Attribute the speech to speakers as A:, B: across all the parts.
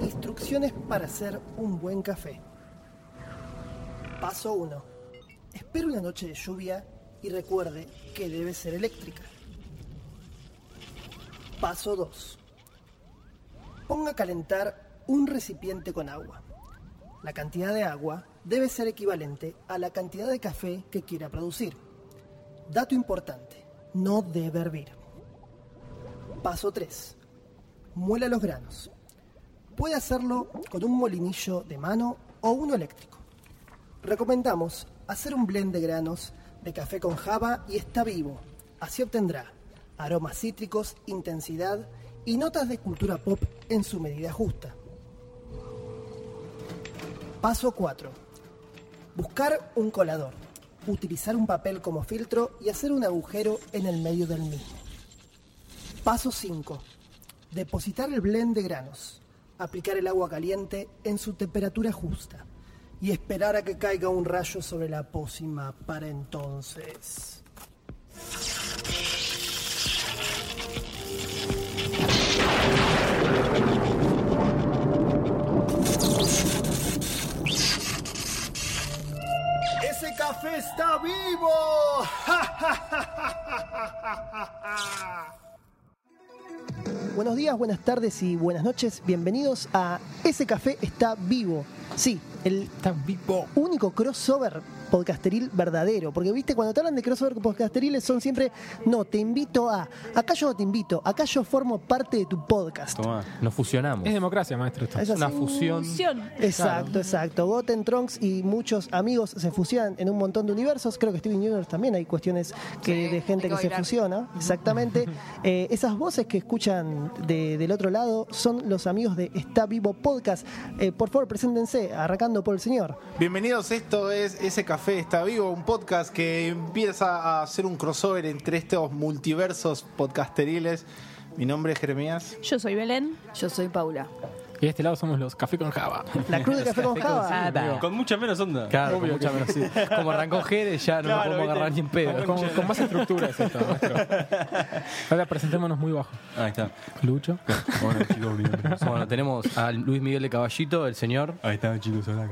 A: Instrucciones para hacer un buen café. Paso 1. Espera una noche de lluvia y recuerde que debe ser eléctrica. Paso 2. Ponga a calentar un recipiente con agua. La cantidad de agua debe ser equivalente a la cantidad de café que quiera producir. Dato importante, no debe hervir. Paso 3. Muela los granos. Puede hacerlo con un molinillo de mano o uno eléctrico. Recomendamos hacer un blend de granos de café con java y está vivo. Así obtendrá aromas cítricos, intensidad y notas de cultura pop en su medida justa. Paso 4. Buscar un colador. Utilizar un papel como filtro y hacer un agujero en el medio del mismo. Paso 5. Depositar el blend de granos. Aplicar el agua caliente en su temperatura justa. Y esperar a que caiga un rayo sobre la pócima para entonces.
B: ¡Ese café está vivo!
A: Buenos días, buenas tardes y buenas noches. Bienvenidos a Ese Café está vivo. Sí, el
C: Está vivo.
A: único crossover podcasteril verdadero. Porque, viste, cuando te hablan de crossover podcasteriles son siempre, no, te invito a, acá yo no te invito, acá yo formo parte de tu podcast.
D: Tomá, nos fusionamos.
C: Es democracia, maestro. Esto.
A: Es así.
D: una fusión.
E: Fusión.
A: Exacto, exacto. Goten, Trunks y muchos amigos se fusionan en un montón de universos. Creo que Steven Universe también hay cuestiones que,
E: Sí,
A: de gente
E: hay
A: que
E: que
A: se
E: bailar.
A: fusiona. Exactamente. Eh, esas voces que escuchan de- del otro lado son los amigos de Está Vivo Podcast. Eh, por favor, preséntense, arrancando por el señor.
B: Bienvenidos, esto es Ese Café Está Vivo, un podcast que empieza a hacer un crossover entre estos multiversos podcasteriles. Mi nombre es Jeremías.
E: Yo soy Belén.
F: Yo soy Paula.
C: Y de este lado somos los Café con Java.
A: La Cruz de Café con Java.
D: Con mucha menos onda.
C: Claro,
D: Obvio
C: con mucha
D: que-
C: menos, sí.
D: Como arrancó Jerez, ya no
C: Claro,
D: lo podemos
C: ¿viste?
D: agarrar ni en pedo.
C: Con, con más estructura es esto, maestro. Ahora presentémonos muy bajo.
D: Ahí está.
C: Lucho.
D: Bueno, chicos, Bueno, tenemos a Luis Miguel de Caballito, el señor. Ahí está, chicos, hola.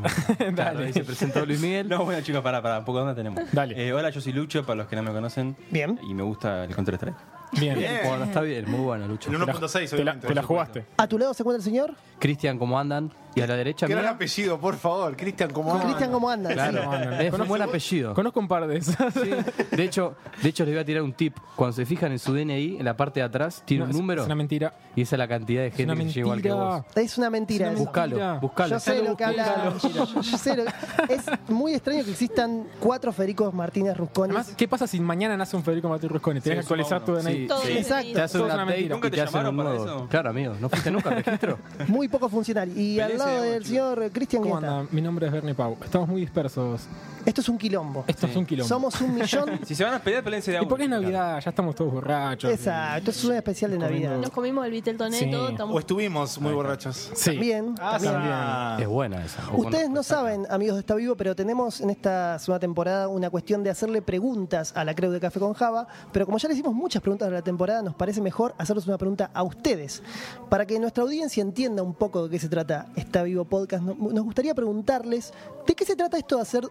D: Dale, ahí se presentó Luis Miguel.
G: No, bueno, chicos, pará, pará, un poco de onda tenemos.
C: Dale.
G: Eh, hola, yo soy Lucho, para los que no me conocen.
A: Bien.
G: Y me gusta el Counter Strike.
C: Bien.
D: Bueno, está bien, muy bueno, Lucho.
B: El
C: Te la-
B: 1.6,
C: te la,
B: obviamente.
C: te la jugaste.
A: A tu lado se encuentra el señor.
D: Cristian, ¿cómo andan? Y a la derecha,
B: Gran
D: mira.
B: apellido, por favor, Cristian, ¿cómo andas?
A: Cristian, ¿cómo andas?
D: Claro, es un buen apellido.
C: Conozco un par de esas.
D: Sí. De hecho, de hecho, les voy a tirar un tip. Cuando se fijan en su DNI, en la parte de atrás, tiene
C: No,
D: un
C: es-
D: número
C: Es una mentira.
D: y esa es la cantidad de
C: Es una
D: gente que llegó al que vos.
C: mentira.
A: Es una mentira.
C: Es una
A: eso.
C: mentira.
D: Buscalo, buscalo.
A: Yo sé lo que habla. Yo, yo sé lo- es muy extraño que existan cuatro Federico Martínez Ruscones.
C: Además, ¿qué pasa si mañana nace un Federico Martín Rusconi? Tenés que
G: suma
C: actualizar tu
G: uno.
C: DNI.
D: Sí,
E: Todo
D: sí.
E: bien.
A: Exacto.
D: Te hacen
C: Todo es
D: un
C: una
D: update
C: mentira.
D: y
G: ¿Nunca te
D: te hacen un
G: llamaron para
D: nuevo.
G: eso?
D: Claro, amigo, ¿no fuiste nunca al registro?
A: Muy poco funcional. Y al
G: Perece,
A: lado
G: bueno,
A: del
G: chicos.
A: señor Cristian
C: ¿Cómo
A: Guetta.
C: anda? Mi nombre es Bernie Pau. Estamos muy dispersos.
A: Esto es un quilombo.
C: Esto es un quilombo.
A: Somos un millón.
G: Si se van a pelear, peleense de
C: ¿Y
G: agua.
C: por qué es Navidad? Ya estamos todos borrachos.
A: Exacto, es un especial de
C: Comiendo.
A: Navidad.
E: Nos comimos el ¿eh? vitel
C: Sí.
E: toneto.
B: O estuvimos muy borrachos. Ah,
C: Sí.
A: Bien, también.
D: Es buena esa. O cuando-
A: Ustedes no saben, amigos de Está Vivo, pero tenemos en esta segunda temporada una cuestión de hacerle preguntas a la Creu de Café con Java. Pero como ya le hicimos muchas preguntas de la temporada, nos parece mejor hacerles una pregunta a ustedes. Para que nuestra audiencia entienda un poco de qué se trata Está Vivo Podcast, no- nos gustaría preguntarles de qué se trata esto de hacer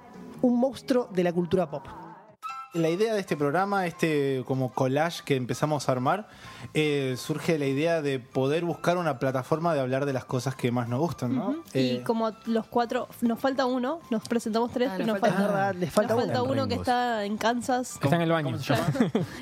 A: un monstruo de la cultura pop.
B: La idea de este programa, este como collage que empezamos a armar, eh, surge de la idea de poder buscar una plataforma de hablar de las cosas que más nos gustan, ¿no? Eh,
E: Y como los cuatro, nos falta uno, nos presentamos tres,
F: Ah,
E: pero
F: nos
E: nos
F: falta-
E: falta,
A: Es verdad, les falta
E: nos falta
A: uno.
E: uno que
D: Rengos.
E: está en Kansas,
C: Está en el baño.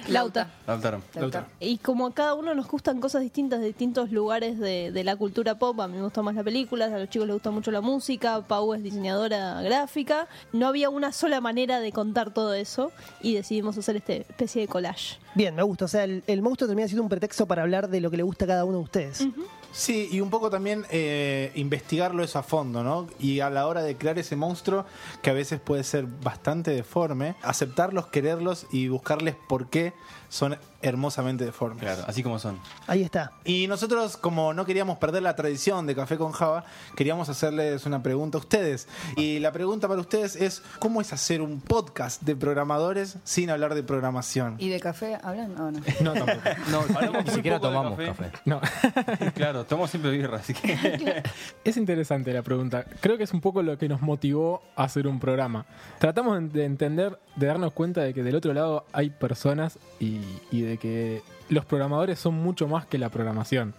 E: Lauta.
G: Adaptaron.
F: Lauta.
E: Y como a cada uno nos gustan cosas distintas de distintos lugares de, de la cultura pop, a mí me gusta más la película, a los chicos les gusta mucho la música, Pau es diseñadora gráfica, no había una sola manera de contar todo eso y decidimos hacer esta especie de collage.
A: Bien, me gusta. O sea, el, el monstruo termina siendo un pretexto para hablar de lo que le gusta a cada uno de ustedes.
B: Sí, y un poco también eh, investigarlo eso a fondo, ¿no? Y a la hora de crear ese monstruo, que a veces puede ser bastante deforme, aceptarlos, quererlos y buscarles por qué son hermosamente deformes.
G: Claro, así como son.
A: Ahí está.
B: Y nosotros, como no queríamos perder la tradición de Café con Java, queríamos hacerles una pregunta a ustedes. Y la pregunta para ustedes es, ¿cómo es hacer un podcast de programadores sin hablar de programación?
F: ¿Y de café hablan o no?
B: No, tampoco.
D: No,
G: Hablamos
D: ni
G: muy
D: siquiera
G: poco de
D: tomamos
G: café.
D: café.
C: No.
G: claro, tomo siempre birra, así que.
C: Es interesante la pregunta. Creo que es un poco lo que nos motivó a hacer un programa. Tratamos en- de entender, de darnos cuenta de que del otro lado hay personas y, y de que los programadores son mucho más que la programación.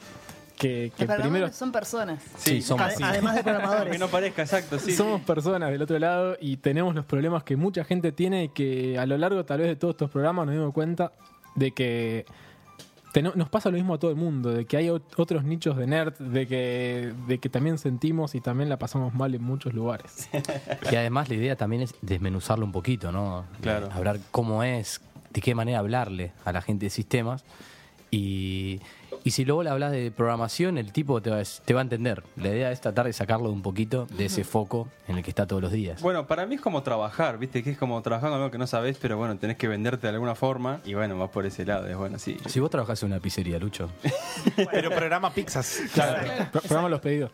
C: Que, que
F: Los
C: primero
F: programadores son personas. Ah,
D: Sí, somos
A: Ade- además de
G: Aunque
A: programadores.
G: no parezca, exacto, sí.
C: somos personas del otro lado y tenemos los problemas que mucha gente tiene y que a lo largo tal vez de todos estos programas nos dimos cuenta de que teno- nos pasa lo mismo a todo el mundo, de que hay ot- otros nichos de nerd, de que, de que también sentimos y también la pasamos mal en muchos lugares.
D: Y además la idea también es desmenuzarlo un poquito, ¿no? Eh,
G: Claro.
D: Hablar cómo es, de qué manera hablarle a la gente de sistemas. Y, y si luego le hablas de programación, el tipo te va, a- te va a entender. La idea es tratar de sacarlo un poquito de ese foco en el que está todos los días.
G: Bueno, para mí es como trabajar, ¿viste? Que es como trabajar con algo que no sabes, pero bueno, tenés que venderte de alguna forma. Y bueno, vas por ese lado, es bueno, sí.
D: Si vos trabajás en una pizzería, Lucho,
B: Pero programa pizzas.
C: Pro- Probamos los pedidos.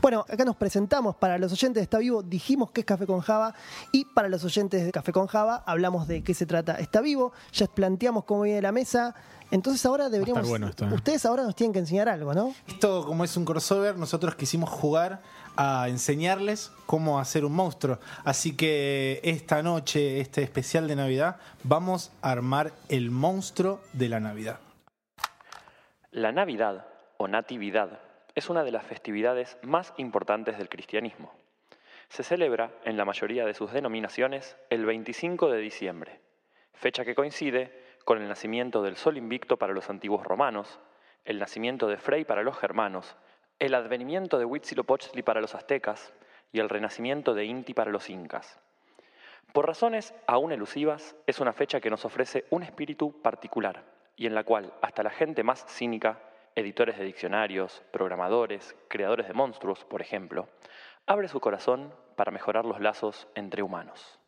A: Bueno, acá nos presentamos. Para los oyentes de Está Vivo dijimos que es Café con Java y para los oyentes de Café con Java hablamos de qué se trata Está Vivo, ya planteamos cómo viene la mesa. Entonces ahora deberíamos...
C: bueno esto, ¿eh?
A: Ustedes ahora nos tienen que enseñar algo, ¿no?
B: Esto, como es un crossover, nosotros quisimos jugar a enseñarles cómo hacer un monstruo. Así que esta noche, este especial de Navidad, vamos a armar el monstruo de la Navidad.
H: La Navidad o Natividad es una de las festividades más importantes del cristianismo. Se celebra, en la mayoría de sus denominaciones, el 25 de diciembre, fecha que coincide con el nacimiento del Sol Invicto para los antiguos romanos, el nacimiento de Frey para los germanos, el advenimiento de Huitzilopochtli para los aztecas y el renacimiento de Inti para los incas. Por razones aún elusivas, es una fecha que nos ofrece un espíritu particular y en la cual hasta la gente más cínica, editores de diccionarios, programadores, creadores de monstruos, por ejemplo, abre su corazón para mejorar los lazos entre humanos.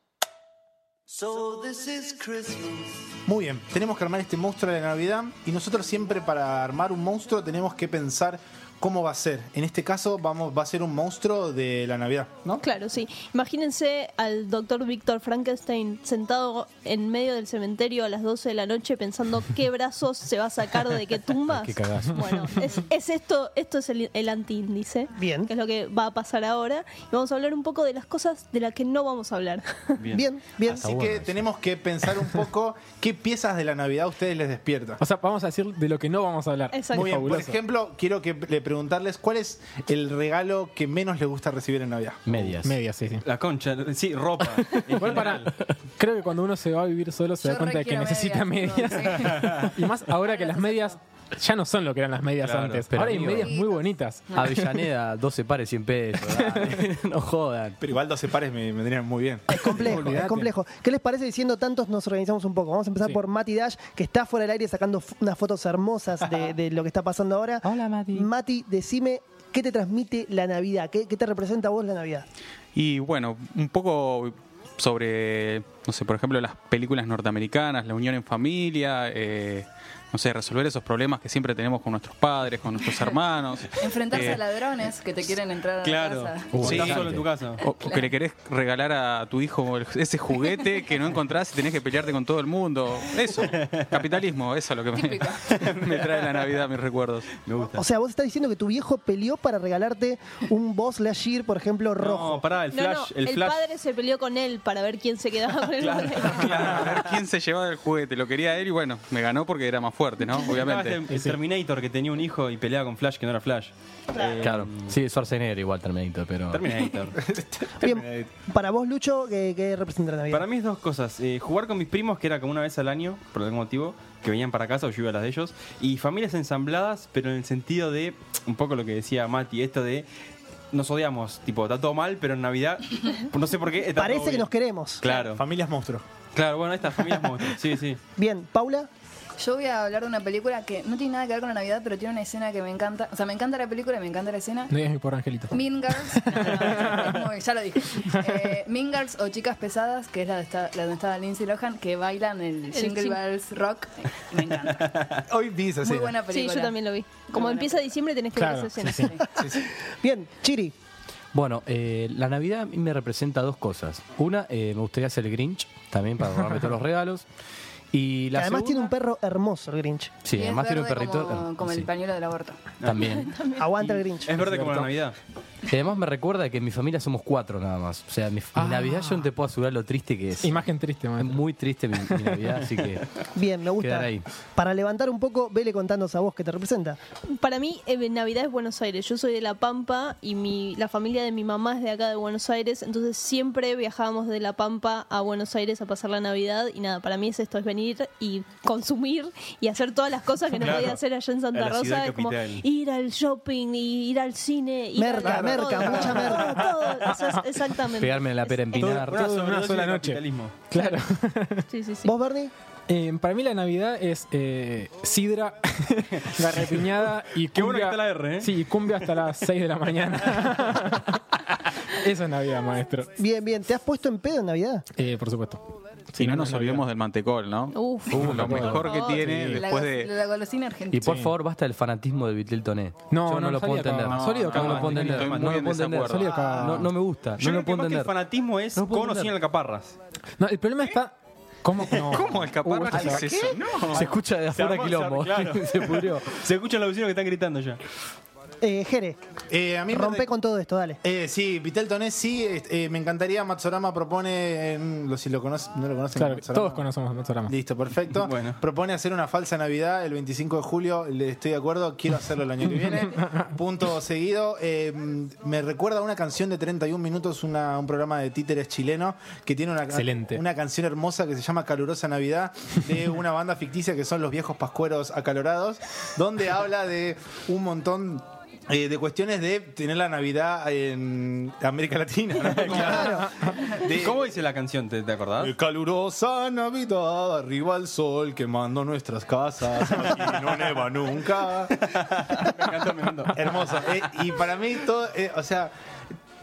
B: Muy bien, tenemos que armar este monstruo de la Navidad y nosotros siempre para armar un monstruo tenemos que pensar cómo va a ser. En este caso vamos, va a ser un monstruo de la Navidad, ¿no?
E: Claro, sí. Imagínense al doctor Víctor Frankenstein sentado en medio del cementerio a las 12 de la noche pensando qué brazos se va a sacar de qué tumbas.
D: Qué cagazo.
E: Bueno, es, es esto, esto es el, el antiíndice,
A: Bien.
E: que es lo que va a pasar ahora. Y vamos a hablar un poco de las cosas de las que no vamos a hablar.
A: Bien, bien.
B: Así que tenemos que pensar un poco qué piezas de la Navidad a ustedes les despierta.
C: O sea, vamos a decir de lo que no vamos a hablar.
E: Exacto.
B: Muy bien, por
C: Fabuloso.
B: ejemplo, quiero que le preguntarles cuál es el regalo que menos les gusta recibir en Navidad.
D: medias.
C: Media, sí, sí.
G: La concha, sí, ropa.
C: Igual para, creo que cuando uno se va a vivir solo se
F: Yo
C: da cuenta de que
F: requiero
C: necesita
F: medias, no,
C: medias. Y más ahora que las medias ya no son lo que eran las medias
G: Claro,
C: antes.
D: pero
C: Ahora hay
D: amigo.
C: medias muy bonitas.
D: Avellaneda, 12 pares, 100 pesos. dale. no jodan.
B: Pero igual 12 pares me vendrían muy bien.
A: Es complejo, es
C: Olvídate.
A: complejo. ¿Qué les parece diciendo tantos nos organizamos un poco? Vamos a empezar
C: Sí.
A: por Mati Dash, que está fuera del aire sacando f- unas fotos hermosas de, de lo que está pasando ahora.
C: Hola, Mati.
A: Mati, decime, ¿qué te transmite la Navidad? ¿Qué, qué te representa a vos la Navidad?
I: Y bueno, un poco sobre, no sé, por ejemplo, las películas norteamericanas, la unión en familia, eh, no sé, resolver esos problemas que siempre tenemos con nuestros padres, con nuestros hermanos.
F: ah, Enfrentarse
I: Eh, Uh.
F: a ladrones que te quieren entrar a
G: Claro.
F: la casa.
G: O
I: Sí.
G: estás solo en tu casa.
I: O, o que le querés regalar a tu hijo el- ese juguete que no encontrás y tenés que pelearte con todo el mundo. Eso, capitalismo, eso es lo que
F: Típico.
I: me, me trae la Navidad, mis recuerdos.
G: Me gusta.
A: O sea, vos estás diciendo que tu viejo peleó para regalarte un Boss Lightyear, por ejemplo,
G: No,
A: rojo.
G: pará, el
E: No,
G: flash,
E: no,
G: el,
E: el,
G: flash.
E: padre se peleó con él para ver quién se quedaba con el boleto.
I: Claro, a ver quién se llevaba el juguete. Lo quería él y bueno, me ganó porque era más fuerte, ¿no?
G: Estaba
I: Obviamente.
G: este- El Terminator que tenía un hijo y peleaba con Flash que no era Flash. Eh,
D: Claro, sí, Schwarzenegger igual Terminator, pero...
G: Terminator.
A: Bien, para vos, Lucho, ¿qué, qué representa la Navidad?
G: Para mí es dos cosas. Eh, jugar con mis primos, que era como una vez al año, por algún motivo, que venían para casa o yo iba a las de ellos. Y familias ensambladas, pero en el sentido de, un poco lo que decía Mati, esto de nos odiamos. Tipo, está todo mal, pero en Navidad, no sé por qué. está todo
A: Parece que
G: bien.
A: nos queremos.
G: Claro,
B: Familias monstruos.
G: claro, bueno, estas familias monstruos. Sí, sí.
A: Bien, Paula,
F: Yo voy a hablar de una película que no tiene nada que ver con la Navidad, pero tiene una escena que me encanta. O sea, me encanta la película y me encanta la escena.
C: No digas mi pobre angelito.
F: Mean Girls, No, no, no, es muy- ya lo dije. Eh, mean Girls o Chicas Pesadas, que es la, de esta- la donde estaba Lindsay Lohan, que bailan el Jingle
E: jing-
F: Bells Rock. Me encanta.
B: Hoy vi esa
F: Muy
B: escena.
F: buena
E: Sí,
F: película.
E: yo también lo vi. Como
F: buena
E: empieza diciembre tenés que
C: Claro,
E: ver esa escena.
A: Bien, Chiri.
D: Bueno, eh, la Navidad a mí me representa dos cosas. Una, eh, me gustaría hacer el Grinch, también para robarme todos los regalos. Y
A: que
D: la
A: además tiene un
D: segunda-
A: perro hermoso, el Grinch.
D: Sí,
F: Y es
D: además tiene un
F: verde
D: perrito.
F: Como, como
D: sí,
F: el pañuelo del aborto.
D: También.
A: Aguanta el Grinch.
G: Es verde como la Navidad.
D: Y además me recuerda que en mi familia somos cuatro nada más. O sea, mi, mi
C: Ah.
D: Navidad yo no te puedo asegurar lo triste que es.
C: Imagen triste,
D: Es
C: maestro.
D: muy triste mi, mi Navidad, así que.
A: Bien, me gusta.
D: Quedar ahí.
A: Para levantar un poco, vele contándonos a vos que te representa.
E: Para mí, eh, Navidad es Buenos Aires. Yo soy de La Pampa y mi, la familia de mi mamá es de acá de Buenos Aires. Entonces siempre viajábamos de La Pampa a Buenos Aires a pasar la Navidad. Y nada, para mí es esto, es venir y consumir y hacer todas las cosas que no
G: Claro.
E: podía hacer allá en
G: A
E: Santa
G: la ciudad
E: Rosa. Es como
G: capital.
E: ir al shopping, y ir al cine. Ir
A: Merca,
E: a-
A: merca,
E: todo,
A: mucha
E: todo,
A: merca.
E: todo. O sea, es- exactamente.
D: Pegarme en la pera
E: Es-
D: en Pinar.
C: Todo en una
G: sobredosis
C: sola
G: de
C: noche.
G: capitalismo.
C: Claro.
E: Sí, sí, sí.
A: ¿Vos, Bernie?
C: Eh, para mí la Navidad es eh, sidra, garra de piñada y cumbia.
G: Qué bueno que está la R, ¿eh?
C: Sí, y cumbia hasta las 6 de la mañana. este. Eso es Navidad, maestro.
A: Bien, bien. ¿Te has puesto en pedo en Navidad?
C: Eh, por supuesto.
I: y no
C: no,
I: nos
C: no,
I: olvidemos del mantecol, ¿no?
E: Uf.
I: lo mejor que
E: favor.
I: tiene
F: La
I: después
F: go-
I: de.
F: La golosina argentina.
D: Y por
C: Sí.
D: favor, basta del fanatismo del Vitel Toné.
C: No,
D: Yo
C: no,
D: no, lo puedo
C: sólido,
D: entender.
C: no,
I: sólido,
D: no,
I: no,
D: lo puedo
I: no,
D: entender.
I: estoy
D: No
I: muy
D: lo
I: en
D: puedo entender.
I: desacuerdo. Sólido,
C: acá.
D: No, no me
G: Yo
D: gusta. no
G: creo
D: lo
G: que
D: puedo
G: más que el
D: entender.
G: fanatismo es
D: No lo puedo
G: con o sin
D: entender.
G: alcaparras.
C: No, el problema está... ¿Cómo? No.
I: ¿Cómo escapar?
C: Uh, esto
I: ¿Qué es eso? No.
D: Se escucha de
G: Se
D: afuera
G: armó- se
D: quilombo.
G: armó, claro.
D: Se pudrió.
G: Se escuchan los vecinos que están gritando ya.
A: Eh, Jere,
B: Eh, a mí me
A: rompe
B: re-
A: con todo esto, dale.
B: Eh, sí, Vitel Toné sí, eh, eh, me encantaría. Matsorama propone, en- lo- si lo conoce- no lo conocen,
C: Claro,
B: Matsorama.
C: todos conocemos Matsorama.
B: Listo, perfecto.
G: Bueno.
B: Propone hacer una falsa Navidad el 25 de julio. Le estoy de acuerdo, quiero hacerlo el año que viene. Punto seguido. Eh, me recuerda a una canción de 31 minutos, una- un programa de títeres chileno que tiene una,
C: Excelente.
B: una canción hermosa que se llama Calurosa Navidad de una banda ficticia que son los viejos pascueros acalorados, donde habla de un montón. eh, de cuestiones de tener la Navidad en América Latina. ¿no? Como- de-
G: ¿Cómo dice la canción? ¿Te, te acordás?
B: eh, Calurosa Navidad, arriba el sol quemando nuestras casas. Y no neva nunca. Hermoso. Eh, y para mí, todo, eh, o sea,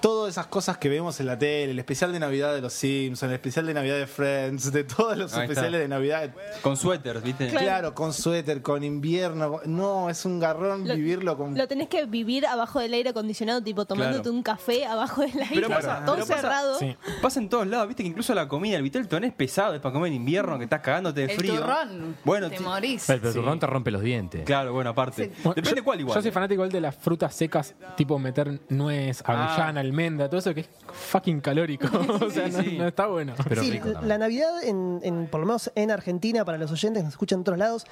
B: todas esas cosas que vemos en la tele, el especial de Navidad de los Simpsons, el especial de Navidad de Friends, de todos los
G: Ahí está.
B: especiales de Navidad.
G: Con suéteres, ¿viste?
B: Claro. con suéter, con invierno. No, es un garrón
E: Lo-
B: vivirlo con.
E: Lo tenés que vivir abajo del aire acondicionado, tipo tomándote
G: Claro.
E: un café abajo del aire,
G: Pero pasa-
E: todo
G: pero pasa-
E: cerrado.
C: Sí.
G: Pasa en todos lados, viste que incluso la comida, el vitel toné es pesado, es para comer en invierno, que estás cagándote de
F: El
G: frío.
F: turrón.
G: Bueno,
F: te
G: ti-
F: morís.
D: El turrón te rompe los dientes.
G: claro, bueno, aparte.
F: Sí.
C: Bueno,
G: Depende
C: yo-
G: cuál igual. eh.
C: Yo soy fanático igual de las frutas secas, tipo meter nuez, avellana, almendra, todo eso que es fucking calórico. o sea, no-
G: Ah. sí.
C: No, está bueno.
D: Pero
A: sí,
D: rico
A: la-
D: también.
A: la Navidad, en, en- por lo menos en Argentina, para los oyentes que nos escuchan en otros lados,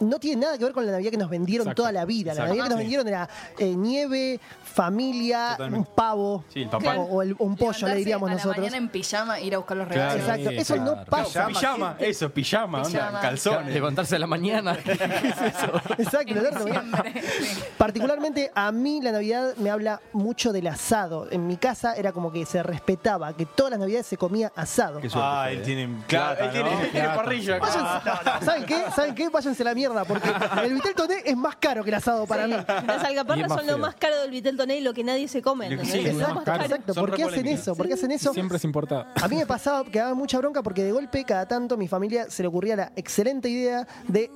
A: no tiene nada que ver con la Navidad que nos vendieron
C: Exacto,
A: toda la vida. La
C: exacto.
A: Navidad que nos vendieron era eh, nieve, familia,
B: Totalmente.
A: un pavo
G: Sí, el papá.
A: o, o el- un pollo, le
F: Levantarse
A: diríamos
F: a la
A: nosotros.
F: mañana en pijama e ir a buscar los
G: Claro.
F: regalos.
A: Exacto,
C: Sí,
A: eso no
D: claro.
A: pasa.
G: pijama, eso, pijama, onda,
F: Pijama.
G: calzones.
D: Levantarse a la mañana.
A: Exacto, la Navidad-
F: Diciembre. Sí.
A: Particularmente a mí la Navidad me habla mucho del asado. En mi casa era como que se respetaba, que todas las Navidades se comía asado.
G: Qué suerte,
B: Ah,
G: Fede.
B: él tiene.
G: Claro,
B: plata,
G: él tiene,
B: ¿no?
G: él tiene parrilla.
A: Váyanse- no, no, Ah. ¿Saben qué? ¿Saben qué? Váyanse a la mierda, porque el Vitel Toné es más caro que el asado para mí.
E: Las
D: Y es
E: alcaparras
D: más
E: son lo
D: feo.
E: más caro del Vitel Toné y lo que nadie se come.
G: Lo que
E: ¿entendés?
G: sí,
E: Es lo
A: Exacto,
E: más caro.
A: exacto.
G: Son
A: ¿Por
G: re
A: qué hacen
G: polémicas.
A: eso? ¿Por qué hacen eso?
C: Siempre es importada.
A: A mí me pasaba que daba mucha bronca porque de golpe, cada tanto, mi familia se le ocurría la excelente idea de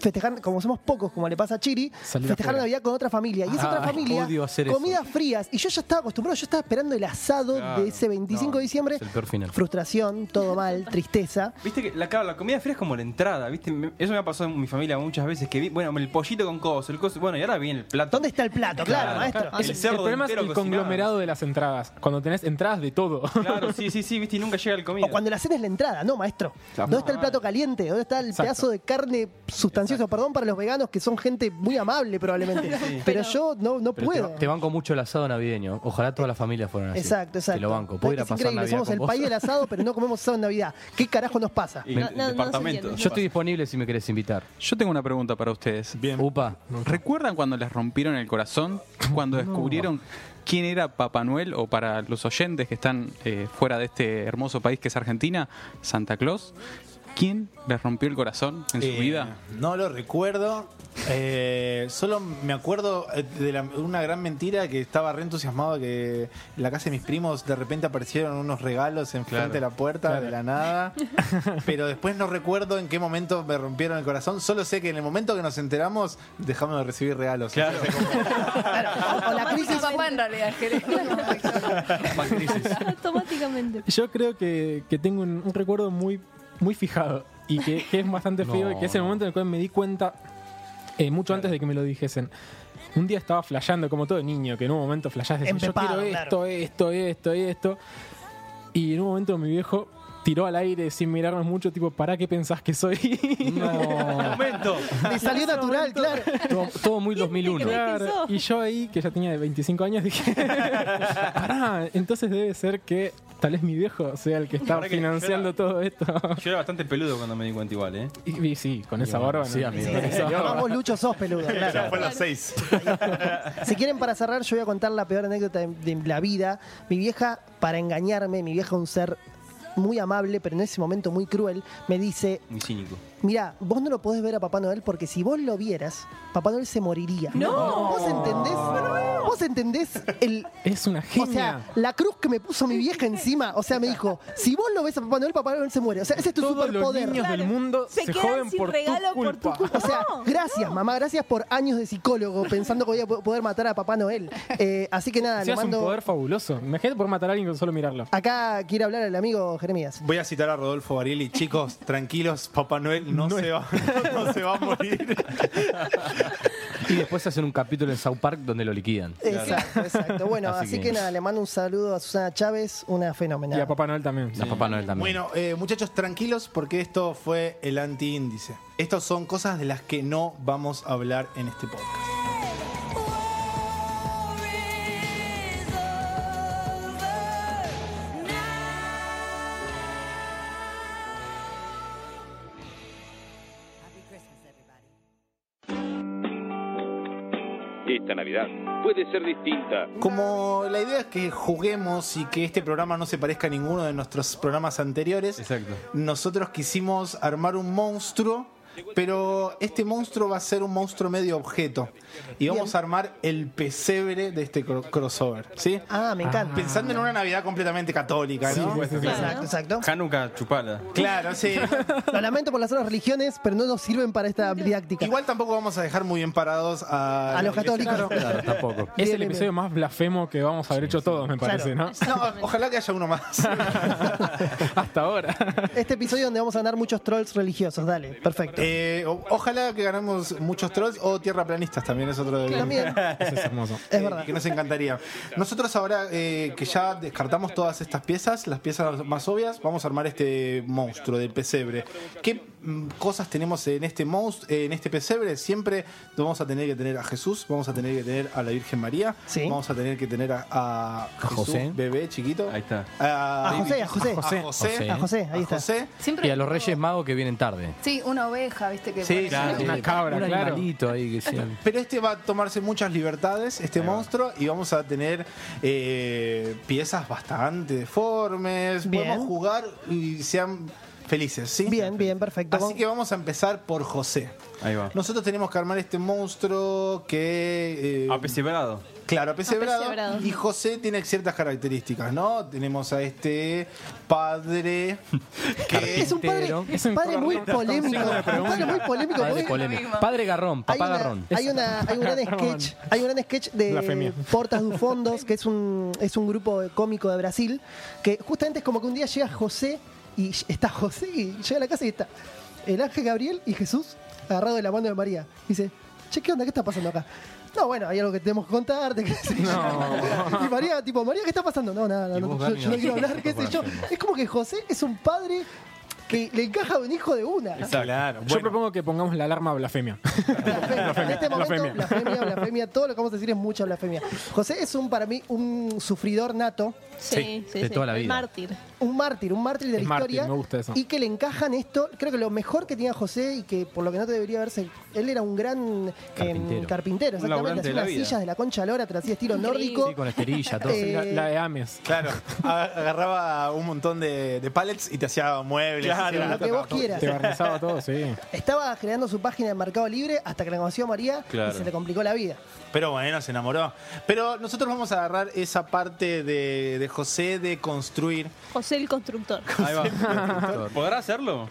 A: festejar, como somos pocos, como le pasa a Chiri,
C: Salir
A: festejar
C: afuera.
A: Navidad con otra familia. Y esa
D: Ah,
A: otra familia,
D: odio hacer eso.
A: comidas frías. Y yo ya estaba acostumbrado, yo estaba esperando el asado de ese 25 de diciembre.
D: es el peor final.
A: Frustración, todo mal, tristeza.
G: Viste que la, claro, la comida fría es como la entrada, ¿viste? Me- Eso me ha pasado en mi familia muchas veces, que vi, bueno, el pollito con coso, el coso, bueno, y ahora viene el plato.
A: ¿Dónde está el plato? Claro,
G: Claro.
A: maestro. Ah,
G: El cerdo
C: problema es Ah, el
G: entero cocinado.
C: conglomerado de las entradas. Cuando tenés entradas de todo.
G: Claro, sí, sí, sí, viste, y nunca llega el comida.
A: O cuando la cena es la entrada, no, maestro.
G: La
A: ¿Dónde está
G: madre.
A: el plato caliente? ¿Dónde está el
C: Exacto.
A: pedazo de carne sustancioso? Perdón para los veganos que son gente muy amable probablemente. Pero yo no, no
D: Pero te-
A: puedo.
D: Te, banco mucho el asado navideño. Ojalá toda la familia fueran así.
A: Exacto, exacto.
D: Te lo banco. Puedo ir a
A: Es
D: pasar
A: increíble,
D: Navidad
A: somos
D: con
A: el
D: vos.
A: país del asado, pero no comemos asado en Navidad. ¿Qué carajo nos pasa?
G: Y
E: No,
G: el
E: no, no se
G: departamento.
E: entiende.
D: Yo estoy disponible si me querés invitar.
I: Yo tengo una pregunta para ustedes.
B: Bien.
D: Upa.
I: ¿Recuerdan cuando les rompieron el corazón? Cuando descubrieron quién era Papá Noel o para los oyentes que están eh, fuera de este hermoso país que es Argentina, Santa Claus. quién les rompió el corazón en su
B: Eh,
I: vida?
B: No lo recuerdo. Eh, solo me acuerdo eh, de la- una gran mentira que estaba re entusiasmado que en la casa de mis primos de repente aparecieron unos regalos enfrente
I: Claro.
B: de la puerta de la nada. Pero después no recuerdo en qué momento me rompieron el corazón. Solo sé que en el momento que nos enteramos dejamos de recibir regalos.
G: Claro.
A: O la crisis.
F: papá en realidad, que le-
E: Automáticamente.
C: Yo creo que, que tengo un, un recuerdo muy, muy fijado y que, que es bastante feo y que es el
D: No,
C: momento en el cual me di cuenta, eh, mucho antes de que me lo dijesen. Un día estaba flasheando, como todo niño, que en un momento flasheas decís, yo
A: Empepado,
C: quiero esto,
A: claro.
C: esto, esto, esto. Y en un momento mi viejo tiró al aire sin mirarnos mucho, tipo, ¿para qué pensás que soy?
G: Momento.
A: Me salió natural, claro.
D: Todo, todo muy 2001.
C: Claro,
E: pensó?
C: y yo ahí, que ya tenía de 25 años, dije, pará, entonces debe ser que tal vez mi viejo sea el que está
G: Ahora que-
C: financiando todo esto.
G: Yo era bastante peludo cuando me di cuenta igual, ¿eh?
C: Y, y sí, con esa barba.
D: sí,
C: no.
D: amigo.
C: Con esa barba.
A: Vamos, Lucho, sos peludo. claro.
J: Ya fue a las seis.
A: Si quieren, para cerrar, yo voy a contar la peor anécdota de, de la vida. Mi vieja, para engañarme, mi vieja, un ser muy amable, pero en ese momento muy cruel, me dice:
G: Muy cínico.
A: Mira, vos no lo podés ver a Papá Noel porque si vos lo vieras, Papá Noel se moriría.
E: ¡No!
A: ¿Vos entendés? ¿Vos entendés el.
C: Es una
A: O sea,
C: genia.
A: la cruz que me puso mi vieja encima, o sea, me dijo, si vos lo ves a Papá Noel, Papá Noel se muere. O sea, ese es tu
C: Todos los
A: superpoder.
C: niños del
E: Claro.
C: mundo
E: Se
C: se,
E: quedan
C: joden
E: sin
C: por
E: regalo
C: tu
E: por tu
C: culpa.
E: culpa.
A: O sea,
E: No,
A: gracias, mamá, gracias por años de psicólogo pensando que voy a po- poder matar a Papá Noel. Eh, así que nada,
C: Sí,
A: le
C: es un
A: mando.
C: poder fabuloso. Imagínate por matar a alguien con solo mirarlo.
A: Acá quiere hablar el amigo Jeremías.
B: Voy a citar a Rodolfo Barili. Chicos, tranquilos, Papá Noel no, se va, no se va a morir.
D: Y después hacen un capítulo en South Park donde lo liquidan.
A: Exacto, exacto. Bueno, así,
D: Así
A: que...
D: que-
A: nada, le mando un saludo a Susana Chávez, una fenomenal.
C: Y a Papá Noel también.
D: A Papá Noel también.
B: Bueno, eh, muchachos, tranquilos porque esto fue el antiíndice. Estas son cosas de las que no vamos a hablar en este podcast.
K: Esta Navidad puede ser distinta.
B: Como la idea es que juguemos y que este programa no se parezca a ninguno de nuestros programas anteriores,
G: Exacto.
B: nosotros quisimos armar un monstruo, pero este monstruo va a ser un monstruo medio objeto. Y vamos a armar el pesebre de este cro- crossover, ¿sí?
A: Ah, me encanta.
B: Pensando en una Navidad completamente católica, ¿no?
G: pues,
A: Exacto, exacto.
G: Hanukkah chupala.
B: Claro, sí.
A: Lo lamento por las otras religiones, pero no nos sirven para esta didáctica.
B: Igual tampoco vamos a dejar muy bien parados a,
A: a los
B: la iglesia.
A: católicos.
D: Claro, tampoco.
C: Es
A: Bien,
C: el
A: bien,
C: episodio más blasfemo que vamos a haber hecho todos, me parece,
B: No, ojalá que haya uno más.
C: ¿no? Hasta ahora.
A: Este episodio donde vamos a andar muchos trolls religiosos, dale, perfecto.
B: Eh, o- ojalá que ganemos muchos trolls o tierra planistas también es otro de
A: También,
C: Eso es hermoso.
A: es verdad.
B: Eh, que nos encantaría. Nosotros ahora eh, que ya descartamos todas estas piezas, las piezas más obvias, vamos a armar este monstruo del pesebre. ¿Qué mm, cosas tenemos en este monstruo, en este pesebre? Siempre vamos a tener que tener a Jesús, vamos a tener que tener a la Virgen María,
A: Sí.
B: vamos a tener que tener a, a Jesús,
D: José.
B: bebé chiquito,
G: Ahí está.
D: Ah,
A: A
B: a,
G: ah.
A: José, a José.
B: a José,
D: José.
A: A José, ahí
B: a
A: está.
B: José.
F: Siempre
D: Y a los Reyes Magos que vienen tarde.
F: Sí, una oveja, viste que
B: Sí,
F: parece-
B: claro.
C: Una cabra,
D: un
C: claro.
D: animalito ahí que sean.
B: Pero este va a tomarse muchas libertades, este monstruo, y vamos a tener eh, piezas bastante deformes.
A: Bien.
B: Podemos jugar y sean felices, ¿sí?
A: Bien, bien, perfecto.
B: Así que vamos a empezar por José.
G: Ahí va.
B: Nosotros tenemos que armar este monstruo que. eh,
G: Apesebrado.
B: Claro, apecebrado.
E: Apecebrado.
B: Y José tiene ciertas características, ¿no? Tenemos a este padre que.
A: Es un padre,
C: Es un
A: padre muy
C: programa con
A: polémico.
C: signo de
A: Un padre muy polémico.
D: Padre,
A: porque-
D: polémico. Padre Garrón,
A: Hay
D: papá
A: una,
D: Garrón.
A: hay, una, hay un gran
C: Ramón.
A: sketch, hay un gran sketch de
C: Blasfemia.
A: Portas du Fondos, que es un, es un grupo cómico de Brasil, que justamente es como que un día llega José y está José y llega a la casa y está el ángel Gabriel y Jesús agarrado de la mano de María. Dice, che, ¿qué onda? ¿Qué está pasando acá? No, bueno, hay algo que tenemos que contarte. qué sé yo. Y María, tipo, María, ¿qué está pasando? No, nada, no,
D: Y
A: no,
D: vos,
A: yo,
D: Bernie,
A: yo no
D: no.
A: quiero hablar, qué sé yo. Es como que José es un padre que le encaja a un hijo de una.
B: Claro,
C: Yo propongo que pongamos la alarma blasfemia.
A: Blasfemia. En este momento,
C: Blasfemia.
A: blasfemia, blasfemia, blasfemia, todo lo que vamos a decir es mucha blasfemia. José es un, para mí, un sufridor nato,
E: Sí, sí,
D: de
E: sí,
D: toda la
E: el
D: vida.
E: Mártir.
A: un mártir, un mártir de
C: Es
A: la
C: mártir,
A: historia.
C: me gusta eso.
A: Y que le encajan esto, creo que lo mejor que tenía José y que por lo que no te debería verse, él era un gran em,
D: Carpintero.
A: carpintero, exactamente,
G: laburante de
A: hacía
G: la
A: unas
G: vida.
A: sillas de la concha lora, te las hacía estilo
E: Increíble.
A: nórdico.
D: Sí, con esterilla, todo.
A: Eh,
C: La, la de Ames.
B: Claro, a- agarraba un montón de, de pallets y te hacía muebles.
A: Claro,
B: hacía-
A: lo que vos quieras.
C: Te barnizaba todo, sí.
A: Estaba creando su página de Mercado Libre hasta que la conoció María
G: Claro.
A: y se le complicó la vida.
B: Pero bueno, se enamoró. Pero nosotros vamos a agarrar esa parte de, de José de construir.
E: José el constructor.
G: Ahí va. ¿Podrá hacerlo?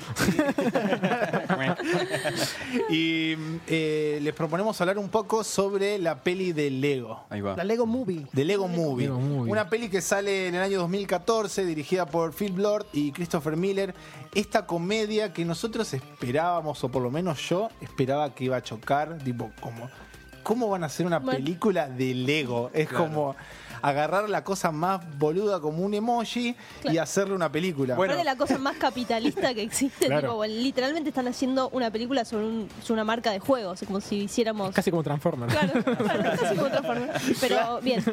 B: Y eh, les proponemos hablar un poco sobre la peli de Lego.
G: Ahí va.
A: La Lego Movie.
B: De Lego Movie.
C: Lego Movie.
B: Una peli que sale en el año 2014, dirigida por Phil Lord y Christopher Miller. Esta comedia que nosotros esperábamos, o por lo menos yo esperaba que iba a chocar, tipo, como, ¿cómo van a hacer una
E: Bueno.
B: película de Lego? Es como agarrar la cosa más boluda como un emoji y
E: Claro.
B: hacerle una película.
E: Aparte la cosa más capitalista que existe.
C: Claro.
E: tipo, literalmente están haciendo una película sobre, un- sobre una marca de juegos, como si hiciéramos...
C: Casi como Transformers.
E: Claro, claro, casi como Transformers. Pero bien,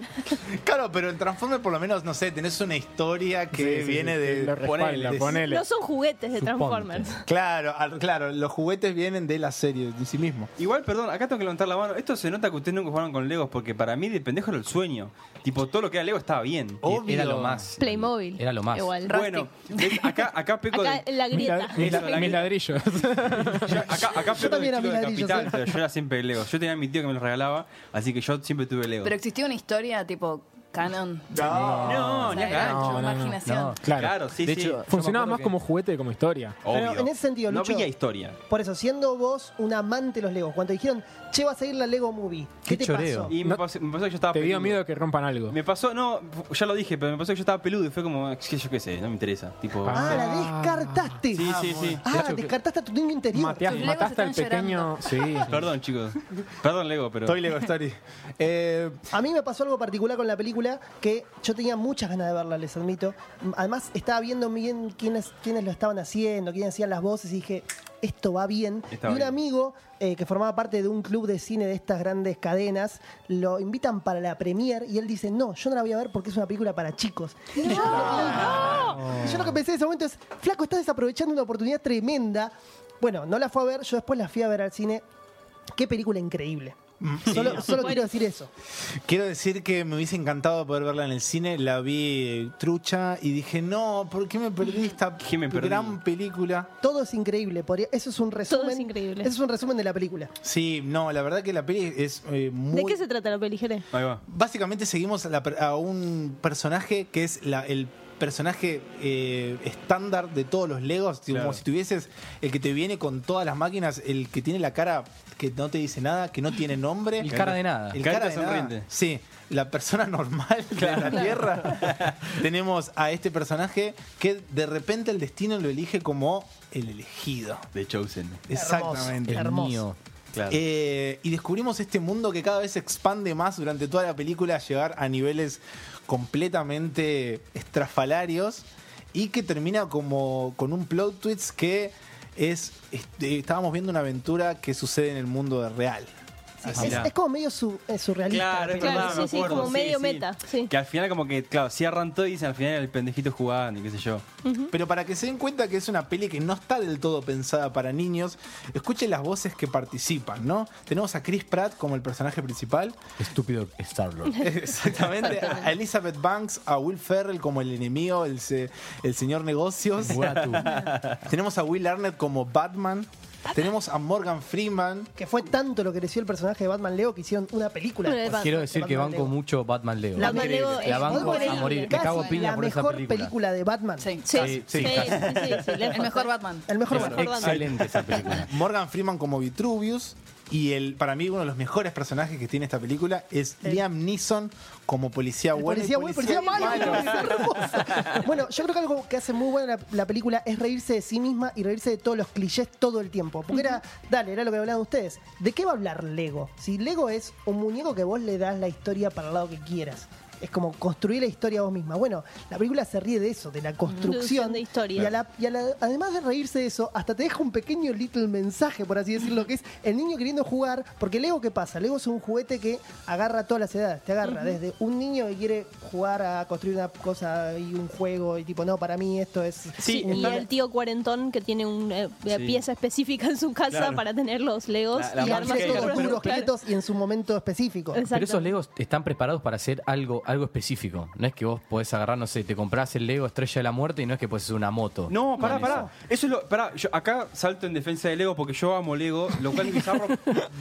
B: Claro, pero en Transformers por lo menos, no sé, tenés una historia que
C: Sí, sí,
B: viene
C: sí,
B: de...
C: lo respalda,
B: de-
C: ponele.
E: no son juguetes de Transformers.
B: Claro, al- claro, los juguetes vienen de la serie de sí mismo.
G: Igual, perdón, acá tengo que levantar la mano. Esto se nota que ustedes nunca jugaron con Legos porque para mí de pendejo era el sueño. Tipo, todo lo que era Lego estaba bien.
B: Obvio.
D: Era lo más.
E: Playmobil.
D: Era lo más.
E: Igual.
G: Bueno, ¿ves? acá, acá peco
E: Acá
G: de-
E: en la
C: Mis,
E: grieta.
C: lad- mis la-
G: Eso, la
C: mis
G: grieta.
C: ladrillos.
G: yo- acá, acá peco
A: también era
G: del chico de
A: milarillo,
G: capital,
A: ¿sí?
G: pero yo era siempre de Lego. Yo tenía a mi tío que me los regalaba, así que yo siempre tuve Lego.
F: Pero existía una historia tipo canon.
B: No.
G: no,
F: O
G: ni
F: sea,
G: acá.
F: era
C: no,
F: mucho
C: no, no.
F: imaginación.
D: No.
C: Claro.
G: Claro, sí,
D: de
G: sí.
D: hecho,
C: Funcionaba
D: yo me
C: más
D: acuerdo
C: como juguete que como historia.
G: Obvio.
A: Pero en ese sentido,
G: no
A: Lucho-
G: había historia.
A: Por eso, siendo vos un amante de los Legos, cuando dijeron, che, vas a ir la Lego Movie, ¿qué,
D: Qué
A: te
D: choreo.
A: pasó?
G: Y me,
C: No-
G: pasó, me pasó que yo estaba
C: Te dio
G: peludo.
C: miedo que rompan algo.
G: Me pasó, no, ya lo dije, pero me pasó que yo estaba peludo y fue como, que yo qué sé, no me interesa. Tipo,
A: Ah, la
C: Ah.
A: descartaste.
G: sí, sí, sí.
A: Ah, descartaste a tu niño interior.
C: Matías,
F: Tus legos
C: mataste al
F: están
C: pequeño. Sí.
G: Perdón, chicos. Perdón, Lego, pero.
B: Toy Lego Story. Eh,
A: A mí me pasó algo particular con la película que yo tenía muchas ganas de verla, les admito. M- Además, estaba viendo bien quiénes, quiénes lo estaban haciendo, quiénes hacían las voces y dije, esto va bien.
G: Está
A: y un
G: bien.
A: amigo eh, que formaba parte de un club de cine de estas grandes cadenas, lo invitan para la premier y él dice, no, yo no la voy a ver porque es una película para chicos. Y yo, y yo lo que
G: Ah.
A: pensé en ese momento es, flaco, estás desaprovechando una oportunidad tremenda. Bueno, no la fue a ver, yo después la fui a ver al cine. Qué película increíble.
G: Mm.
A: Solo, solo quiero decir eso.
B: quiero decir que me hubiese encantado poder verla en el cine. La vi eh, trucha y dije, no, ¿por qué me perdí esta
G: ¿Qué me perdí?
B: gran película?
A: Todo es increíble. podría- eso es un resumen.
E: es increíble.
A: Eso es un resumen de la película.
B: Sí, no, la verdad que la peli es eh, muy...
E: ¿De qué se trata la peli, Jere?
G: Ahí va.
B: Básicamente seguimos a, la per- a un personaje que es la- el personaje eh, estándar de todos los Legos, tipo,
G: Claro.
B: como si tuvieses el que te viene con todas las máquinas, el que tiene la cara que no te dice nada, que no tiene nombre.
D: El cara de nada.
B: El
G: Carita
B: cara de nada.
G: sonriente.
B: Sí, la persona normal de la Tierra. Tenemos a este personaje que de repente el destino lo elige como el elegido.
G: The Chosen.
B: Exactamente.
D: El
A: Hermoso.
D: mío.
G: Claro.
B: Eh, y descubrimos este mundo que cada vez se expande más durante toda la película a llegar a niveles completamente estrafalarios y que termina como con un plot twist que es, este, estábamos viendo una aventura que sucede en el mundo real.
A: es, es como medio su, eh, surrealista. la
G: Claro, es
A: película.
G: verdad,
E: Claro, sí,
G: me
E: sí,
G: acuerdo,
E: como medio meta,
F: Eh.
E: sí.
G: Que al final, como que, claro, cierran todo y dicen al final el pendejito jugando y qué sé yo.
B: Pero para que se den cuenta que es una peli que no está del todo pensada para niños, escuchen las voces que participan, ¿no? Tenemos a Chris Pratt como el personaje principal,
D: Estúpido Star-Lord.
B: Exactamente. A Elizabeth Banks, a Will Ferrell como el enemigo, el, se- el señor negocios.
D: Guatu.
B: Tenemos a Will Arnett como Batman. Tenemos a Morgan Freeman.
A: Que fue tanto lo que creció el personaje de Batman Leo que hicieron una película.
E: Bueno,
A: después.
E: de
D: Quiero
E: Batman-
D: decir
A: de
D: que
A: Batman
D: banco
A: Lego.
D: mucho Batman Leo.
E: La
D: Batman
E: Lego
D: Leo. La
E: es
D: banco
E: increíble.
D: a morir. Me
A: Casi
D: cago a piña
A: la
D: por esa
A: mejor película.
D: película.
A: de Batman.
F: Sí.
E: Sí,
B: Sí,
E: sí,
B: sí.
E: sí, sí, sí, lejos.
F: El mejor Batman.
A: El mejor
E: Es
A: Batman.
E: Batman.
D: Excelente esa película.
B: Morgan Freeman como Vitruvius. Y el, para mí uno de los mejores personajes que tiene esta película es Liam Neeson como policía
A: El
B: bueno. y
A: policía bueno, policía malo. bueno, yo creo que algo que hace muy buena la, la película es reírse de sí misma y reírse de todos los clichés todo el tiempo. Porque era, dale, era lo que hablaban ustedes. ¿De qué va a hablar Lego? Si Lego es un muñeco que vos le das la historia para el lado que quieras. es como construir la historia vos misma. Bueno, la película se ríe de eso, de la construcción.
E: de historia.
A: Y, a la- y a la- además de reírse de eso, hasta te deja un pequeño little mensaje, por así decirlo, que es el niño queriendo jugar. Porque Lego, ¿qué pasa? Lego es un juguete que agarra a todas las edades. Te agarra desde un niño que quiere jugar a construir una cosa y un juego y tipo, no, para mí esto es.
E: Sí, y el tío cuarentón que tiene una
G: Sí.
E: pieza específica en su casa
G: Claro.
E: para tener los legos
G: La- la
E: y
A: Y
E: arma
G: marca
A: armas
G: que-
E: su
A: todos
E: propio-
A: duros,
E: claro.
A: quietos y en su momento específico.
E: Exacto.
D: Pero esos Legos están preparados para hacer algo, algo específico. No es que vos podés agarrar, no sé, te comprás el Lego Estrella de la Muerte y no es que puedes hacer una moto.
G: No, pará,
D: Con eso.
G: pará. Eso es lo. Pará, yo acá salto en defensa de Lego porque yo amo Lego, lo cual es bizarro.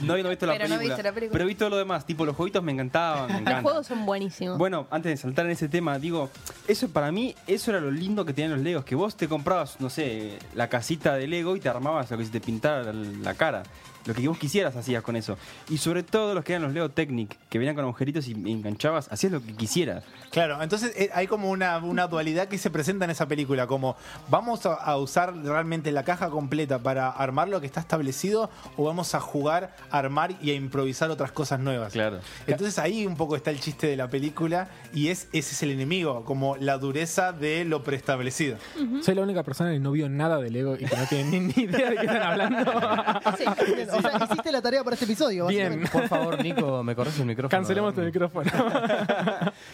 G: No he no he visto la,
F: Pero no
G: película,
F: viste la película.
G: Pero vi todo lo demás. Tipo, los jueguitos me encantaban. Me
E: Los
G: encantan.
E: juegos son buenísimos.
G: Bueno, antes de saltar en ese tema, digo, eso para mí, eso era lo lindo que tenían los Legos, que vos te comprabas, no sé, la casita de Lego y te armabas lo que se te pintara la- la cara. Lo que vos quisieras hacías con eso. Y sobre todo los que eran los Lego Technic, que venían con agujeritos y enganchabas, hacías lo que quisieras.
B: Claro, entonces eh, hay como una, una dualidad que se presenta en esa película, como vamos a, a usar realmente la caja completa para armar lo que está establecido o vamos a jugar, a armar y a improvisar otras cosas nuevas.
G: Claro.
B: Entonces ahí un poco está el chiste de la película y es ese es el enemigo, como la dureza de lo preestablecido.
C: Soy la única persona que no vio nada de Lego y que no tiene ni, ni idea de qué están hablando.
A: Sí, bien, o sea, hiciste la tarea para este episodio, básicamente.
C: Bien,
D: Por favor, Nico, me corres el micrófono.
C: cancelemos tu micrófono.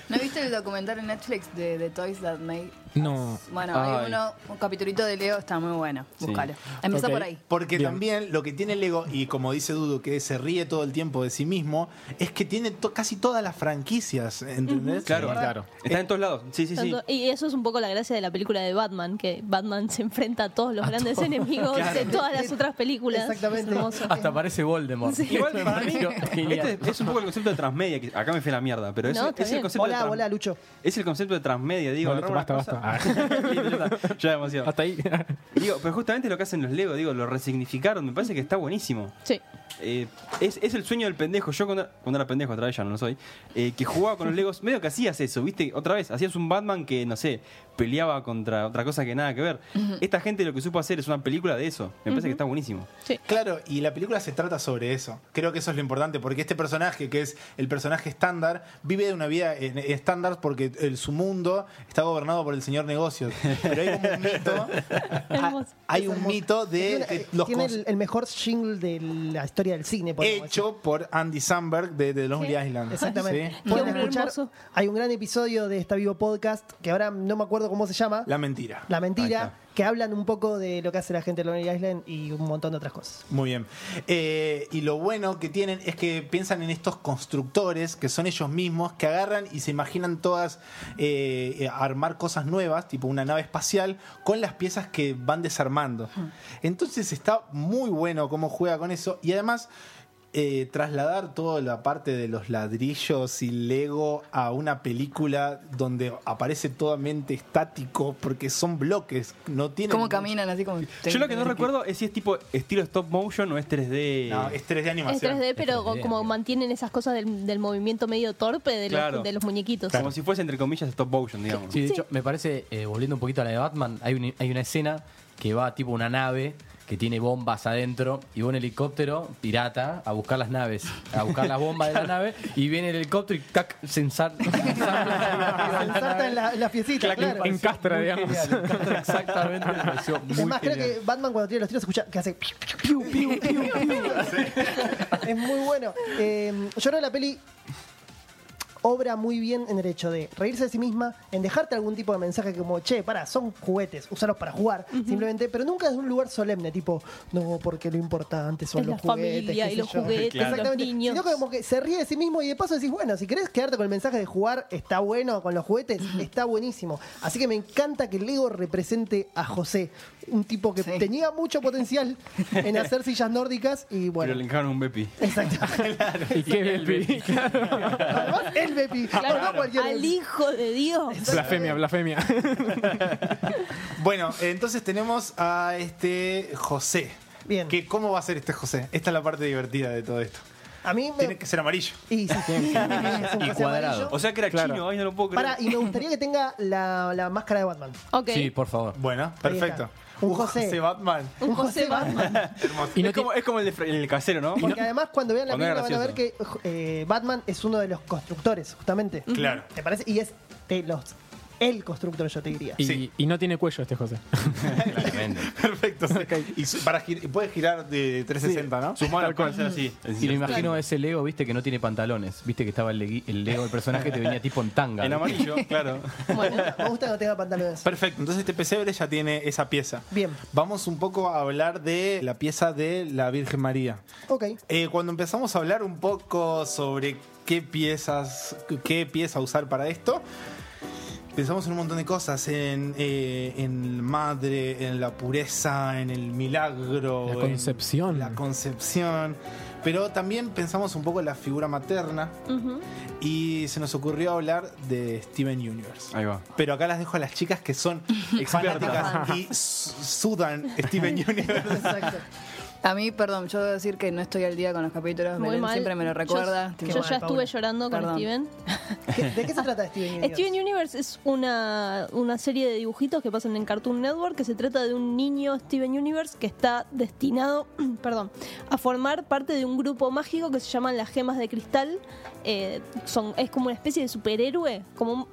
F: ¿No viste el documental en Netflix de, de Toys That Made?
C: No.
F: Bueno,
G: Ay.
F: hay uno, un capitulito de Leo, está muy bueno.
G: Sí.
F: Búscalo. Empezá
C: Ok.
F: por ahí.
B: Porque
C: Bien.
B: también lo que tiene Lego, y como dice Dudu, que se ríe todo el tiempo de sí mismo, es que tiene to- casi todas las franquicias, ¿entendés?
G: Claro,
C: claro.
G: Está en todos lados. Sí, sí, sí.
E: Tanto- Y eso es un poco la gracia de la película de Batman, que Batman se enfrenta a todos los grandes enemigos de todas las otras películas.
A: Exactamente.
E: Es hermoso.
D: Hasta parece Voldemort.
G: Igual para mí,
D: Genial.
G: este es un poco el concepto de transmedia, que acá me fui a la mierda, pero es,
E: No, está
G: es el
E: bien.
G: concepto de
A: Hola,
G: trans-
A: hola, Lucho.
G: Es el concepto de transmedia, digo.
C: Bueno,
G: agarrar
C: basta,
G: una
C: basta.
G: cosa- Sí, ya está, ya demasiado.
C: Hasta ahí.
G: Digo, pero justamente lo que hacen los Lego, digo, lo resignificaron, me parece que está buenísimo.
E: Sí.
G: Eh, es, es el sueño del pendejo. Yo cuando, cuando era pendejo, otra vez ya no lo soy, eh, que jugaba con los Legos, medio que hacías eso, ¿viste? Otra vez, hacías un Batman que, no sé, peleaba contra otra cosa que nada que ver. Esta gente lo que supo hacer es una película de eso. Me parece que está buenísimo.
B: Claro, y la película se trata sobre eso. Creo que eso es lo importante, porque este personaje, que es el personaje estándar, vive de una vida en- estándar porque el- su mundo está gobernado por el señor negocios. Pero hay como un mito.
E: Hermoso.
B: hay un mito de
A: Tiene,
B: que los
A: tiene
B: cons- Eh,
A: el, el mejor jingle de la historia del cine. podemos decir.
B: hecho por Andy Samberg de, de Lonely Island.
A: Exactamente.
B: Sí.
A: Pueden
E: hombre
A: escuchar,
E: hermoso.
A: hay un gran episodio de esta vivo podcast que ahora no me acuerdo cómo se llama.
B: La mentira.
A: La
G: Ahí
A: mentira, que hablan un poco de lo que hace la gente de Lonely Island y un montón de otras cosas.
B: Muy bien. Eh, y lo bueno que tienen es que piensan en estos constructores, que son ellos mismos, que agarran y se imaginan todas eh, eh, armar cosas nuevas, tipo una nave espacial, con las piezas que van desarmando. Entonces está muy bueno cómo juega con eso. Y además... eh, trasladar toda la parte de los ladrillos y Lego a una película donde aparece totalmente estático porque son bloques, no tienen
F: Cómo caminan así como.
G: Yo lo que no recuerdo es si es tipo estilo stop motion o es 3D.
B: No, es 3D
E: Es
B: animación.
E: 3D, pero
D: Es 3D,
E: como
D: amigo.
E: mantienen esas cosas del, del movimiento medio torpe de los,
G: Claro.
E: de los muñequitos.
G: Como si fuese entre comillas stop motion, digamos.
D: Sí, de hecho, me parece, eh, volviendo un poquito a la de Batman, hay, un- hay una escena que va tipo una nave que tiene bombas adentro y va un helicóptero pirata a buscar las naves, a buscar las bombas de la nave y viene el helicóptero y tac, se ensar- se ensarta en la
A: Salta en la, en la piecita, claro.
C: en castra, digamos.
D: Exacto, Exactamente, me pareció muy
A: Es más, creo
D: genial.
A: que Batman cuando tira los tiros escucha que hace piu, piu, piu, piu, piu. Es muy bueno. Eh, yo creo que la peli obra muy bien en el hecho de reírse de sí misma, en dejarte algún tipo de mensaje como, che, para, son juguetes, úsalos para jugar, simplemente, pero nunca desde un lugar solemne, tipo, no, porque lo importante son
E: Es
A: los
E: la
A: juguetes.
E: familia
A: qué
E: y
A: sé
E: los
A: yo".
E: juguetes, los
A: Exactamente.
E: niños.
A: Sino que como que se ríe de sí mismo y de paso decís, bueno, si querés quedarte con el mensaje de jugar, está bueno con los juguetes, está buenísimo. Así que me encanta que Lego represente a José, un tipo que
F: Sí.
A: tenía mucho potencial en hacer sillas nórdicas y
G: Pero le
A: bueno.
G: encajaron un Bepi.
C: ¿Y qué Bepi?
A: Además, el Bepi,
E: Claro.
A: no cualquier
E: Al
A: Bepi.
E: hijo de Dios.
C: Blasfemia, blasfemia.
B: Bueno, entonces tenemos a este José.
A: Bien.
B: Que, ¿Cómo va a ser este José? Esta es la parte divertida de todo esto.
A: A mí me...
B: Tiene que ser amarillo.
A: Y, sí, es un
D: Y
A: José
D: cuadrado.
A: amarillo.
G: O sea que era
C: Claro.
G: chino, ay, no lo puedo creer.
A: Pará, y me gustaría que tenga la, la máscara de Batman.
E: Ok.
D: Sí, por favor.
B: Bueno, perfecto.
A: está. Un José.
B: Batman.
A: Un José Batman.
C: Y no
G: es, como, es como el, de Fre- el casero, ¿no?
A: Porque además cuando vean la
G: Cuando
A: película
G: era
A: van a ver que eh, Batman es uno de los constructores, justamente.
B: Claro.
A: ¿Te parece? Y es de los... El constructor, yo te diría.
C: Y,
B: Sí.
C: y no tiene cuello este José.
B: Perfecto. sí. Y su- para gir- puede girar de 360, ¿no?
G: Su mano puede ser así.
D: Y lo imagino a ese Lego, viste, que no tiene pantalones. Viste que estaba el, legui- el Lego, el personaje te venía tipo en tanga.
G: En
D: ¿viste?
G: amarillo, claro.
A: Me gusta- me gusta que no tenga pantalones.
B: Perfecto, entonces este pesebre ya tiene esa pieza.
A: Bien.
B: Vamos un poco a hablar de la pieza de la Virgen María.
A: Ok.
B: Eh, cuando empezamos a hablar un poco sobre qué piezas, qué pieza usar para esto, pensamos en un montón de cosas, en, eh, en madre, en la pureza, en el milagro,
C: La
B: en
C: concepción.
B: la concepción, pero también pensamos un poco en la figura materna
E: Ujú.
B: y se nos ocurrió hablar de Steven Universe.
G: Ahí va.
B: Pero acá las dejo a las chicas que son fanáticas y su- sudan Steven Universe.
A: Exacto.
F: A mí, perdón, yo debo decir que no estoy al día con los capítulos.
E: Muy
F: Belén
E: mal.
F: siempre me lo recuerda.
E: Yo,
F: Tipo,
E: yo
A: mal,
E: ya estuve
A: Paula.
E: llorando con
F: Perdón.
E: Steven.
A: ¿Qué- ¿De qué se trata Steven Universe?
E: Steven Universe es una, una serie de dibujitos que pasan en Cartoon Network que se trata de un niño Steven Universe que está destinado perdón, a formar parte de un grupo mágico que se llaman las gemas de cristal. Eh, son, es como una especie de superhéroe, como un-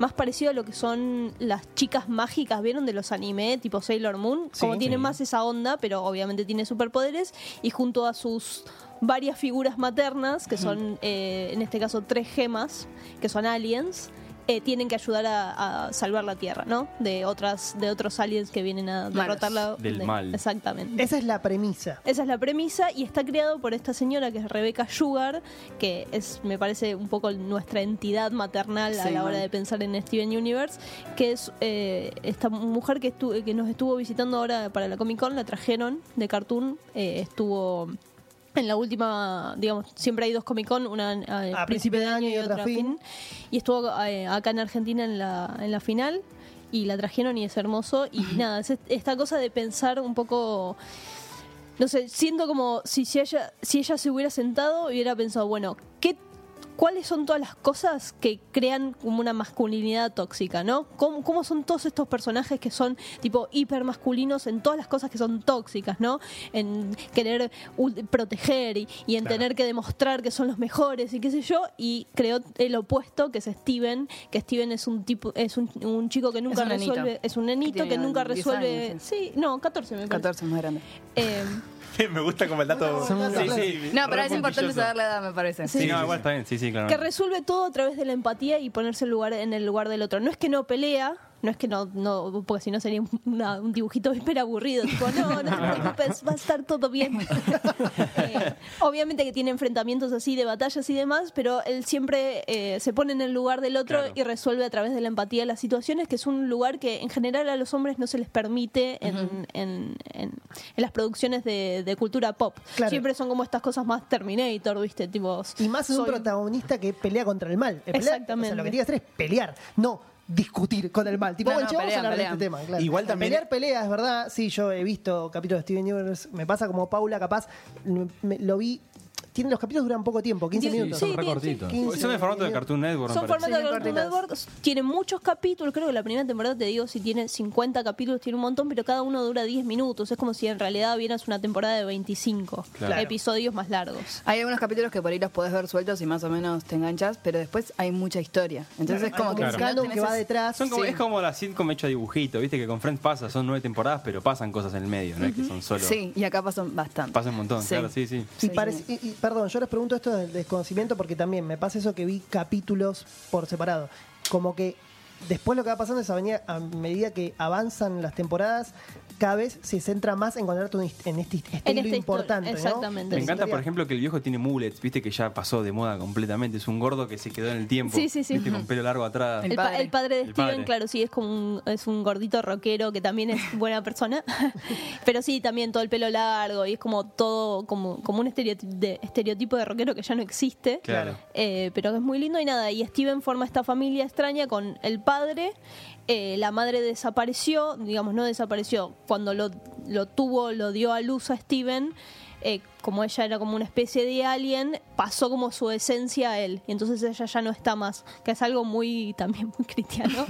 E: más parecido a lo que son las chicas mágicas, ¿vieron? De los anime, tipo Sailor Moon.
A: Sí.
E: como tiene más esa onda, pero obviamente tiene superpoderes. Y junto a sus varias figuras maternas, que son eh, en este caso tres gemas, que son aliens, eh, tienen que ayudar a, a salvar la Tierra, ¿no? De otras, de otros aliens que vienen a derrotarla.
G: Del
E: de-
G: mal.
E: Exactamente.
A: Esa es la premisa.
E: Esa es la premisa y está creado por esta señora que es Rebeca Sugar, que es, me parece, un poco nuestra entidad maternal a
F: Sí,
E: la hora
F: mal.
E: de pensar en Steven Universe, que es eh, esta mujer que, estu- que nos estuvo visitando ahora para la Comic Con, la trajeron de Cartoon, eh, estuvo en la última, digamos, siempre hay dos Comic Con, una eh,
A: A principio de año y otra a fin.
E: y estuvo eh, acá en Argentina en la, en la final y la trajeron y es hermoso y nada, es esta cosa de pensar un poco no sé, siento como si, si ella si ella se hubiera sentado y hubiera pensado, bueno, ¿qué ¿Cuáles son todas las cosas que crean como una masculinidad tóxica, no? ¿Cómo, cómo son todos estos personajes que son tipo hipermasculinos en todas las cosas que son tóxicas, no? En querer ul- proteger y, y en tener que demostrar que son los mejores y qué sé yo. Y creó el opuesto, que es Steven, que Steven es un tipo, es un, un chico que nunca
F: un nenito.
E: resuelve, es un nenito
F: Tiene
E: que nunca
F: 10
E: resuelve.
F: años,
E: sí, no, 14 me parece.
F: 14 más grande.
E: Eh,
B: Me gusta como el dato.
G: Sí, sí.
F: No, pero es
G: Re
F: importante
G: puntilloso.
F: saber la edad, me parece.
G: Sí, no, igual está bien. Sí, sí, claro.
E: que resuelve todo a través de la empatía y ponerse el lugar, en el lugar del otro. No es que no pelea, no es que no, no porque si no sería un- una- un dibujito hiper aburrido. Tipo, no, no te preocupes, va a estar todo bien. Eh, obviamente que tiene enfrentamientos así de batallas y demás, pero él siempre eh, se pone en el lugar del otro
G: Claro.
E: y resuelve a través de la empatía las situaciones, que es un lugar que en general a los hombres no se les permite en, en- en- en las producciones de, de cultura pop.
A: Claro.
E: Siempre son como estas cosas más Terminator, ¿viste? Tipo,
A: Y más es un
E: soy-
A: protagonista que pelea contra el mal. El pelea-
E: Exactamente.
A: o sea, lo que tiene que hacer es pelear, no discutir con el mal. Tipo,
F: No,
A: bueno,
F: no,
A: che, vamos a
F: pelean,
A: hablar de
F: pelean.
A: este tema. claro.
B: Igual también-
A: Pelear pelea, es verdad. Sí, yo he visto capítulos de Steven Universe. Me pasa como Paula, capaz. me- me- lo vi. Tiene, los capítulos duran poco tiempo, 15
E: Sí,
A: minutos.
E: sí,
D: Son re
E: sí,
D: cortitos.
A: 15
G: Son de formato de
A: minutos.
G: Cartoon Network, me
E: Son
G: parece.
E: formato de
A: Sí,
E: Cartoon
A: cortitas.
E: Network. Tiene muchos capítulos. Creo que la primera temporada, te digo, si tiene 50 capítulos, tiene un montón, pero cada uno dura 10 minutos. Es como si en realidad vieras una temporada de 25
A: Claro.
E: episodios más largos.
F: Hay algunos capítulos que por ahí los podés ver sueltos y más o menos te enganchas, pero después hay mucha historia. Entonces,
A: Hay
F: como que
A: un
F: si no
A: canon
F: tenés
A: que va
F: ese-
A: detrás.
G: Son como,
F: Sí.
G: Es como la sitcom hecha dibujito, viste que con Friends pasa, son nueve temporadas, pero pasan cosas en el medio, no es que son solo.
F: Sí, y acá pasan bastante.
G: Pasa un montón,
F: Sí.
G: claro, sí, sí.
A: Y
F: Sí,
A: parece- y- y, perdón, yo les pregunto esto del desconocimiento porque también me pasa eso que vi capítulos por separado. Como que después lo que va pasando es a, venir- a medida que avanzan las temporadas, cada vez se centra más en encontrarte un hist- en este hist- estilo
E: esta histo-
A: importante. ¿no?
E: exactamente.
A: De
G: Me
A: la
G: encanta,
A: historia.
G: por ejemplo, que el viejo tiene mullets, viste que ya pasó de moda completamente. Es un gordo que se quedó en el tiempo.
E: Sí, sí, sí.
G: Viste, con pelo largo atrás.
E: El,
F: El
E: pa-
F: padre.
E: el padre de
G: El
E: Steven,
G: padre.
E: claro, sí, es como un, es un gordito rockero que también es buena persona. Pero sí, también todo el pelo largo y es como todo, como, como un estereoti- de- estereotipo de rockero que ya no existe.
G: Claro.
E: Eh, pero es muy lindo y nada. Y Steven forma esta familia extraña con el padre. eh, la madre desapareció, digamos, no desapareció. Cuando lo, lo tuvo, lo dio a luz a Steven. eh, co- como ella era como una especie de alien, pasó como su esencia a él. Y entonces ella ya no está más, que es algo muy también muy cristiano.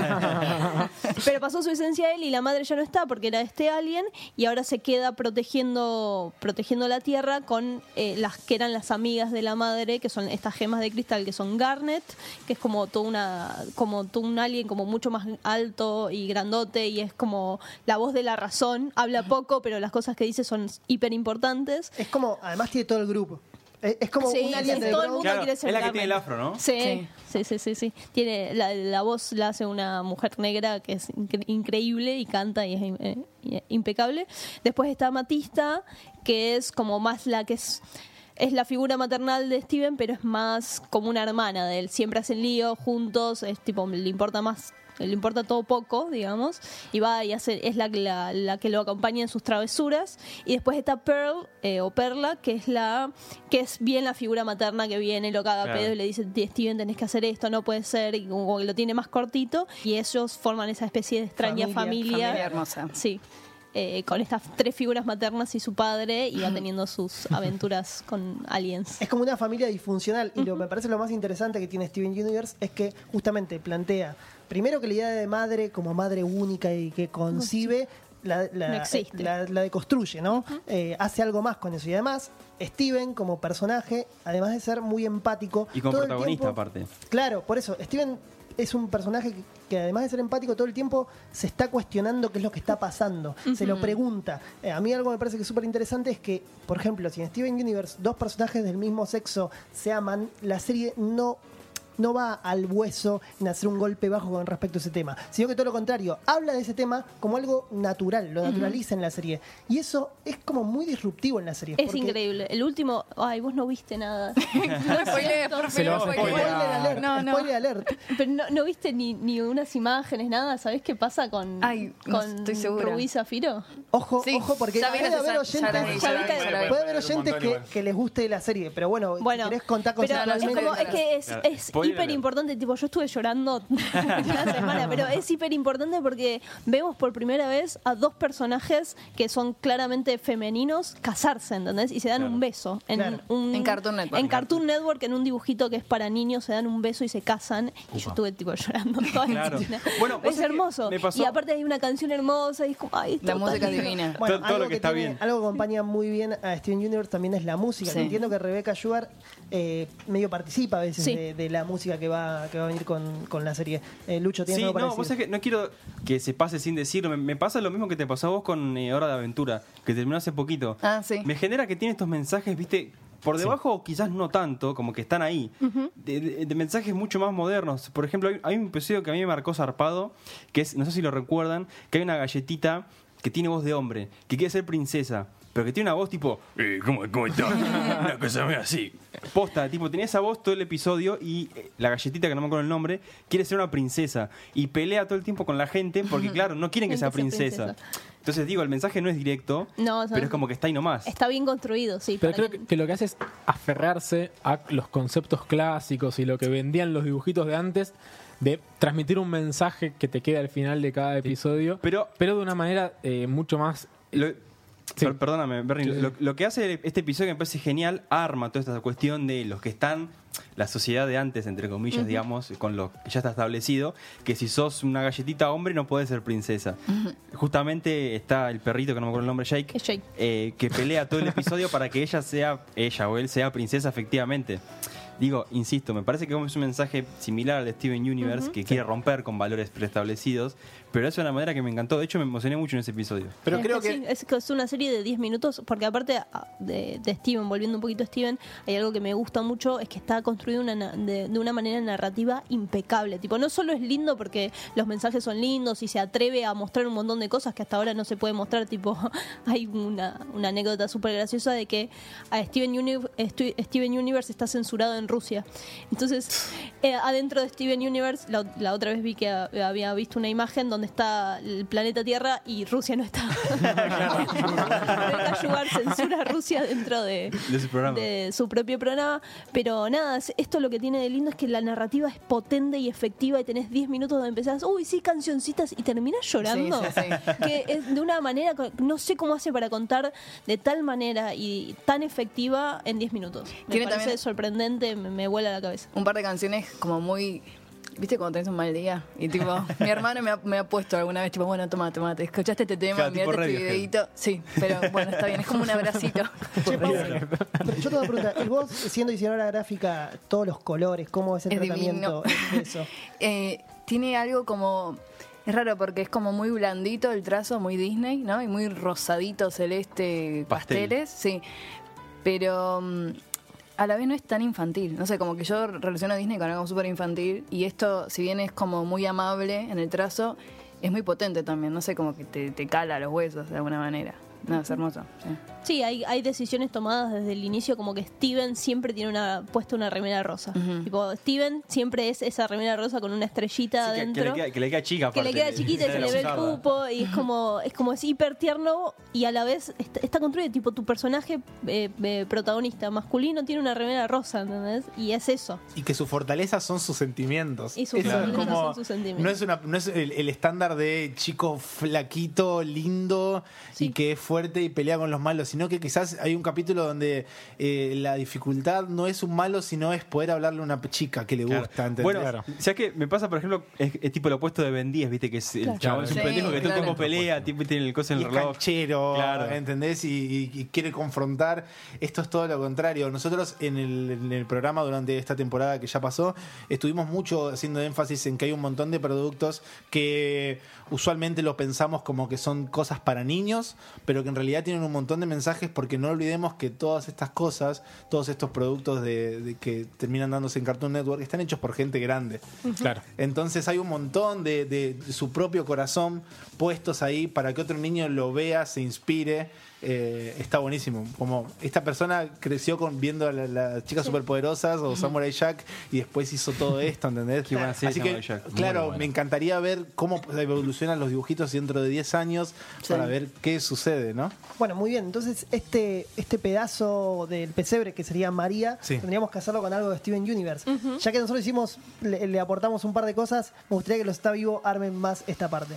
E: Pero pasó su esencia a él y la madre ya no está porque era este alien y ahora se queda protegiendo, protegiendo la Tierra con eh, las que eran las amigas de la madre, que son estas gemas de cristal que son Garnet, que es como todo una, como todo un alien como mucho más alto y grandote y es como la voz de la razón, habla poco, pero las cosas que dice son hiper importantes.
A: Es como, además tiene todo el grupo. Es, es como
E: Sí,
A: un
E: sí,
A: alien de
E: todo el
A: Grogu.
E: mundo
G: Claro,
E: quiere
G: es
E: ser
G: la que
E: Garnet.
G: tiene el afro, ¿no?
E: Sí, sí, sí, sí, sí. Tiene la, la voz la hace una mujer negra que es incre- increíble y canta y es im- eh, y es impecable. Después está Matista, que es como más la que es es la figura maternal de Steven, pero es más como una hermana de él. Siempre hacen lío juntos, es tipo le importa más le importa todo poco, digamos, y va y hace, es la, que- la, la que lo acompaña en sus travesuras. Y después está Pearl, eh, o Perla, que es la que es bien la figura materna que viene, lo caga a
G: Claro.
E: pedo y le dice, "Ti- Steven, tenés que hacer esto, no puede ser, y como que lo tiene más cortito. Y ellos forman esa especie de extraña
A: Familia.
E: familia.
F: Familia hermosa.
E: Sí. Eh, con estas tres figuras maternas y su padre, y va teniendo sus aventuras con aliens.
A: Es como una familia disfuncional y lo me parece lo más interesante que tiene Steven Universe es que justamente plantea primero que la idea de madre como madre única y que concibe la, la,
E: No existe.
A: la- la deconstruye, ¿no? Eh, hace algo más con eso y además Steven como personaje, además de ser muy empático
G: Y como
A: todo el
G: protagonista,
A: tiempo-
G: aparte.
A: Claro, por eso Steven es un personaje que, que además de ser empático todo el tiempo se está cuestionando qué es lo que está pasando, se lo pregunta. Eh, a mí algo me parece que es súper interesante es que, por ejemplo, si en Steven Universe dos personajes del mismo sexo se aman, la serie no no va al hueso en hacer un golpe bajo con respecto a ese tema, sino que todo lo contrario, habla de ese tema como algo natural, lo naturaliza en la serie. Y eso es como muy disruptivo en la serie.
E: Es
A: porque-
E: increíble. El último, ay, vos no viste nada.
F: No spoilees, por
C: Se lo
F: favor,
C: vas a
F: porque-
A: Spoiler alert,
F: No, no.
A: spoiler alert.
E: Pero no, no viste ni, ni unas imágenes, nada. ¿Sabés qué pasa con,
F: Ay, no
E: con
F: estoy segura.
E: Rubí Zafiro?
A: Ojo,
F: Sí,
A: ojo, porque
F: ya vi
A: puede
F: la
A: haber
F: de Sa- ya la vi,
A: oyentes,
F: ya
E: puede
F: la vi, ya la vi.
A: puede haber
B: Puede haber un
A: oyentes que,
B: montón igual.
A: que les guste la serie, pero bueno,
E: Bueno,
A: ¿querés contar
E: pero es,
A: conceptualmente?
E: como- es que es,
G: Claro,
E: es
G: spoiler
E: hiper
G: alert.
E: importante. Tipo, yo estuve llorando una semana, pero es hiper importante porque vemos por primera vez a dos personajes que son claramente femeninos casarse, ¿entendés? Y se dan
G: Claro.
E: un beso. En,
A: Claro.
E: un,
F: En Cartoon Network.
E: En Cartoon Network, en un dibujito que es para niños, se dan un beso y se casan. Y yo estuve tipo llorando toda la
G: Claro.
E: escena.
G: Bueno, vos
E: es
G: sabés que
E: hermoso.
G: me pasó-
E: Y aparte hay una canción hermosa y es como, ay,
F: La
E: todo
F: música
E: tan
F: es
E: lindo.
F: divina.
A: Bueno,
G: Todo- todo
A: algo
G: lo que
A: que
G: está
A: tiene-
G: bien.
A: Algo que acompaña muy bien a Steven Universe también es la música. que
F: Sí.
A: Entiendo que Rebeca Sugar eh, medio participa a veces
E: Sí.
A: de, de la música que va, que va a venir con, con la serie. Eh, Lucho, ¿tienes
G: Sí,
A: algo para
G: no, vos
A: decir?
G: sabés que no quiero que se pase sin decirlo. Me, me pasa lo mismo que te pasó a vos con eh, Hora de Aventura, que terminó hace poquito.
F: Ah, sí.
G: Me genera que tiene estos mensajes, viste, por debajo o quizás no tanto, como que están ahí, de, de- de mensajes mucho más modernos. Por ejemplo, hay, hay un episodio que a mí me marcó zarpado, que es, no sé si lo recuerdan, que hay una galletita que tiene voz de hombre, que quiere ser princesa. Pero que tiene una voz tipo, "Eh, ¿cómo, cómo está? Una cosa medio así. Posta, tipo, tenía esa voz todo el episodio y eh, la galletita, que no me acuerdo el nombre, quiere ser una princesa. Y pelea todo el tiempo con la gente porque, claro, no quieren que sea
E: Quieren que sea
G: princesa. Entonces digo, el mensaje no es directo,
E: No, o sea,
G: pero es como que está ahí nomás.
E: Está bien construido, sí.
C: Pero
E: para
C: creo que, que lo que hace es aferrarse a los conceptos clásicos y lo que vendían los dibujitos de antes, de transmitir un mensaje que te queda al final de cada episodio,
G: Pero-
C: pero de una manera eh, mucho más...
G: Lo-
C: Sí.
G: per- perdóname, Bernie.
C: Sí, sí.
G: Lo, lo que hace este episodio que me parece genial, arma toda esta cuestión de los que están, la sociedad de antes, entre comillas, digamos, con lo que ya está establecido, que si sos una galletita hombre no puedes ser princesa. Justamente está el perrito, que no me acuerdo el nombre, Jake,
E: Es Jake.
G: eh, que pelea todo el episodio para que ella sea, ella o él sea princesa efectivamente. Digo, insisto, me parece que es un mensaje similar al de Steven Universe, que quiere romper con valores preestablecidos, pero es una manera que me encantó. De hecho, me emocioné mucho en ese episodio.
B: Pero
E: Es
B: creo que.
E: sí, es, que es una serie de 10 minutos, porque aparte ah, de, de Steven, volviendo un poquito a Steven, hay algo que me gusta mucho, es que está construido una na- de, de una manera narrativa impecable. Tipo, no solo es lindo porque los mensajes son lindos y se atreve a mostrar un montón de cosas que hasta ahora no se puede mostrar, tipo, hay una, una anécdota súper graciosa de que a Steven, Uni- Stu- Steven Universe está censurado en Rusia. Entonces, eh, adentro de Steven Universe, la, la otra vez vi que ha- había visto una imagen donde está el planeta Tierra y Rusia no está. Venga a ayudar, censura a Rusia dentro de,
G: De su programa.
E: de su propio programa. Pero nada, es- esto lo que tiene de lindo es que la narrativa es potente y efectiva y tenés 10 minutos donde empezás, uy, sí, cancioncitas y terminás llorando.
F: Sí, sí, sí.
E: Que es de una manera, co- no sé cómo hace para contar de tal manera y tan efectiva en 10 minutos. Me
F: Tiene
E: parece
F: también-
E: sorprendente, me, me vuela la cabeza.
F: un par de canciones como muy. ¿Viste cuando tenés un mal día? Y tipo, mi hermano me ha, me ha puesto alguna vez, tipo, bueno, toma, toma, te escuchaste este tema,
G: Claro, tipo
F: mirate este
G: Radiohead.
F: videito. Sí, pero bueno, está bien, es como un abracito.
A: Che, Pau, pero yo te voy a preguntar, ¿y vos siendo diseñadora gráfica, todos los colores, cómo es el
F: Es
A: tratamiento?
F: divino.
A: Eso.
F: Eh, tiene algo como. Es raro porque es como muy blandito el trazo, muy Disney, ¿no? Y muy rosadito, celeste,
G: Pastel.
F: pasteles, sí. Pero mm, a la vez no es tan infantil. No sé, como que yo relaciono a Disney con algo súper infantil. Y esto, si bien es como muy amable en el trazo, es muy potente también. No sé, como que te, te cala los huesos de alguna manera. No, es hermoso. sí.
E: Sí, hay, hay decisiones tomadas desde el inicio, como que Steven siempre tiene una puesta una remera rosa. Tipo, Steven siempre es esa remera rosa con una estrellita
G: Sí, que, que le
E: adentro.
G: queda, que le queda chica,
E: que le queda chiquita y se le ve el cupo y es como es como es hiper tierno y a la vez está, está construido tipo tu personaje eh, eh, protagonista masculino tiene una remera rosa ¿entendés? y es eso
B: Y que su fortaleza son sus sentimientos.
E: Y su
B: Eso es
E: fortaleza
B: como-
E: son sus sentimientos.
B: No es, una, no es el, el estándar de chico flaquito, lindo y
E: Sí.
B: que es fuerte y pelea con los malos, sino que quizás hay un capítulo donde eh, la dificultad no es un malo, sino es poder hablarle a una chica que le gusta. ¿entendés?
G: Bueno, ¿sabes qué? Me pasa, por ejemplo, es, es tipo lo opuesto de Ben 10, ¿viste? Que es, el chabón es un
F: Sí,
G: pendejo que todo el
F: claro.
G: tiempo pelea, tipo, tiene el coso en
B: Y
G: el
B: es
G: reloj.
B: canchero,
G: Claro.
B: ¿entendés? Y, y- y quiere confrontar. Esto es todo lo contrario. Nosotros en el, en el programa durante esta temporada que ya pasó, estuvimos mucho haciendo énfasis en que hay un montón de productos que usualmente lo pensamos como que son cosas para niños, pero que en realidad tienen un montón de mensajes porque no olvidemos que todas estas cosas, todos estos productos de- de que terminan dándose en Cartoon Network, están hechos por gente grande.
C: Claro.
B: Entonces hay un montón de, de su propio corazón puestos ahí para que otro niño lo vea, se inspire. Eh, está buenísimo. Como esta persona creció con, viendo a la- las chicas superpoderosas o Samurai Jack y después hizo todo esto, ¿entendés?
G: Qué buena serie
B: Así que,
G: Samurai Jack.
B: claro,
D: Muy buena.
B: me encantaría ver cómo evolucionan los dibujitos dentro de 10 años para ver qué sucede, ¿no?
A: Bueno, muy bien. Entonces, este, este pedazo del pesebre que sería María,
B: Sí.
A: tendríamos que hacerlo con algo de Steven Universe. Ya que nosotros hicimos, le, le aportamos un par de cosas, me gustaría que los está vivo armen más esta parte.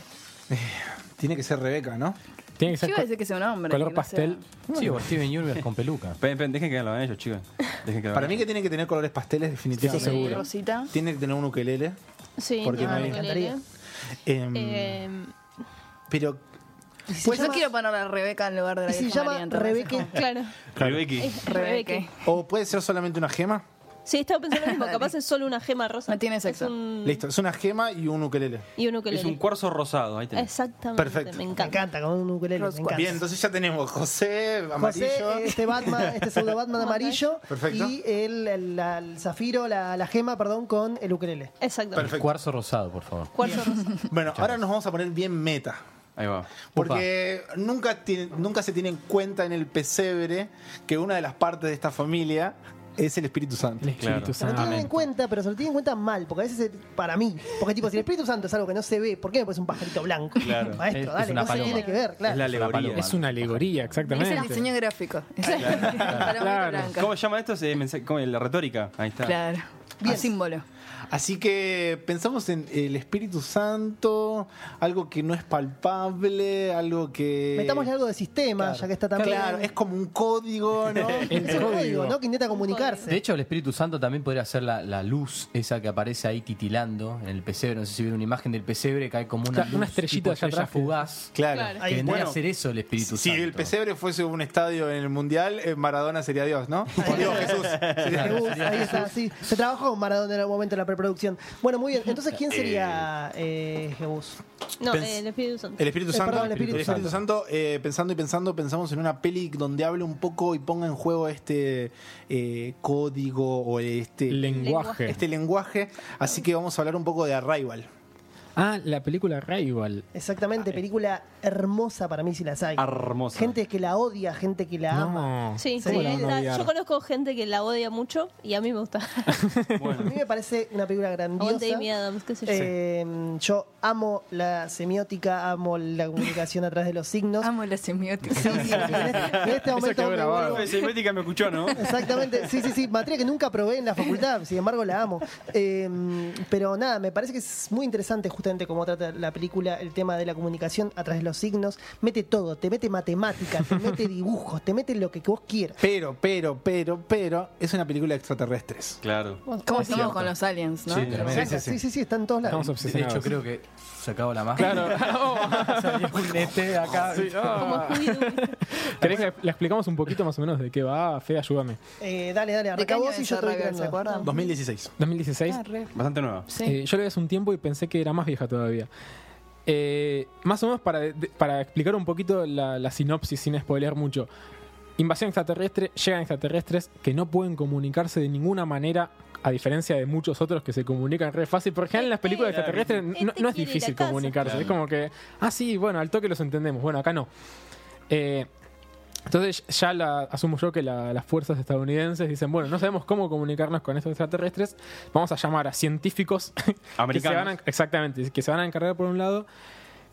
B: Tiene que ser Rebeca, ¿no?
C: Tiene que
F: Yo
C: ser
F: iba a decir que sea un hombre.
C: color
F: que no sea-
C: pastel.
D: Sí, o Steven Universe con peluca.
G: Pen, pen, dejen que hagan lo hagan ellos, chicos. Dejen que lo
B: Para
G: hagan
B: mí que tiene que tener colores pasteles definitivamente.
F: Sí, Rosita.
B: Tiene que tener un ukelele.
E: sí
B: Porque
A: no
E: nada,
A: hay-
E: me
A: encantaría.
B: Em,
E: eh,
B: Pero
A: Pues
F: Pues yo quiero poner a Rebeca en lugar de la
A: Y se
F: Virgen
A: llama
F: María, entonces,
A: Rebeque.
E: claro
G: Claro, Becky.
E: es
F: Rebeque.
E: Rebeque
B: O puede ser solamente una gema.
E: sí estaba pensando lo mismo capaz es solo una gema rosa
F: No tiene
E: Es
F: sexo.
E: un-
B: Listo, es una gema y un ukelele.
E: y Mm. un ukelele
G: Es un cuarzo rosado, ahí tenés.
E: exactamente
B: Perfecto.
E: me
A: Me
E: encanta
A: encanta, con un ukelele, me
F: Roscoe.
A: encanta.
B: Bien, entonces ya tenemos José, amarillo.
A: José, eh, este Batman, este pseudo Batman amarillo
B: Perfecto.
A: y el, el- la- el zafiro, la, la gema, perdón, con el ukelele.
E: exactamente
B: Perfecto.
D: Cuarzo rosado, por favor.
E: cuarzo rosa
B: Bueno, ahora nos vamos a poner bien meta.
G: Ahí va.
B: Porque nunca, tiene- nunca se tiene en cuenta en el pesebre que una de las partes de esta familia es el Espíritu Santo.
C: El Espíritu
G: Claro.
A: Se lo tienen en
C: Santo.
A: cuenta, pero se lo tienen en cuenta mal, porque a veces es- para mí, porque tipo, si el Espíritu Santo es algo que no se ve, ¿por qué me pones un pajarito blanco?
G: Claro.
A: Maestro,
D: Es- es
A: dale,
D: una
A: no se
D: paloma.
A: tiene que ver,
G: Es la
A: claro.
G: alegoría.
C: Es una alegoría,
F: Es
C: exactamente.
F: el diseño gráfico. Es el palomita
C: Claro.
F: blanca.
G: ¿Cómo se llama esto? Es, eh, mensaje- ¿cómo es? la retórica. Ahí está.
F: Claro.
A: Bien.
F: El símbolo.
B: Así que pensamos en el Espíritu Santo, algo que no es palpable, algo que.
A: Metámosle algo de sistema, ya que está tan
B: Claro, es como un código, ¿no?
C: El
A: es un código,
C: código.
A: ¿no? Que intenta comunicarse.
D: De hecho, el Espíritu Santo también podría ser la, la luz esa que aparece ahí titilando en el pesebre. No sé si vieron una imagen del pesebre, cae como una,
C: Claro,
D: luz,
C: una estrellita
D: tipo
C: allá
D: estrella
C: atrás que-
D: fugaz.
B: claro.
D: Que vendría
B: Bueno,
D: a ser eso el Espíritu
B: Si
D: Santo.
B: el pesebre fuese un estadio en el mundial, eh, Maradona sería Dios, ¿no? Dios, Jesús. Sería-
A: Jesús, ahí está, sí. Se trabajó con Maradona en algún momento en la preproducción. Bueno, muy bien. Entonces, ¿quién sería eh, Jebus?
E: no
B: Pens-
E: el espíritu santo
B: El Espíritu
A: Eh,
B: Santo,
A: perdón, el Espíritu
B: el Espíritu Santo, eh, pensando y pensando, pensamos en una peli donde hable un poco y ponga en juego este eh, código o este
C: Lenguaje.
B: este lenguaje. Así que vamos a hablar un poco de Arrival.
C: Ah, la película Rival.
A: Exactamente, película hermosa para mí si las hay.
G: Hermosa.
A: Gente que la odia, gente que la ama.
C: No.
E: Sí,
A: ¿Cómo
E: sí,
A: la
C: van a
E: la-
C: odiar?
E: yo conozco gente que la odia mucho y a mí me gusta.
A: A mí me parece una película grandiosa.
E: Aguante Amy Adams, qué sé yo.
A: Eh, Yo amo la semiótica, amo la comunicación a través de los signos.
F: Amo la
A: Sí,
F: semiótica.
A: sí, sí, en este- en este
C: Eso
A: momento
C: quedó
A: me
C: grabado.
A: vuelvo-
G: Profe de semiótica me escuchó, ¿no?
A: Exactamente, sí, sí, sí, materia que nunca probé en la facultad, sin embargo la amo. Eh, pero nada, me parece que es muy interesante justamente cómo trata la película el tema de la comunicación a través de los signos. Mete todo, te mete matemáticas, te mete dibujos, te mete lo que vos quieras.
B: Pero, pero, pero, pero, es una película de extraterrestres.
G: Claro.
F: ¿Cómo estamos con los aliens, no?
G: Sí,
A: Me
B: Sí,
A: encanta,
B: sí, sí.
A: sí, sí, sí, está en todos lados.
C: Estamos
D: De
C: obsesionados.
D: hecho, creo que se acabó la máscara.
C: Claro.
D: Salió un ET acá.
C: Sí, ah.
E: Como Scooby-Doo.
C: ¿Querés que le explicamos un poquito más o menos de qué va? Fe, ayúdame.
A: Eh, dale, dale,
F: ¿De qué
A: arranca
F: año
A: vos y
F: es esa
A: yo estoy
F: Rival, se
A: creando.
F: acuerdan?
B: 2016.
C: 2016.
F: Ah, re.
G: Bastante nueva.
F: Sí.
C: Eh, yo la vi hace un tiempo y pensé que era más vieja todavía. Eh, más o menos para, de- para explicar un poquito la, la sinopsis sin spoilear mucho. Invasión extraterrestre, llegan extraterrestres que no pueden comunicarse de ninguna manera, a diferencia de muchos otros que se comunican re fácil. Por ejemplo, en las películas
E: Este,
C: extraterrestres no-
E: este
C: no, es
E: quiere ir a
C: difícil
E: casa.
C: comunicarse. Es
G: Claro.
C: como que, ah, sí, bueno, al toque los entendemos. Bueno, acá no. Eh, entonces ya la- asumo yo que la- las fuerzas estadounidenses dicen, bueno, no sabemos cómo comunicarnos con estos extraterrestres, vamos a llamar a científicos que se van a,
G: Americanos.
C: exactamente, que se van a encargar por un lado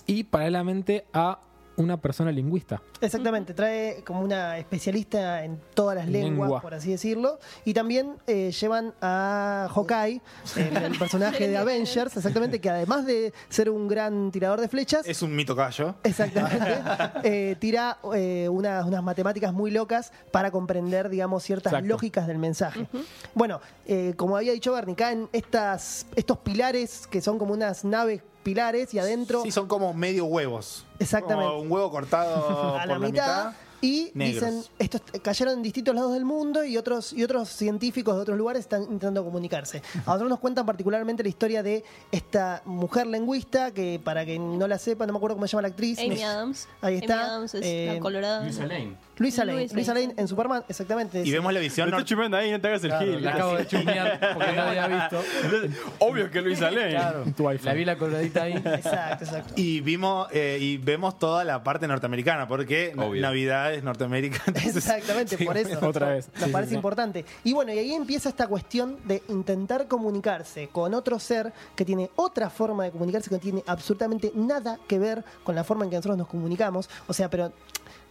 C: y paralelamente a una persona lingüista.
A: Exactamente, trae como una especialista en todas las lenguas,
C: Lengua.
A: por así decirlo. Y también eh, llevan a Hawkeye, el, el personaje de Avengers, exactamente, que además de ser un gran tirador de flechas,
B: Es un mito callo.
A: exactamente, eh, tira eh, unas, unas matemáticas muy locas para comprender, digamos, ciertas
C: Exacto.
A: lógicas del mensaje. Bueno, eh, como había dicho Bernie, caen estas, estos pilares que son como unas naves pilares y adentro
B: Sí, son como medio huevos.
A: Exactamente.
B: Como un huevo cortado
A: a
B: por
A: la mitad, y
B: negros.
A: dicen estos t- cayeron en distintos lados del mundo y otros y otros científicos de otros lugares están intentando comunicarse. A nosotros nos cuentan particularmente la historia de esta mujer lingüista que para que no la sepa, no me acuerdo cómo se llama la actriz.
E: Amy
A: me-
E: Adams.
A: Ahí está.
E: Amy Adams es
A: Eh,
E: la colorada.
A: Luisa Lane,
E: Luisa
A: Luisa
E: Lane.
A: Lane en Superman, exactamente.
B: Y vemos la visión.
G: Me está
B: nor-
G: chupando ahí, no te hagas el gil.
D: La acabo de chumear porque no había visto.
G: Obvio que Luis Alén.
C: Tu iPhone.
D: La vi la coloradita ahí.
A: Exacto, exacto.
B: Y vimos eh, y vemos toda la parte norteamericana, porque na-
G: Obvio.
B: Navidad es Norteamérica. entonces-
A: Exactamente,
B: Sí,
A: por eso.
C: otra vez.
A: Nos
C: Sí, sí,
A: parece
C: sí.
A: importante. Y bueno, y ahí empieza esta cuestión de intentar comunicarse con otro ser que tiene otra forma de comunicarse, que no tiene absolutamente nada que ver con la forma en que nosotros nos comunicamos. O sea, pero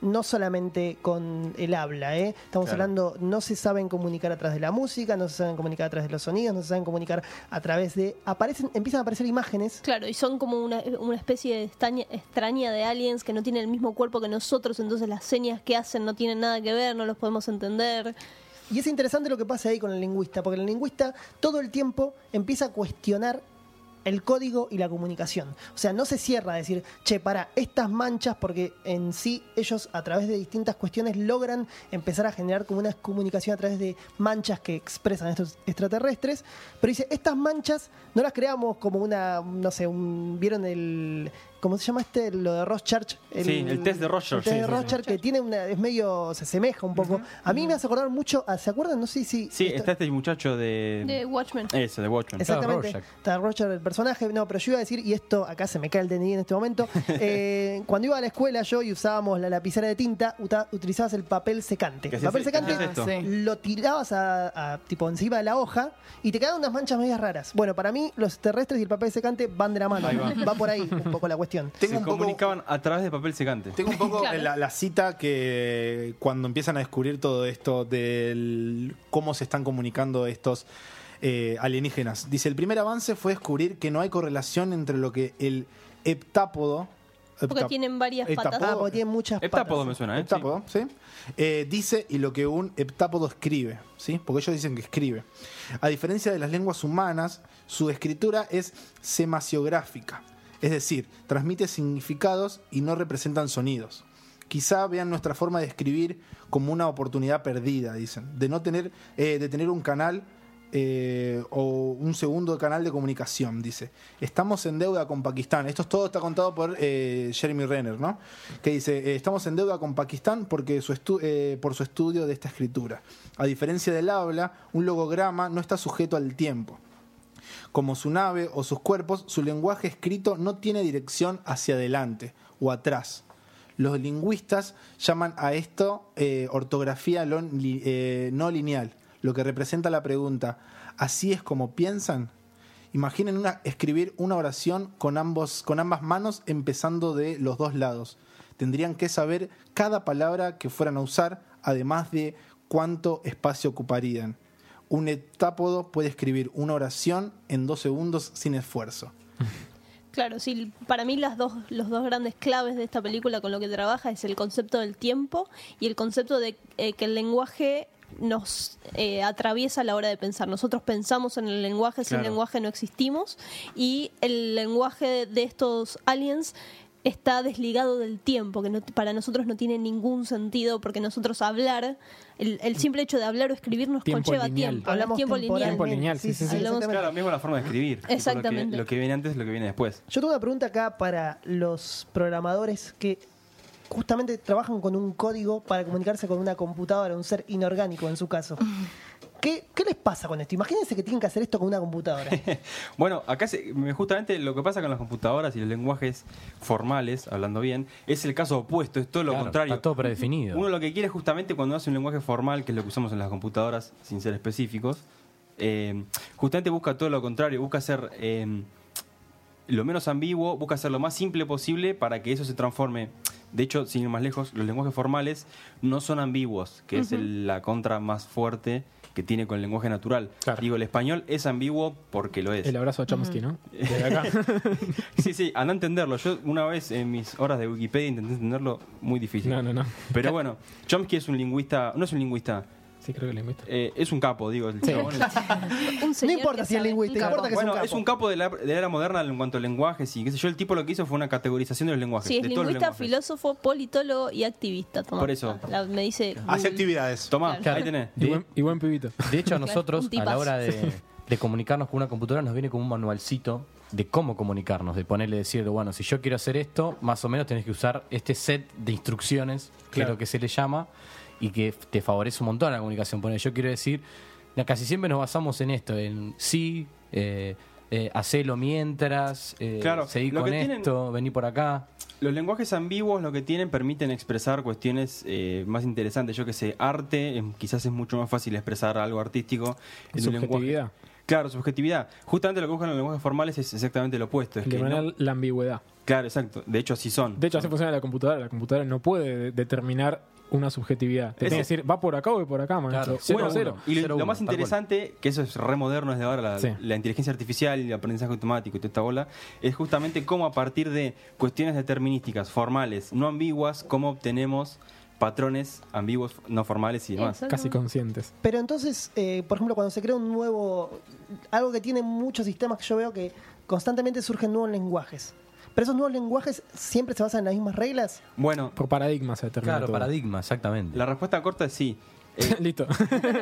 A: no solamente con el habla, ¿eh? Estamos
G: Claro.
A: hablando, no se saben comunicar a través de la música, no se saben comunicar a través de los sonidos, no se saben comunicar a través de. aparecen, empiezan a aparecer imágenes.
E: Claro, y son como una, una especie de estaña- extraña de aliens que no tienen el mismo cuerpo que nosotros, entonces las señas que hacen no tienen nada que ver, no los podemos entender.
A: Y es interesante lo que pasa ahí con el lingüista, porque el lingüista todo el tiempo empieza a cuestionar el código y la comunicación. O sea, no se cierra a decir, che, para, estas manchas, porque en sí ellos a través de distintas cuestiones logran empezar a generar como una comunicación a través de manchas que expresan estos extraterrestres, pero dice, estas manchas no las creamos como una, no sé, un, ¿vieron el... ¿Cómo se llama este? Lo de Rothschild.
G: Sí, el test de Rorschach.
A: El test
G: Sí,
A: de
G: sí, sí.
A: Rothschild que tiene una, es medio, se asemeja un poco. A mí me hace acordar mucho, a- ¿se acuerdan? No sé si...
G: Sí,
A: esto-
G: está este muchacho
E: De
G: de.
E: Watchmen.
G: Ese, de Watchmen.
A: Exactamente,
D: Rorschach.
A: está Roger el personaje. No, pero yo iba a decir, y esto acá se me cae el DNI en este momento. eh, cuando iba a la escuela yo y usábamos la lapicera de tinta, uta- utilizabas el papel secante.
G: ¿Qué
A: El
G: hacías-
A: papel
G: qué
A: secante
G: hacías esto?
F: Sí.
A: lo tirabas a, a, tipo encima de la hoja y te quedaban unas manchas medias raras. Bueno, para mí los terrestres y el papel secante van de la mano.
G: Ahí va.
A: va por ahí un poco la cuestión.
B: Tengo
G: Se
B: un poco-
G: comunicaban a través de papel secante.
B: Tengo un poco la, la cita que cuando empiezan a descubrir todo esto del cómo se están comunicando estos eh, alienígenas. Dice, el primer avance fue descubrir que no hay correlación entre lo que el heptápodo...
E: Porque
B: heptá-
E: tienen varias
B: eh,
E: patas.
A: Ah, porque tiene muchas
G: Heptápodo me
A: patas.
G: suena, ¿eh?
B: heptápodo, ¿sí? Eh, dice y lo que un heptápodo escribe, ¿sí? Porque ellos dicen que escribe. A diferencia de las lenguas humanas, su escritura es semaciográfica, es decir, transmite significados y no representan sonidos. Quizá vean nuestra forma de escribir como una oportunidad perdida, dicen, de no tener, eh, de tener un canal eh, o un segundo canal de comunicación, dice. Estamos en deuda con Pakistán. Esto es todo está contado por eh, Jeremy Renner, ¿no? Que dice, eh, estamos en deuda con Pakistán porque su estu- eh, por su estudio de esta escritura. A diferencia del habla, un logograma no está sujeto al tiempo. Como su nave o sus cuerpos, su lenguaje escrito no tiene dirección hacia adelante o atrás. Los lingüistas llaman a esto eh, ortografía lo- li- eh, no lineal, lo que representa la pregunta, ¿así es como piensan? Imaginen una- escribir una oración con, ambos, con ambas manos empezando de los dos lados. Tendrían que saber cada palabra que fueran a usar, además de cuánto espacio ocuparían. Un etápodo puede escribir una oración en dos segundos sin esfuerzo.
E: Claro, sí, para mí las dos, los dos grandes claves de esta película con lo que trabaja es el concepto del tiempo y el concepto de eh, que el lenguaje nos eh, atraviesa a la hora de pensar. Nosotros pensamos en el lenguaje, sin
G: Claro.
E: lenguaje no existimos y el lenguaje de estos aliens está desligado del tiempo, que no- para nosotros no tiene ningún sentido porque nosotros hablar, el, el simple hecho de hablar o escribir nos
C: Tiempo
E: conlleva
C: lineal.
E: tiempo, es tiempo lineal.
C: Tiempo lineal, sí, sí, sí.
E: Hablamos-
A: exactamente.
G: Claro, mismo la forma de escribir. Tipo, Lo
E: Exactamente.
G: que, lo que viene antes, lo que viene después.
A: Yo tengo una pregunta acá para los programadores que justamente trabajan con un código para comunicarse con una computadora, un ser inorgánico en su caso. ¿Qué, qué les pasa con esto? Imagínense que tienen que hacer esto con una computadora.
G: Bueno, acá se- me- justamente lo que pasa con las computadoras y los lenguajes formales, hablando bien, es el caso opuesto, es todo lo
D: Claro,
G: contrario.
D: Está todo predefinido.
G: Uno lo que quiere es justamente cuando hace un lenguaje formal, que es lo que usamos en las computadoras, sin ser específicos, eh, justamente busca todo lo contrario, busca ser eh, lo menos ambiguo, busca ser lo más simple posible para que eso se transforme. De hecho, sin ir más lejos, los lenguajes formales no son ambiguos, que es el- la contra más fuerte que tiene con el lenguaje natural.
C: Claro.
G: Digo, el español es ambiguo porque lo es.
C: El abrazo a Chomsky, ¿no? Desde acá.
G: Sí, sí, a no entenderlo. Yo una vez en mis horas de Wikipedia intenté entenderlo muy difícil.
C: No, no, no.
G: Pero bueno, Chomsky es un lingüista, no es un lingüista,
C: Sí, creo que le invito.
G: eh, es un capo, digo. el
C: Sí.
G: chabón es-
E: un
A: No
E: señor
A: importa
E: que
A: si
E: sabe,
A: es
E: un
A: lingüística,
E: capo.
A: importa que
G: bueno,
A: sea un
G: es un capo de la, de la era moderna en cuanto a lenguajes y qué sé yo. El tipo lo que hizo fue una categorización de los lenguajes.
E: Sí, es
G: de todos los
E: lingüista,
G: lenguajes.
E: filósofo, politólogo y activista. Tomá.
G: Por eso.
E: La- me dice.
B: Hace
E: Google.
B: actividades.
G: Tomá,
E: Claro.
G: ahí tenés. Eh,
C: Y
D: De-
C: buen, y buen pibito.
D: De hecho, a nosotros,
E: Un
D: a la
E: tipazo.
D: hora de, de comunicarnos con una computadora, nos viene como un manualcito de cómo comunicarnos, de ponerle decir, bueno, si yo quiero hacer esto, más o menos tenés que usar este set de instrucciones, que es
C: Claro.
D: lo que se le llama, y que f- te favorece un montón la comunicación. Poner, yo quiero decir, na- casi siempre nos basamos en esto, en sí, eh, eh, hacelo mientras, eh,
G: Claro,
D: seguí
G: lo
D: con
G: que tienen-
D: esto, vení por acá.
G: Los lenguajes ambiguos lo que tienen permiten expresar cuestiones eh, más interesantes. Yo que sé, arte, em, quizás es mucho más fácil expresar algo artístico en un lenguaje.
C: Subjetividad.
G: Claro, subjetividad. Justamente lo que buscan los lenguajes formales es exactamente lo opuesto. Es
C: De
G: que no-
C: manera la ambigüedad.
G: Claro, exacto. De hecho, así son.
C: De hecho, así funciona la computadora. La computadora no puede de- determinar una subjetividad. Te
G: Eso.
C: tiene que decir, va por acá o va por acá, maestro.
D: Claro.
C: Cero,
D: Bueno,
C: cero.
G: Y lo,
D: Cero
G: lo
D: uno,
G: más
D: tal cual.
G: interesante, que eso es re moderno desde ahora, la,
C: Sí.
G: la inteligencia artificial y el aprendizaje automático y toda esta bola, es justamente cómo a partir de cuestiones determinísticas, formales, no ambiguas, cómo obtenemos patrones ambiguos, no formales y demás.
E: Exacto.
C: Casi conscientes.
A: Pero entonces, eh, por ejemplo, cuando se crea un nuevo. Algo que tienen muchos sistemas que yo veo que constantemente surgen nuevos lenguajes. Pero esos nuevos lenguajes siempre se basan en las mismas reglas.
G: Bueno,
C: Por paradigma se determina.
D: Claro,
C: todo.
D: paradigma, exactamente.
G: la respuesta corta es sí. Eh,
C: Listo.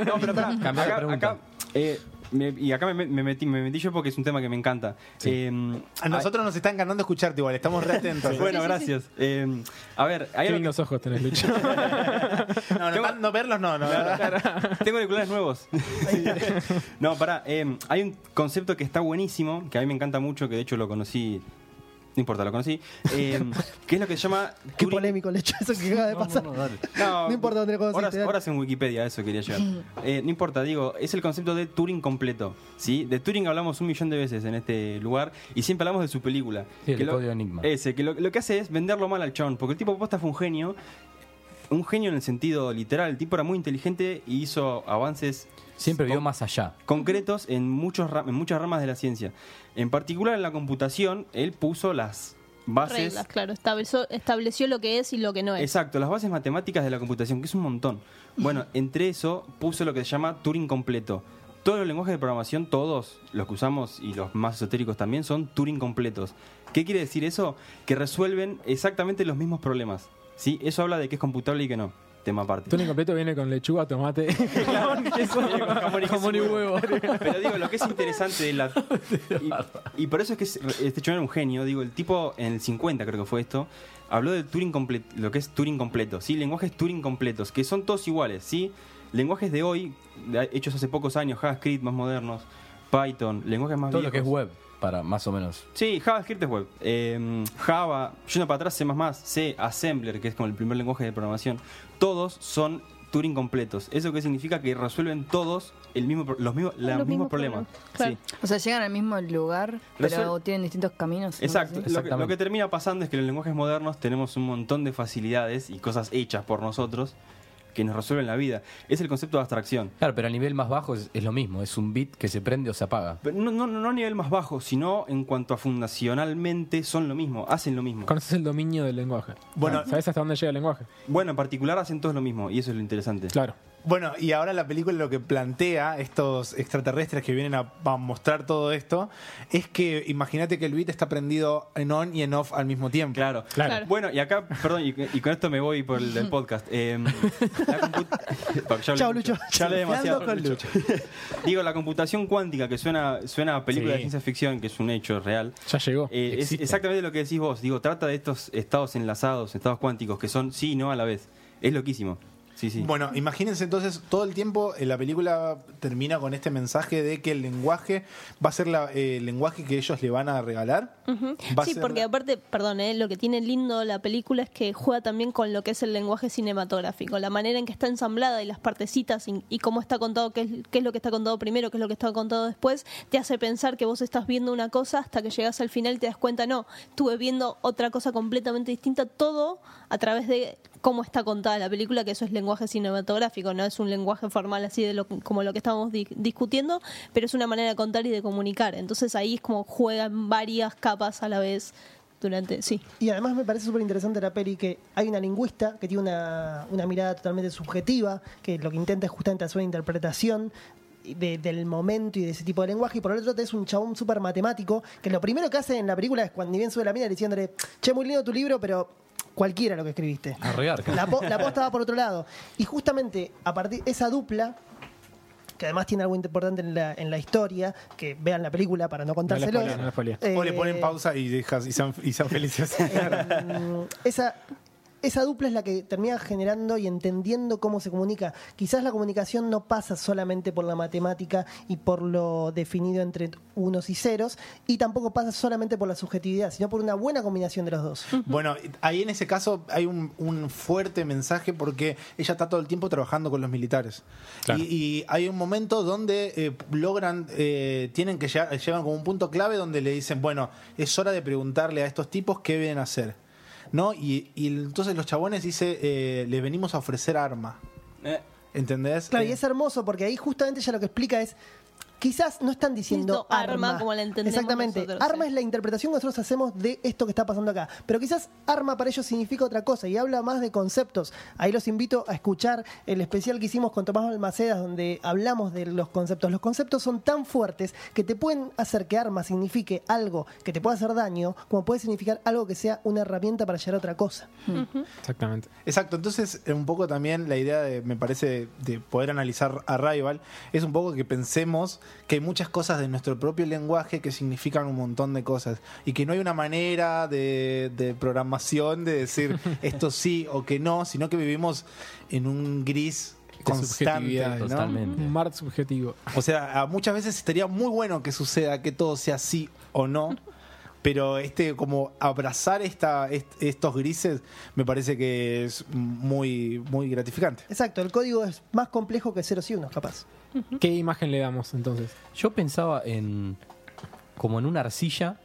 G: No, pero pará,
D: Cambiá la
G: acá-
D: pregunta.
G: acá, eh, me- y acá me, me metí, me metí yo porque es un tema que me encanta. Eh,
B: A Ah, nosotros nos está encantando escucharte igual, estamos re atentos.
G: bueno, gracias. Eh, a ver, hay
C: Qué
G: algo que-
C: lindos ojos tenés, Lucho.
B: No, no, no verlos no, no. ¿verdad?
G: Tengo auriculares nuevos. no, pará. eh, hay un concepto que está buenísimo, que a mí me encanta mucho, que de hecho lo conocí. No importa, lo conocí. eh, que es lo que se llama.
A: Qué
G: Turing-
A: polémico el hecho eso que acaba de pasar. No importa dónde lo conociste,
G: Horas,
A: dale.
G: horas en Wikipedia, eso quería llegar. Eh, no importa, digo, es el concepto de Turing completo. ¿sí? De Turing hablamos un millón de veces en este lugar y siempre hablamos de su película.
D: Sí, el
G: lo-
D: código Enigma.
G: Ese, que lo, lo que hace es venderlo mal al chabón, porque el tipo posta fue un genio. Un genio en el sentido literal. El tipo era muy inteligente y hizo avances
D: Siempre vio más allá.
G: concretos en, muchos, ra- en muchas ramas de la ciencia. En particular en la computación, él puso las bases.
E: mm, Reglas, claro. Estableció, estableció lo que es y lo que no es.
G: Exacto, las bases matemáticas de la computación, que es un montón. Bueno, entre eso puso lo que se llama Turing completo. Todos los lenguajes de programación, todos los que usamos y los más esotéricos también, son Turing completos. ¿Qué quiere decir eso? Que resuelven exactamente los mismos problemas. ¿sí? Eso habla de que es computable y que no. Tema aparte.
C: Tony completo viene con lechuga, tomate.
G: Jamón y
C: Jamón y
G: queso.
C: huevo.
G: Pero digo, lo que es interesante de la. Y, y por eso es que es- este chon era un genio. Digo, el tipo en el 50, creo que fue esto, habló del Turing completo, lo que es Turing completo, ¿sí? Lenguajes Turing completos, que son todos iguales, ¿sí? Lenguajes de hoy, de- hechos hace pocos años, JavaScript más modernos, Python, lenguajes más
D: Todo lo que es
G: viejos.
D: web, para más o menos.
G: Sí, JavaScript es web. Eh, Java, yendo para atrás, C++, C, Assembler, que es como el primer lenguaje de programación. Todos son Turing completos. Eso que significa que resuelven todos el mismo, pro- los mismos, la-
E: Los
G: mismos
E: mismos
G: problemas.
E: problemas, claro.
G: Sí.
F: O sea, llegan al mismo lugar, pero
G: Resuel-
F: tienen distintos caminos. ¿no?
G: Exacto.
F: Sí.
G: Lo que,
D: Exactamente.
G: lo que termina pasando es que en los lenguajes modernos tenemos un montón de facilidades y cosas hechas por nosotros que nos resuelven la vida. Es el concepto de abstracción.
D: Claro, pero a nivel más bajo es, es lo mismo. Es un bit que se prende o se apaga.
G: Pero no, no, no a nivel más bajo, sino en cuanto a fundacionalmente son lo mismo, hacen lo mismo.
C: Conoces el dominio del lenguaje.
B: Bueno.
C: ¿Sabes hasta dónde llega el lenguaje?
G: Bueno, en particular hacen todos lo mismo y eso es lo interesante.
C: Claro.
B: Bueno, y ahora la película lo que plantea estos extraterrestres que vienen a, a mostrar todo esto es que imagínate que el beat está prendido en on y en off al mismo tiempo.
G: Claro.
C: Claro.
G: Bueno, y acá, perdón, y, y con esto me voy por el del podcast. Eh, la compu- Porque ya hablé
A: Chao,
G: mucho.
A: Lucho.
G: Ya hablé demasiado.
A: Hablando con
G: Digo, la computación cuántica, que suena, suena a película de
C: Sí.
G: ciencia ficción, que es un hecho real.
C: Ya llegó.
G: Eh, es
C: Existe.
G: exactamente lo que decís vos. Digo, trata de estos estados enlazados, estados cuánticos, que son sí y no a la vez. Es loquísimo. Sí, sí.
B: Bueno, imagínense entonces todo el tiempo eh, la película termina con este mensaje de que el lenguaje va a ser la- eh, el lenguaje que ellos le van a regalar. Va a
E: Sí,
B: ser-
E: porque aparte, perdón, eh, lo que tiene lindo la película es que juega también con lo que es el lenguaje cinematográfico, la manera en que está ensamblada y las partecitas y, y cómo está contado, qué es, qué es lo que está contado primero, qué es lo que está contado después, te hace pensar que vos estás viendo una cosa hasta que llegas al final y te das cuenta, no, estuve viendo otra cosa completamente distinta, todo a través de cómo está contada la película, que eso es lenguaje cinematográfico, no es un lenguaje formal así de lo, como lo que estábamos di- discutiendo, pero es una manera de contar y de comunicar. Entonces ahí es como juegan varias capas a la vez durante, sí.
A: Y además me parece súper interesante la peli que hay una lingüista que tiene una, una mirada totalmente subjetiva, que lo que intenta es justamente hacer una interpretación de- del momento y de ese tipo de lenguaje. Y por el otro es un chabón súper matemático, que lo primero que hace en la película es cuando ni bien sube la mina diciéndole, che, muy lindo tu libro, pero cualquiera lo que escribiste.
D: A regar,
A: La, po- la posta va por otro lado. Y justamente a partir esa dupla, que además tiene algo importante en la, en la historia, que vean la película para no contárselo.
C: spoilees, no la spoilees.
B: O le ponen
A: eh,
B: pausa y, dejas, y, sean, y sean felices.
A: Mm, esa, esa dupla es la que termina generando y entendiendo cómo se comunica. Quizás la comunicación no pasa solamente por la matemática y por lo definido entre unos y ceros, y tampoco pasa solamente por la subjetividad, sino por una buena combinación de los dos.
B: Bueno, ahí en ese caso hay un, un fuerte mensaje porque ella está todo el tiempo trabajando con los militares.
I: Claro.
B: Y, y hay un momento donde eh, logran, eh, tienen que llegar, llegan como un punto clave donde le dicen, bueno, es hora de preguntarle a estos tipos qué vienen a hacer. ¿No? Y, y entonces los chabones dice, eh, les venimos a ofrecer arma.
G: Eh,
B: ¿Entendés?
A: Claro, y
B: Eh,
A: es hermoso porque ahí justamente ya lo que explica es. Quizás no están diciendo
E: Listo,
A: arma,
E: arma, como la entendemos
A: Exactamente.
E: nosotros,
A: arma
E: sí.
A: es la interpretación que nosotros hacemos de esto que está pasando acá. Pero quizás arma para ellos significa otra cosa y habla más de conceptos. Ahí los invito a escuchar el especial que hicimos con Tomás Balmacedas, donde hablamos de los conceptos. Los conceptos son tan fuertes que te pueden hacer que arma signifique algo que te pueda hacer daño, como puede significar algo que sea una herramienta para llegar a otra cosa.
C: Exactamente.
B: Exacto, entonces eh, un poco también la idea de, me parece, de poder analizar Arrival es un poco que pensemos que hay muchas cosas de nuestro propio lenguaje que significan un montón de cosas y que no hay una manera de, de programación de decir esto sí o que no, sino que vivimos en un gris constante.
C: subjetividad,
B: ¿no?
D: totalmente.
C: Un mar subjetivo.
B: O sea, a- muchas veces estaría muy bueno que suceda que todo sea sí o no. Pero este, como abrazar esta, est- estos grises, me parece que es muy, muy gratificante.
A: Exacto, el código es más complejo que ceros y unos, capaz.
C: ¿Qué imagen le damos entonces?
D: Yo pensaba en. como en una arcilla,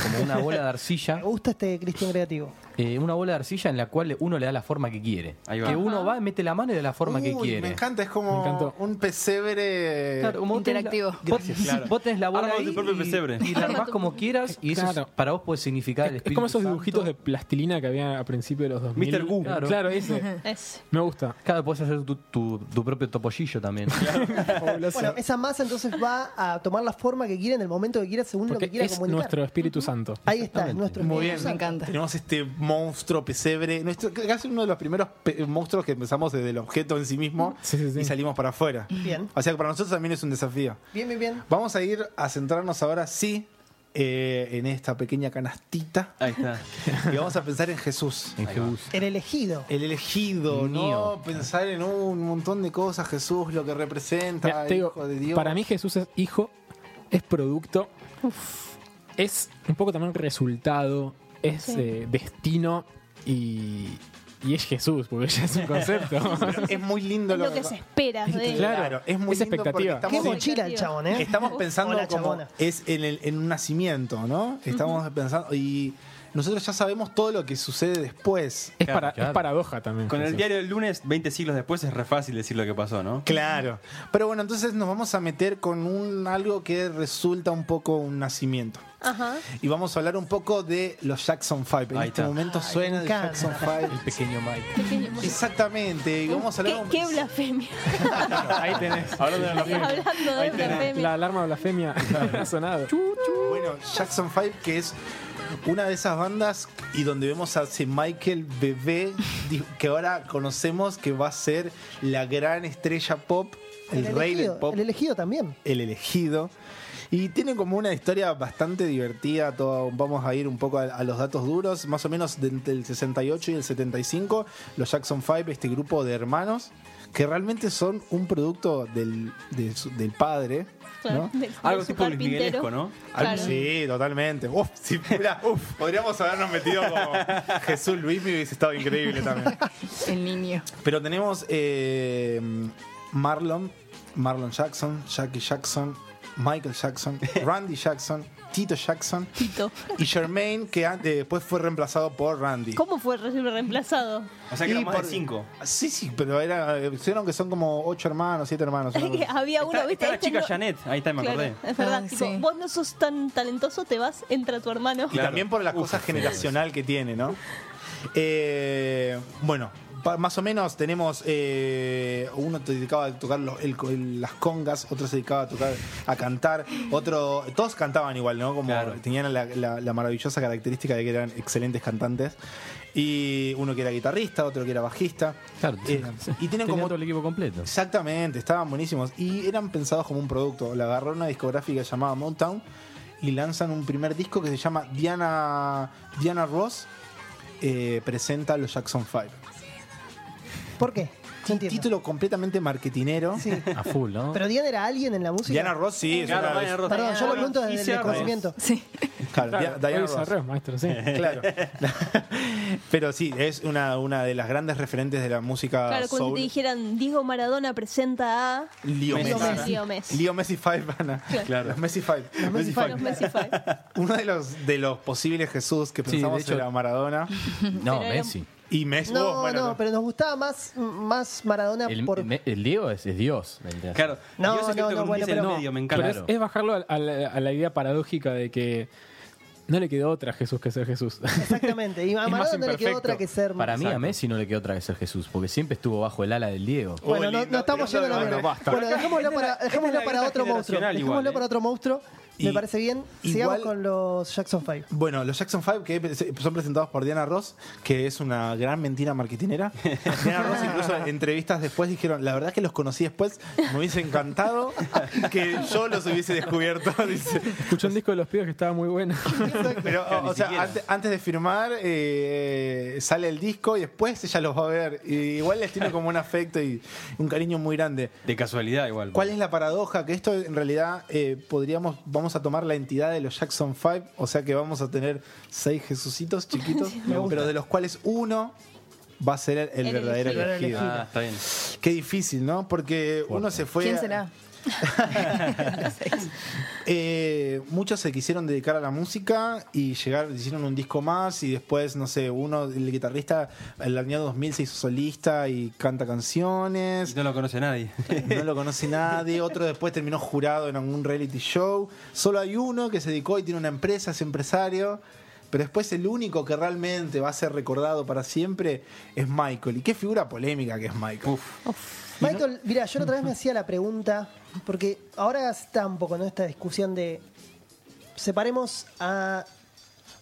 D: como una bola de arcilla.
A: Me gusta este Cristian creativo.
D: eh, una bola de arcilla en la cual uno le da la forma que quiere.
G: Ahí va.
D: Que uno va, mete la mano y de la forma que
B: Uy,
D: quiere.
B: Me encanta, es
C: Me encantó.
B: como un pesebre.
D: Claro, como vos tenés la-
F: Interactivo.
D: vos-
G: Gracias, claro.
D: Vos tenés la bola
G: Arma
D: ahí
G: tu propio
D: y-
G: pesebre.
D: y la armás como quieras y eso es-
C: Claro.
D: para vos puede significar el
C: Es,
D: espíritu
C: como esos
D: Santo.
C: dibujitos de plastilina que había a principios de los 2000.
G: Mr. Goo.
C: Claro,
D: Claro.
C: claro, ese.
E: Es.
C: Me gusta.
D: Claro, puedes hacer tu, tu- tu propio topollillo también.
C: Fabuloso.
A: Bueno, esa masa entonces va a tomar la forma que quiera en el momento que quiera, según
C: Porque
A: lo que quiera
C: es
A: comunicar.
C: nuestro Espíritu Santo.
A: Ahí está, es nuestro espíritu
B: Muy bien.
F: Me
A: santo.
F: encanta.
B: Tenemos este monstruo pesebre, nuestro, casi uno de los primeros pe- monstruos que empezamos desde el objeto en sí mismo
C: Sí, sí, sí.
B: y salimos para afuera.
A: Bien.
B: O sea que para nosotros también es un desafío.
A: Bien, bien, bien.
B: Vamos a ir a centrarnos ahora sí eh, en esta pequeña canastita
G: Ahí está.
B: y vamos a pensar en Jesús.
D: En Jesús.
A: El elegido.
B: El elegido,
D: Mío.
B: ¿no? Pensar en un montón de cosas, Jesús, lo que representa,
C: Mira, te digo,
B: Hijo de Dios.
C: Para mí Jesús es hijo es producto, es un poco también resultado, es
E: Sí.
C: eh, destino y, y es Jesús, porque ya es un concepto.
B: Es muy lindo
E: Es lo que se espera de
C: Claro,
B: es muy
C: es
B: lindo porque
C: expectativa.
A: Qué
B: estamos-
A: mochila el chabón, ¿eh?
B: Estamos pensando
A: Hola,
B: como
A: chabona.
B: es en, el- en un nacimiento, ¿no? Estamos pensando y nosotros ya sabemos todo lo que sucede después.
C: Es, para,
D: claro.
C: es paradoja también.
G: Con el
C: Jesús.
G: diario del lunes, 20 siglos después, es re fácil decir lo que pasó, ¿no?
B: Claro. Pero bueno, entonces nos vamos a meter con un algo que resulta un poco un nacimiento.
E: Ajá.
B: Y vamos a hablar un poco de los Jackson Five. En
G: Ahí
B: este
G: está.
B: momento
A: me
B: suena de
A: encanta.
B: Jackson Five.
D: Pequeño Mike.
E: Pequeño monstruo.
B: Exactamente. Y vamos a hablar
E: ¿Qué,
B: un-
E: qué blasfemia.
C: Ahí tenés.
E: Hablando de blasfemia.
C: La alarma de blasfemia ha sonado.
B: Bueno, Jackson 5, que es una de esas bandas y donde vemos a ese Michael Bebé, di- que ahora conocemos que va a ser la gran estrella pop, el, rey
A: elegido,
B: del pop,
A: El elegido también.
B: el elegido. Y tiene como una historia bastante divertida. todo- vamos a ir un poco a, a los datos duros. Más o menos de entre el 68 y el 75, los Jackson 5, este grupo de hermanos, que realmente son un producto del, de su- del padre.
E: Claro,
B: ¿no?
E: de- de
G: Algo
E: su
G: tipo Luis
E: carpintero.
G: Miguelesco, ¿no?
B: Algo-
E: Claro.
B: Sí, totalmente. Uf, sí, mirá, uf, podríamos habernos metido como Jesús Luis, me hubiese estado increíble también.
F: El niño.
B: Pero tenemos eh, Marlon, Marlon Jackson, Jackie Jackson, Michael Jackson, Randy Jackson, Tito Jackson
E: Tito.
B: y Jermaine, que antes, después fue reemplazado por Randy.
E: ¿Cómo fue re- reemplazado?
G: O sea que
B: Y
G: eran más
B: por-
G: de 5.
B: Sí, sí, pero era, hicieron que son como ocho hermanos, siete hermanos. una cosa así.
E: Había uno,
G: Está,
E: ¿viste?
G: está la
E: Este
G: chica
E: no-
G: Janet, ahí está, me
E: Claro,
G: acordé.
E: es verdad.
F: Ah,
E: tipo,
F: sí.
E: Vos no sos tan talentoso, te vas, entra tu hermano.
B: Y también por la cosa generacional que tiene, ¿no? Eh, bueno, pa- más o menos tenemos. eh, uno se dedicaba a tocar los- el- el- las congas, otro se dedicaba a tocar, a cantar, otro. Todos cantaban igual, ¿no? Como
G: Claro.
B: tenían la, la- la maravillosa característica de que eran excelentes cantantes. Y uno que era guitarrista, otro que era bajista.
D: Claro,
B: Eh, y tienen como
D: todo el equipo completo.
B: Exactamente, estaban buenísimos. Y eran pensados como un producto. La agarró una discográfica llamada Motown y lanzan un primer disco que se llama Diana, Diana Ross eh, presenta los Jackson 5.
A: ¿Por qué? No entiendo.
B: Título completamente marketinero.
A: Sí.
D: A full, ¿no?
A: Pero Diana era alguien en la música.
B: Diana Ross, sí. es
G: Claro,
B: una-
G: Diana Ross.
A: Perdón, yo lo pregunto
G: Y
A: desde
G: se
A: el
G: arma.
A: conocimiento.
F: Sí.
B: claro, Dia- Diana
C: hoy es al
B: Ross.
C: revés, maestro, sí.
B: Claro. Pero sí, es una, una de las grandes referentes de la música
E: Claro, cuando
B: soul.
E: te dijeran Diego Maradona presenta a
B: Leo
G: Messi.
B: Messi.
E: Leo Messi.
B: Leo Messi 5, Ana.
G: Claro.
B: Los Messi 5.
A: Messi
E: Bueno, Messi fue.
B: Uno de los, de los posibles Jesús que
D: Sí,
B: pensamos
D: de hecho-
B: era Maradona
D: No,
E: Pero era-
D: Messi.
B: y Messi.
A: No,
B: oh, bueno,
A: no, pero nos gustaba más, más Maradona
D: El,
A: por.
D: me- el Diego es, es Dios. ¿me entendés?
G: Claro.
A: No,
G: Dios
A: no,
G: escrito
A: no,
G: con un
A: bueno,
G: 10 en
A: pero-
G: medio, me
C: Pero
G: encanta.
C: es, es bajarlo a, a la, a la idea paradójica de que no le quedó otra a Jesús que ser Jesús.
A: Exactamente. Y a
C: más
A: Maradona no le quedó
C: imperfecto.
A: otra que ser.
D: Para mí a Messi no le quedó otra que ser Jesús, porque siempre estuvo bajo el ala del Diego.
A: Bueno,
B: Oh,
A: no,
B: lindo,
A: no estamos
B: lindo,
A: yendo a la
B: bueno,
A: verga.
B: basta.
A: Bueno, dejémoslo para,
G: Esta es la
A: dejémoslo
G: gran
A: para otro monstruo.
G: generacional igual,
A: Dejémoslo
G: ¿eh?
A: para otro monstruo.
B: Y-
A: Me parece bien. Sigamos
B: igual-
A: con los Jackson 5.
B: Bueno, los Jackson 5 que son presentados por Diana Ross, que es una gran mentira marketinera. Diana Ross incluso en entrevistas después dijeron, la verdad es que los conocí después, me hubiese encantado que yo los hubiese descubierto. dice.
C: Escuché un disco de los pibes que estaba muy bueno.
B: Pero, o, o sea,
G: siquiera.
B: antes, antes de firmar, eh, sale el disco y después ella los va a ver. Y igual les tiene como un afecto y un cariño muy grande.
G: De casualidad igual.
B: ¿Cuál es la paradoja? Que esto en realidad eh, podríamos, vamos a tomar la entidad de los Jackson 5, o sea que vamos a tener seis Jesucitos chiquitos, pero de los cuales uno va a ser el, el
E: El
B: verdadero
E: elegido.
B: elegido.
G: Ah, está bien.
B: Qué difícil, ¿no? Porque uno se fue...
F: ¿Quién
B: a-
F: será?
B: eh, muchos se quisieron dedicar a la música y llegar, hicieron un disco más y después, no sé, uno, el guitarrista, el año 2000 se hizo solista y canta canciones.
G: Y No lo conoce nadie.
B: No lo conoce nadie. Otro después terminó jurado en algún reality show. Solo hay uno que se dedicó y tiene una empresa, es empresario. Pero después el único que realmente va a ser recordado para siempre es Michael. Y qué figura polémica que es Michael.
A: Michael, mira, yo la otra vez me hacía la pregunta, porque ahora está un poco ¿no? esta discusión de separemos a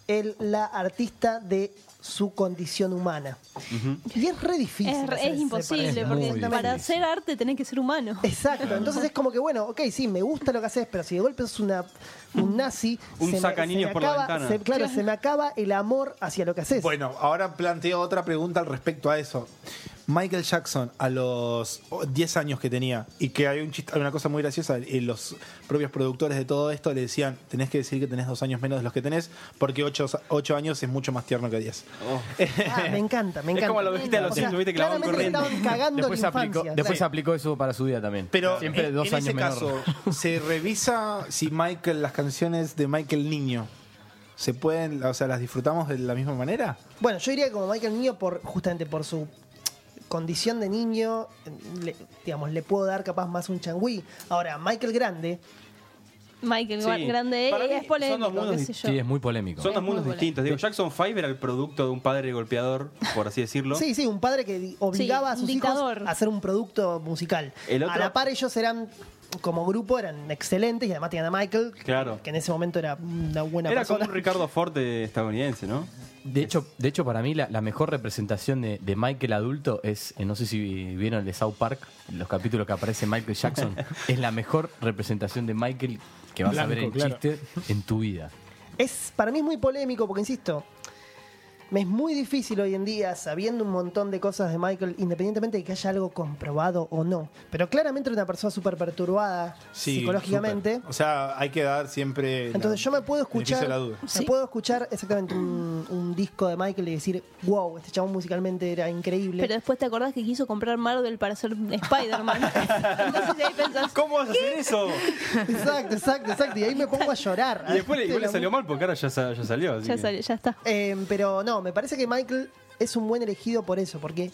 A: el, la artista de su condición humana. Y es re difícil.
E: Es,
A: hacer
E: es
A: esa
E: imposible,
A: separación.
E: porque para hacer arte tenés que ser humano.
A: Exacto, entonces es como que, bueno, ok, sí, me gusta lo que haces, pero si de golpe sos una, un nazi,
G: Un
A: me-
G: sacaniños
A: me
G: por la
A: acaba-
G: ventana.
A: se- claro, se me acaba el amor hacia lo que haces.
B: Bueno, ahora planteo otra pregunta al respecto a eso. Michael Jackson a los 10 años que tenía y que hay, un chiste- hay una cosa muy graciosa y los propios productores de todo esto le decían tenés que decir que tenés dos años menos de los que tenés porque 8 ocho, ocho años es mucho más tierno que 10.
E: Oh.
A: Ah, me encanta, me
G: Es
A: encanta.
G: como lo dijiste a los
A: O sea,
G: Simpsons, viste que la van
A: claramente
G: corriendo.
A: estaban cagando
D: Después,
A: la
D: aplicó,
A: infancia.
D: después
A: Sí.
D: aplicó eso para su vida también.
B: Pero
D: Siempre
B: en,
D: dos
B: en
D: años
B: ese
D: menor.
B: caso, se revisa si Michael, las canciones de Michael Niño, se pueden, o sea, las disfrutamos de la misma manera.
A: Bueno, yo diría que como Michael Niño, por, justamente por su condición de niño, le- digamos, le puedo dar capaz más un changüí. Ahora, Michael Grande,
E: Michael
G: Sí.
E: Gra- Grande
G: Para mí
E: es
G: son dos
E: polémico,
G: mundos
E: qué sé
G: dis-
E: yo.
D: Sí, es muy polémico.
G: Son dos
E: muy
G: mundos
E: bueno.
G: distintos. Digo, Jackson 5 era el producto de un padre golpeador, por así decirlo.
A: sí, sí, un padre que di- obligaba
E: Sí,
A: a
E: un
A: sus
E: dictador.
A: hijos a hacer un producto musical.
G: El otro-
A: A la par ellos eran, como grupo, eran excelentes y además tenían a Michael,
G: Claro.
A: que en ese momento era una buena
G: Era como
A: persona.
G: un Ricardo Forte estadounidense, ¿no?
D: De hecho, de hecho, para mí la, la mejor representación de, de Michael adulto es, eh, no sé si vieron el de South Park, los capítulos que aparece Michael Jackson, es la mejor representación de Michael que vas a ver en
C: Blanco, claro.
D: chiste en tu vida.
A: Es, para mí es muy polémico porque, insisto, me es muy difícil hoy en día, sabiendo un montón de cosas de Michael, independientemente de que haya algo comprobado o no. Pero claramente era una persona súper perturbada
B: Sí,
A: psicológicamente.
B: súper. O sea, hay que dar siempre. la-
A: Entonces yo me puedo
B: el beneficio
A: escuchar,
B: de la duda.
A: me
E: Sí.
A: puedo escuchar exactamente un, un disco de Michael y decir, wow, este chabón musicalmente era increíble.
E: Pero después te acordás que quiso comprar Marvel para hacer Spider-Man. Entonces ahí pensás,
G: ¿Cómo vas a hacer eso?
A: Exacto, exacto, exacto. Y ahí me pongo a llorar.
G: Y después le, igual le salió mal porque ahora ya, sa- ya salió. así
E: ya,
G: que-
E: sale- ya está.
A: Eh, pero no, me parece que Michael es un buen elegido por eso, porque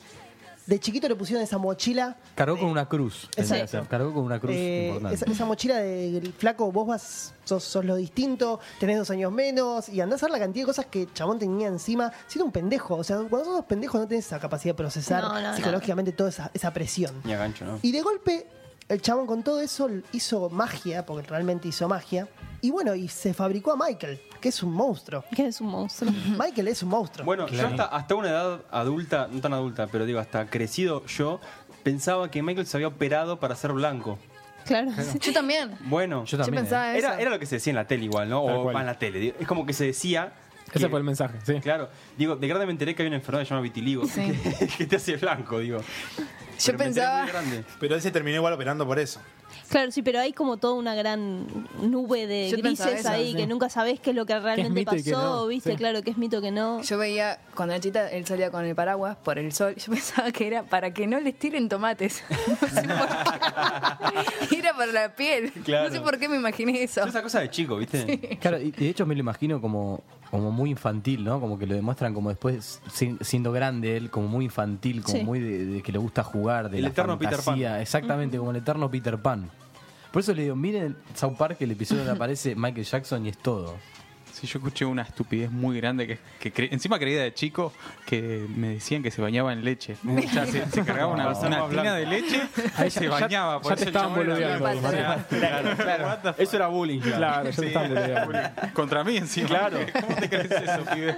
A: de chiquito le pusieron esa mochila
D: Cargó con una cruz. tendría que ser.
A: Exacto.
D: Cargó con una cruz
A: Eh,
D: importante.
A: esa, esa mochila de flaco, vos vas, sos, sos lo distinto, tenés dos años menos y andás a ver la cantidad de cosas que Chabón tenía encima, siendo un pendejo. O sea, cuando sos pendejo no tenés esa capacidad de procesar
E: No, no, no.
A: psicológicamente toda esa, esa presión.
G: Ni a gancho, ¿no?
A: Y de golpe, el Chabón con todo eso hizo magia, porque realmente hizo magia. Y bueno, y se fabricó a Michael, que es un monstruo.
E: Que es un monstruo.
A: Michael es un monstruo.
G: Bueno, yo hasta, hasta una edad adulta, no tan adulta, pero digo, hasta crecido yo, pensaba que Michael se había operado para ser blanco.
E: Claro. sí.
F: Yo también.
G: Bueno,
D: Yo
F: Yo
D: también. ¿eh?
F: pensaba eso.
G: era, era lo que se decía en la tele igual, ¿no?
C: Tal
G: O
C: cual.
G: más en la tele. digo. Es como que se decía...
C: Ese
G: que-
C: fue el mensaje, sí.
G: Claro, digo, de grande me enteré que hay una enfermedad que se llama vitiligo,
F: Sí.
G: que, que te hace blanco, digo.
F: Yo
G: Pero me enteré
F: pensaba-
G: muy grande.
B: Pero él se terminó igual operando por eso.
E: Claro, sí, pero hay como toda una gran nube de
F: Yo pensaba
E: grises
F: eso,
E: ahí
F: sí.
E: que nunca sabés qué es lo que realmente
C: mito y qué
E: pasó,
C: no,
E: ¿viste?
C: sí.
E: Claro, que es mito que no.
F: Yo veía cuando era chita, él salía con el paraguas por el sol. Yo pensaba que era para que no les tiren tomates. No sé por qué. Era para la piel.
G: Claro.
F: No sé por qué me imaginé eso.
G: Es esa cosa de chico, ¿viste?
D: Claro, y de hecho me lo imagino como, como muy infantil, ¿no? Como que lo demuestran como después, sin- siendo grande él, como muy infantil, como
E: Sí.
D: muy de, de que le gusta jugar, de
G: El
D: la
G: eterno Peter
D: fantasía. Exactamente, como el eterno Peter Pan. Por eso le digo, miren South Park, el episodio donde aparece Michael Jackson y es todo.
I: Sí, yo escuché una estupidez muy grande que, que cre- encima creía de chico que me decían que se bañaba en leche. O sea, se, se cargaba una, una
G: más
I: tina de leche y se bañaba. por
C: ya te
I: eso el
C: estaban
I: chabón era
C: boludeando,
I: blanco, o sea,
G: Claro, claro. Eso era bullying, claro.
C: Claro, ya te están boludeando.
I: Contra mí encima.
G: Claro.
I: ¿Cómo te crees eso, pibe?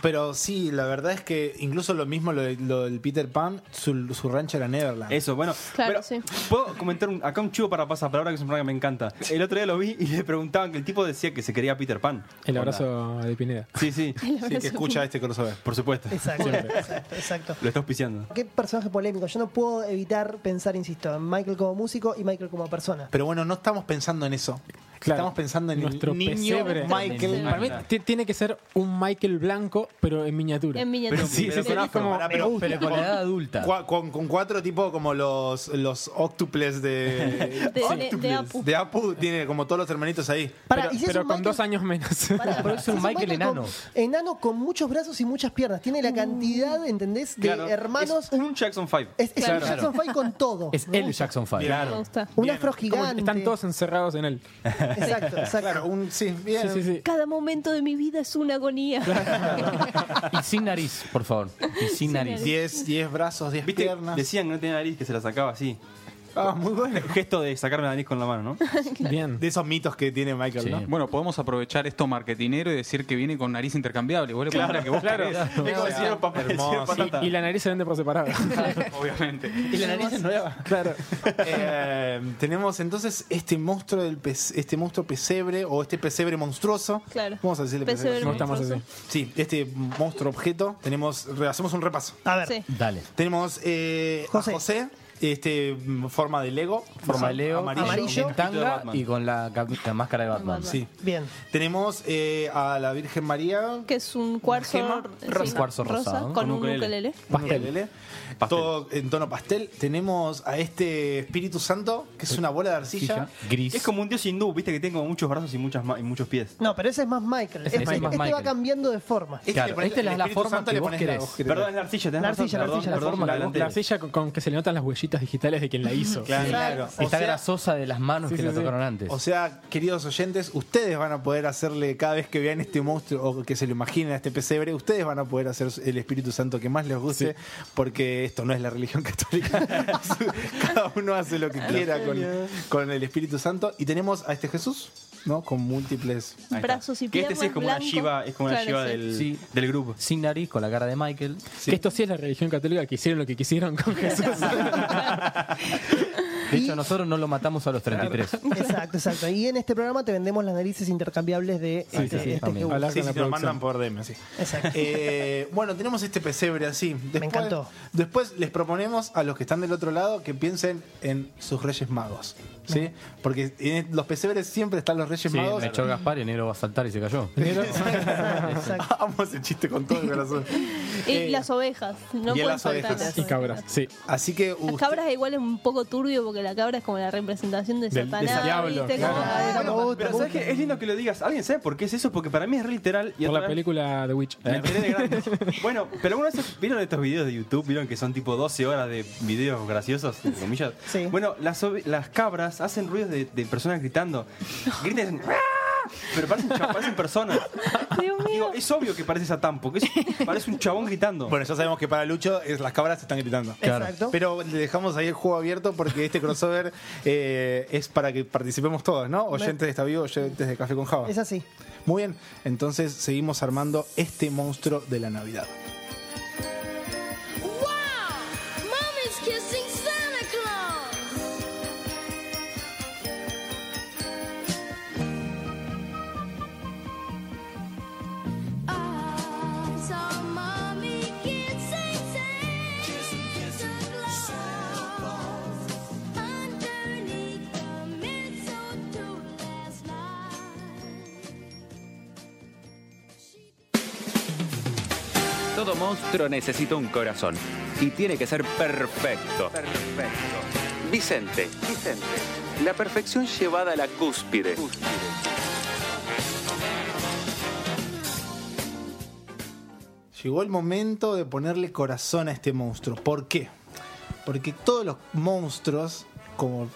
B: Pero sí, la verdad es que incluso lo mismo lo, de- lo del Peter Pan, su, su rancho era Neverland.
G: Eso, bueno.
E: Claro,
G: pero
E: sí.
G: Puedo comentar un- acá un chivo para pasapalabra que es un programa que me encanta. El otro día lo vi y le preguntaban que el tipo decía que se quería Peter Pan.
C: El abrazo de Pineda.
G: Sí, sí,
B: Sí, que escucha este crossover.
G: por supuesto.
A: Exacto, exacto, exacto.
G: Lo está auspiciando.
A: Qué personaje polémico. Yo no puedo evitar pensar, insisto, en Michael como músico y Michael como persona.
B: Pero bueno, no estamos pensando en eso.
C: Claro.
B: Estamos pensando en
C: Nuestro
B: el niño
C: pesebre.
B: Michael.
C: Para mí ti- tiene que ser un Michael blanco, pero en miniatura.
E: En miniatura.
G: Sí,
B: pero
G: sí, sí.
B: con afro.
C: como-
B: Pará, pero- pero
D: Con
B: con-
D: la edad adulta.
B: cua- con, con cuatro tipo como los, los octuples de,
E: De- de- de Apu.
B: Apu. De Apu tiene como todos los hermanitos ahí.
A: Pará,
C: pero
A: ¿y si es
C: pero
A: un
C: con
A: Michael-
C: dos años menos.
A: Pará,
D: Pero es un
A: si
D: Michael enano.
A: Con, enano con muchos brazos y muchas piernas. Tiene
E: Mm.
A: la cantidad, ¿entendés? De
G: Claro,
A: Este, hermanos.
G: Es un Jackson 5.
A: Es, es
E: Claro.
A: un Jackson Five con todo.
D: es él Jackson Five.
E: Me gusta.
A: Un afro
C: Como
A: gigante.
C: están todos encerrados en él.
A: Exacto, exacto.
B: Claro, un, sí, bien.
C: Sí, sí, sí.
E: Cada momento de mi vida es una agonía.
D: Y sin nariz, por favor. Y sin nariz.
E: nariz.
B: Diez, diez brazos, diez
G: ¿Viste?
B: piernas.
G: Decían que no tenía nariz, que se la sacaba así.
B: Ah, muy bueno.
G: Gesto de sacarme la nariz con la mano, ¿no?
C: Bien.
B: De esos mitos que tiene Michael,
D: Sí.
B: ¿no?
I: Bueno, podemos aprovechar esto marketinero y decir que viene con nariz intercambiable. Vos le pones la que vos querés,
G: Es como si era un papel,
B: Hermoso.
G: si era patata.
C: Y, y la nariz se vende por separado.
I: obviamente.
B: Y la nariz es nueva.
C: claro.
B: Eh, tenemos entonces este monstruo del pe- este monstruo pesebre o este pesebre monstruoso.
E: Claro.
B: Vamos a decirle
E: Pesebre
B: pesebre.
C: Me gusta más así.
B: Sí, este monstruo objeto. Tenemos, re- hacemos un repaso.
A: A ver,
E: Sí.
D: Dale.
B: Tenemos eh, a José.
A: José.
B: este mm, forma de Lego,
D: Forma de Leo,
B: amarillo.
A: Amarillo.
G: Poquito
D: en
G: de
D: tanga
G: Batman.
D: y con la, cap- la máscara de Batman.
E: Batman.
B: Sí.
A: bien.
B: Tenemos eh, a la Virgen María.
E: Que es un cuarzo
B: Gema,
E: sí,
D: rosa. Cuarzo rosado.
E: Con,
G: Con
E: un
G: ukelele.
E: ukelele.
B: un
C: Pastel.
B: ukelele,
G: Pastel.
B: Todo en tono pastel. Tenemos a este Espíritu Santo, que es una bola de arcilla.
D: Gris.
G: Es como un dios hindú, viste que tiene como muchos brazos y, muchas ma- y muchos pies.
A: No, pero ese es más Michael.
D: Ese
A: Este,
D: es más
A: este
D: Michael.
A: va cambiando de forma.
B: Este
D: Claro,
B: le pones-
D: esta es la-
B: el
D: la
B: Espíritu
D: forma
B: Santo
D: que
B: le
D: vos
B: pones la
D: querés.
B: voz que le-
G: Perdón, es la arcilla, tenés
A: La
G: razón,
A: arcilla, la
G: perdón,
A: arcilla, la
G: perdón,
D: forma,
G: la
D: la
G: delantera.
C: La silla con, con que se le notan las huellitas digitales de quien la hizo.
B: Claro. Claro.
D: Está
B: O sea-
D: grasosa de las manos
C: Sí,
D: que
C: sí,
D: la
C: sí.
D: tocaron antes.
B: O sea, queridos oyentes, ustedes van a poder hacerle cada vez que vean este monstruo o que se lo imaginen a este pesebre, ustedes van a poder hacer el Espíritu Santo que más les guste, porque esto no es la religión católica. cada uno hace lo que quiera con, con el Espíritu Santo. Y tenemos a este Jesús, ¿no? Con múltiples.
G: Ahí está.
E: Brazos y
G: Que este sí es
E: piernas,
G: como una
E: blanco.
G: shiva, es como una
E: Claro,
G: shiva
E: sí.
G: del,
D: Sí.
G: del grupo.
D: Sin nariz, con la cara de Michael.
C: Que esto sí es la religión católica que hicieron lo que quisieron con Jesús.
D: De hecho, nosotros no lo matamos a los 33.
A: Exacto, exacto. Y en este programa te vendemos las narices intercambiables de
D: sí,
A: este,
D: sí,
A: este
D: también.
A: que-
C: Hablar
B: Sí,
C: con la
B: sí, te lo
C: producción.
B: mandan por DM, sí.
A: Exacto.
B: Eh, bueno, tenemos este pesebre así. Después,
A: encantó.
B: Después les proponemos a los que están del otro lado que piensen en sus Reyes Magos. ¿sí? Porque en los pesebres siempre están los Reyes
D: Sí,
B: Magos.
D: me echó Gaspar y el negro va a saltar y se cayó.
A: Exacto.
B: Amo ese chiste con todo el corazón.
E: Y
B: Eh,
E: las ovejas. No
B: y en
E: pueden
B: las
E: faltar
B: ovejas.
E: las
C: Y cabras, sí.
B: Así que
E: Las
B: usted-
E: cabras igual es un poco turbio porque la cabra es como la representación de
C: Del-
E: Satanás.
C: del diablo,
E: ¿viste?
C: claro.
E: Como-
A: Ah, esa me gusta,
G: Pero
A: me
G: sabes
A: gusta.
G: que es lindo que lo digas. ¿Alguien sabe por qué es eso? Porque para mí es re literal. Y
C: Por
G: otra
C: la
G: vez-
C: película The Witch.
G: Me enteré de grande. bueno, pero alguna vez vieron estos videos de YouTube, vieron que son tipo 12 horas de videos graciosos, entre comillas.
A: Sí.
G: Bueno, las, ove- las cabras hacen ruidos de, de personas gritando. Gritan y dicen, "¡Ah!", pero parecen, cha- parecen personas.
E: Dios mío.
G: Digo, es obvio que parece Satán, porque es- parece un chabón gritando.
B: Bueno, ya sabemos que para Lucho es- las cabras están gritando.
A: Exacto.
B: Pero le dejamos ahí el juego abierto porque este crossover eh, es para que participemos todos, ¿no? Oyentes de Está Vivo, oyentes de Café con Java.
A: Es así.
B: Muy bien, entonces seguimos armando este monstruo de la Navidad.
J: Wow! Mommy's kissing Santa Claus! I saw Oh, Mommy kissing Santa Claus underneath the mistletoe last night.
K: Todo monstruo necesita un corazón y tiene que ser perfecto. Perfecto. Vicente. Vicente. La perfección llevada a la cúspide.
B: Llegó el momento de ponerle corazón a este monstruo. ¿Por qué? Porque todos los monstruos, como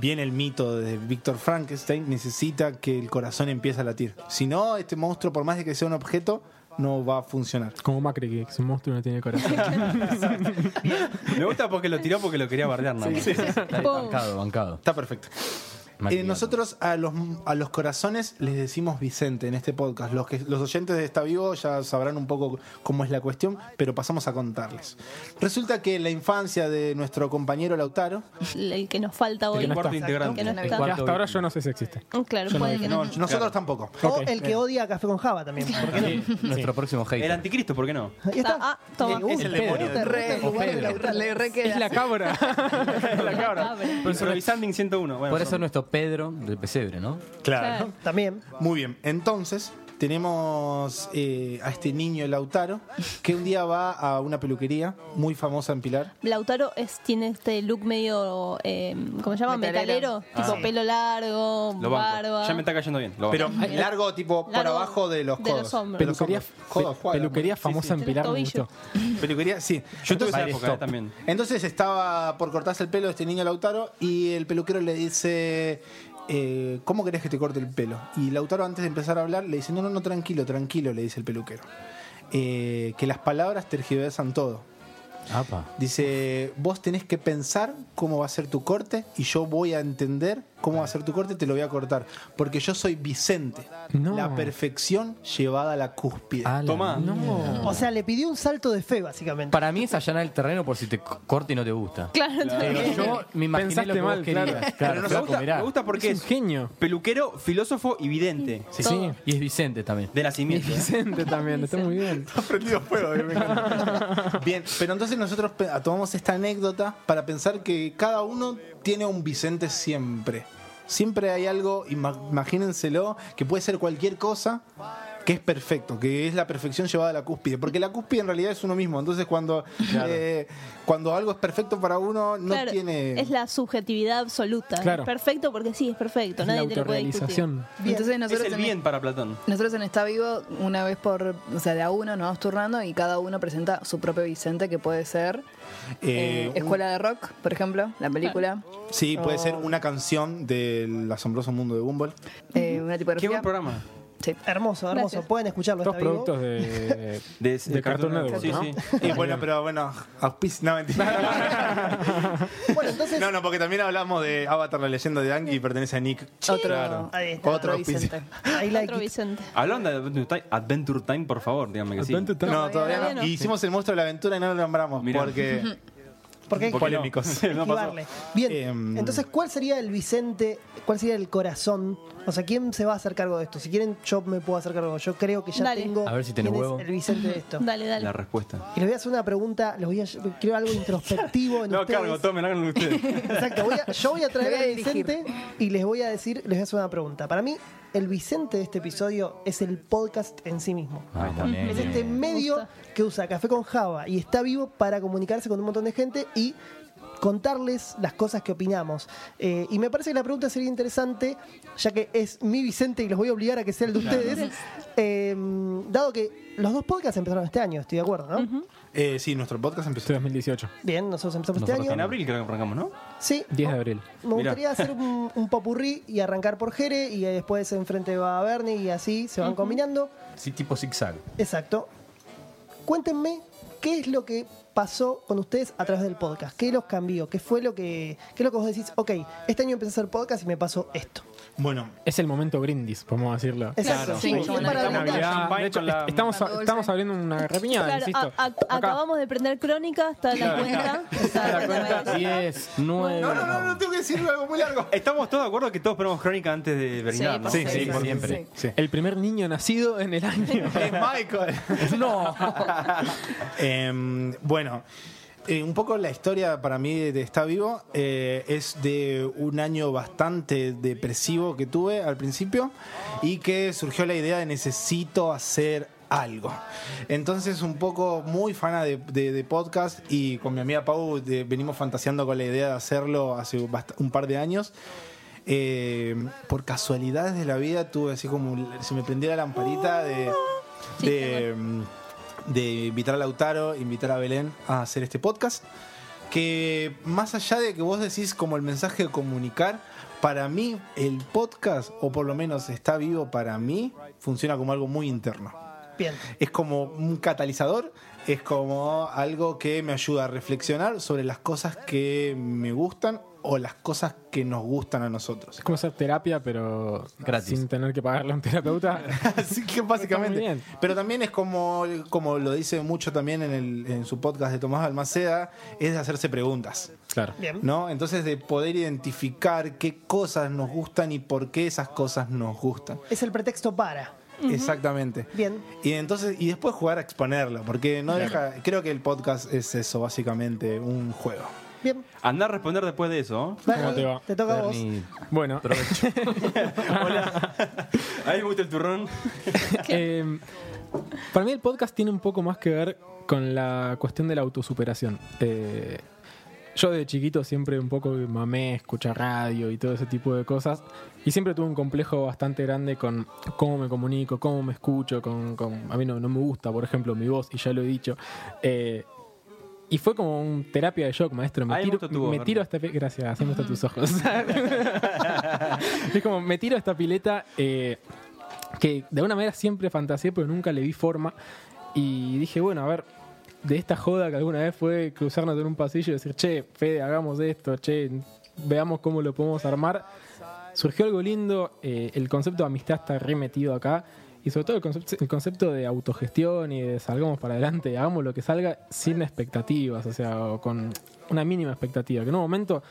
B: viene el mito de Víctor Frankenstein, necesita que el corazón empiece a latir. Si no, este monstruo, por más de que sea un objeto, no va a funcionar.
C: Como Macri, que es un monstruo y no tiene corazón.
G: Me gusta porque lo tiró porque lo quería bardear, nada más.
D: Dale, bancado, bancado.
B: Está perfecto.
D: Malcriado.
B: Eh, nosotros a los, a los corazones les decimos Vicente en este podcast. Los, que, los oyentes de Está Vivo ya sabrán un poco cómo es la cuestión, pero pasamos a contarles. Resulta que en la infancia de nuestro compañero Lautaro,
E: El que nos falta hoy.
G: El cuarto
E: Exacto.
G: integrante.
E: Que no
F: El
E: está.
C: Que
D: cuarto.
C: hasta ahora yo no sé si existe.
E: Mm, Claro, puede que no.
B: nosotros tampoco.
A: O el que odia a Café con Java también. ¿por qué no?
D: Nuestro próximo
G: El
D: hater.
G: anticristo, ¿por qué no?
A: Ahí está.
E: Ah, toma.
A: Me gusta,
B: el
A: me
B: demonio.
A: gusta, me gusta el lugar de la-
F: Le re
C: Es la cabra.
G: la cabra. Profesor Lisanding 101. Bueno,
D: Por eso
G: perdón.
D: nuestro Pedro del pesebre, ¿no?
E: Claro.
A: También.
B: Muy bien, entonces tenemos eh, a este niño Lautaro que un día va a una peluquería muy famosa en Pilar.
E: Lautaro es, tiene este look medio, eh, ¿cómo se llama?
F: Metalero.
E: Metalero. Tipo pelo largo,
G: Ah, Lo banco.
E: barba.
G: Ya me está cayendo bien. lo banco.
B: Pero largo, tipo por
E: Largo
B: abajo de los
E: de
B: codos.
E: los hombros.
B: De los
C: Peluquería,
B: hombros. Codos,
C: pe-
B: juega,
C: peluquería famosa en
E: Del
C: Pilar me
E: tobillo.
C: gustó.
B: Peluquería, sí.
G: Yo tuve esa
D: Vale,
G: época eh,
D: stop.
G: también.
B: Entonces estaba por cortarse el pelo este niño Lautaro y el peluquero le dice, eh, ¿cómo querés que te corte el pelo? Y Lautaro antes de empezar a hablar le dice, no, no, no, tranquilo, tranquilo, le dice el peluquero. Eh, que las palabras tergiversan todo.
D: Apa.
B: Dice, vos tenés que pensar cómo va a ser tu corte y yo voy a entender cómo va a ser tu corte y te lo voy a cortar. Porque yo soy Vicente,
C: No.
B: la perfección llevada a la cúspide.
D: A la
G: Tomá.
D: mierda.
A: Oh. O sea, le pidió un salto de fe, básicamente.
D: Para mí es allanar el terreno por si te co- corta y no te gusta.
E: Claro,
D: Pero yo me imaginé
C: Pensaste
D: lo que vos
C: mal,
D: querías.
C: claro.
G: Pero nos
D: flaco,
G: gusta,
D: mirá.
G: me gusta porque
C: es
G: es
C: un genio.
G: peluquero, filósofo y vidente
D: Sí,
E: Todo.
D: sí. Y es Vicente también.
G: de
C: Y
G: nacimiento. ¿eh?
C: Vicente también, está muy bien.
B: Prendido fuego, me encanta. Bien, pero entonces nosotros pe- tomamos esta anécdota para pensar que cada uno tiene un Vicente siempre. Siempre hay algo, ima- imagínenselo, que puede ser cualquier cosa que es perfecto, que es la perfección llevada a la cúspide. Porque la cúspide en realidad es uno mismo. Entonces cuando, eh, cuando algo es perfecto para uno, no
E: Claro,
B: tiene...
E: Es la subjetividad absoluta.
C: Claro.
E: Es perfecto porque sí, es perfecto.
C: Es la
E: Nadie te lo puede discutir.
C: autorrealización.
F: Entonces
G: Es
F: nosotros
G: el
F: en-
G: bien para Platón.
F: Nosotros en Está Vivo, una vez por, o sea, de a uno nos vamos turnando y cada uno presenta su propio Vicente, que puede ser
B: eh,
F: eh,
B: un-
F: Escuela de Rock, por ejemplo, la película,
B: sí, puede ser una canción del asombroso mundo de Gumball.
F: eh, una
G: Qué
F: tipografía.
G: buen programa.
F: Sí.
A: Hermoso, hermoso.
F: Gracias.
A: Pueden escucharlo.
C: Dos
A: está vivo.
C: productos de,
G: De,
C: de Cartoon Network,
G: Sí,
C: ¿no?
G: sí.
B: Y bueno, pero bueno, auspicio... No, mentira.
A: Bueno, entonces,
B: No, no, porque también hablamos de Avatar, la leyenda de Anki y pertenece a Nick.
F: Otro,
B: Claro.
A: ahí está.
B: Otro
F: Vicente.
A: I like
E: Otro
A: it.
E: Vicente.
G: Hablando de Adventure Time, Adventure Time, por favor, díganme que sí.
C: Adventure Time.
B: No, todavía
E: todavía
B: no.
E: no.
B: Y hicimos el monstruo de la aventura y no lo nombramos
G: Mirá.
B: porque
A: Porque hay que
G: ¿Por qué no?
B: Polémicos.
G: No pasó.
A: esquivarle. Bien,
D: Mm.
B: Em.
A: entonces, ¿cuál sería el Vicente? ¿Cuál sería el corazón? O sea, ¿quién se va a hacer cargo de esto? Si quieren, yo me puedo hacer cargo. Yo creo que ya
E: Dale.
A: tengo
D: A ver si tenés
A: quién
D: huevo.
A: es el Vicente de esto.
E: Dale, dale.
G: La respuesta.
A: Y les voy a hacer una pregunta, les voy a, creo algo introspectivo en
G: No,
A: ustedes.
G: cargo, tomen, háganlo ustedes.
A: Exacto, voy a- yo voy a traer
F: Te voy a
A: al Vicente y les voy a decir, les voy a hacer una pregunta. Para mí, el Vicente de este episodio es el podcast en sí mismo.
D: Ah, también.
A: Es este medio que usa Café con Java y está vivo para comunicarse con un montón de gente y contarles las cosas que opinamos. Eh, y me parece que la pregunta sería interesante, ya que es mi Vicente y los voy a obligar a que sea el de ustedes, eh, dado que los dos podcasts empezaron este año, estoy de acuerdo, ¿no?
B: eh, sí, nuestro podcast
C: Este
B: empezó.
C: 2018,
A: Bien, nosotros empezamos este
G: En
A: año.
G: abril creo que arrancamos, ¿no?
A: Sí,
C: 10 de abril.
A: me
G: Mirá.
A: gustaría hacer un, un popurrí y arrancar por Jere y después enfrente va Bernie y así se van combinando.
D: Sí, tipo zigzag.
A: Exacto. Cuéntenme qué es lo que pasó con ustedes a través del podcast. ¿Qué los cambió? ¿Qué fue lo que, qué es lo que vos decís? Ok, este año empecé a hacer podcast y me pasó esto.
B: Bueno,
C: Es el momento brindis, podemos decirlo.
A: Exacto.
F: sí,
A: Es
F: como
A: para
F: Navidad.
A: anotar.
C: Navidad.
G: champagne
C: De hecho,
G: con la-
C: est- estamos,
F: La bolsa.
C: estamos abriendo una repiñada,
E: Claro,
C: insisto.
E: a- a-
C: Acá.
E: acabamos de prender crónica, está la cuenta. Está la cuenta.
D: 10, 9.
B: no, no, no, no, tengo que decir algo muy largo.
G: Estamos todos de acuerdo que todos ponemos crónica antes de brindar, ¿no?
B: Sí, sí,
F: por-
D: siempre.
C: El primer niño nacido en el año.
B: Es Michael.
D: No.
B: Em, bueno, eh, un poco la historia para mí de Está Vivo eh, es de un año bastante depresivo que tuve al principio y que surgió la idea de necesito hacer algo. Entonces un poco muy fana de, de- de podcast y con mi amiga Pau de- venimos fantaseando con la idea de hacerlo hace bast- un par de años. Eh, por casualidades de la vida tuve así como se me prendiera la lamparita de,
E: Sí,
B: de, mm, de invitar a Lautaro, invitar a Belén a hacer este podcast. Que más allá de que vos decís como el mensaje de comunicar, para mí el podcast, o por lo menos está vivo para mí, funciona como algo muy interno
A: Bien.
B: es como un catalizador, es como algo que me ayuda a reflexionar sobre las cosas que me gustan o las cosas que nos gustan a nosotros.
C: Es como hacer terapia, pero
D: Gratis.
C: sin tener que pagarle a un terapeuta.
B: Así que
C: Está muy
B: básicamente.
C: bien.
B: Pero también es como, como lo dice mucho también en, el- en su podcast de Tomás Almaceda, es de hacerse preguntas.
C: Claro.
A: Bien.
B: ¿No? Entonces de poder identificar qué cosas nos gustan y por qué esas cosas nos gustan.
A: Es el pretexto para.
B: Exactamente.
A: Bien.
B: Y entonces, y después jugar a exponerlo, porque no deja. Creo que el podcast es eso, básicamente, un juego.
A: Bien.
G: Andá a responder después de eso. ¿eh? ¿no?
A: Bernie,
C: ¿Cómo te va?
A: toca a vos.
D: Bernie,
C: Bueno,
D: provecho.
G: A mí me gusta el turrón.
C: Eh, para mí el podcast tiene un poco más que ver con la cuestión de la autosuperación. Eh, yo de chiquito siempre un poco mamé, escuchar radio y todo ese tipo de cosas. Y siempre tuve un complejo bastante grande con cómo me comunico, cómo me escucho, con, con- a mí no, no me gusta, por ejemplo, mi voz, y ya lo he dicho. Eh, y fue como un terapia de shock, maestro. Me
G: Ahí me
C: tiro,
G: gusta tu voz,
C: me tiro a esta pi- Gracias, así me gustan tus ojos. es como, me tiro a esta pileta eh, que de alguna manera siempre fantaseé, pero nunca le vi forma. Y dije, bueno, a ver, de esta joda que alguna vez fue cruzarnos en un pasillo y decir, che, Fede, hagamos esto, che, veamos cómo lo podemos armar. Surgió algo lindo, eh, el concepto de amistad está remetido acá. Y sobre todo el concepto, el concepto de autogestión y de salgamos para adelante, hagamos lo que salga sin expectativas, o sea, o con una mínima expectativa, que en un momento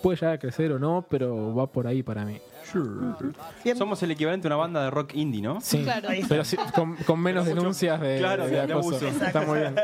C: puede llegar a crecer o no, pero va por ahí para mí.
A: Bien.
G: Somos el equivalente a una banda de rock indie, ¿no?
C: Sí,
E: Claro.
C: pero sí, con, con menos denuncias de,
G: claro,
C: de
G: de
C: acoso.
G: abuso.
C: Está muy bien.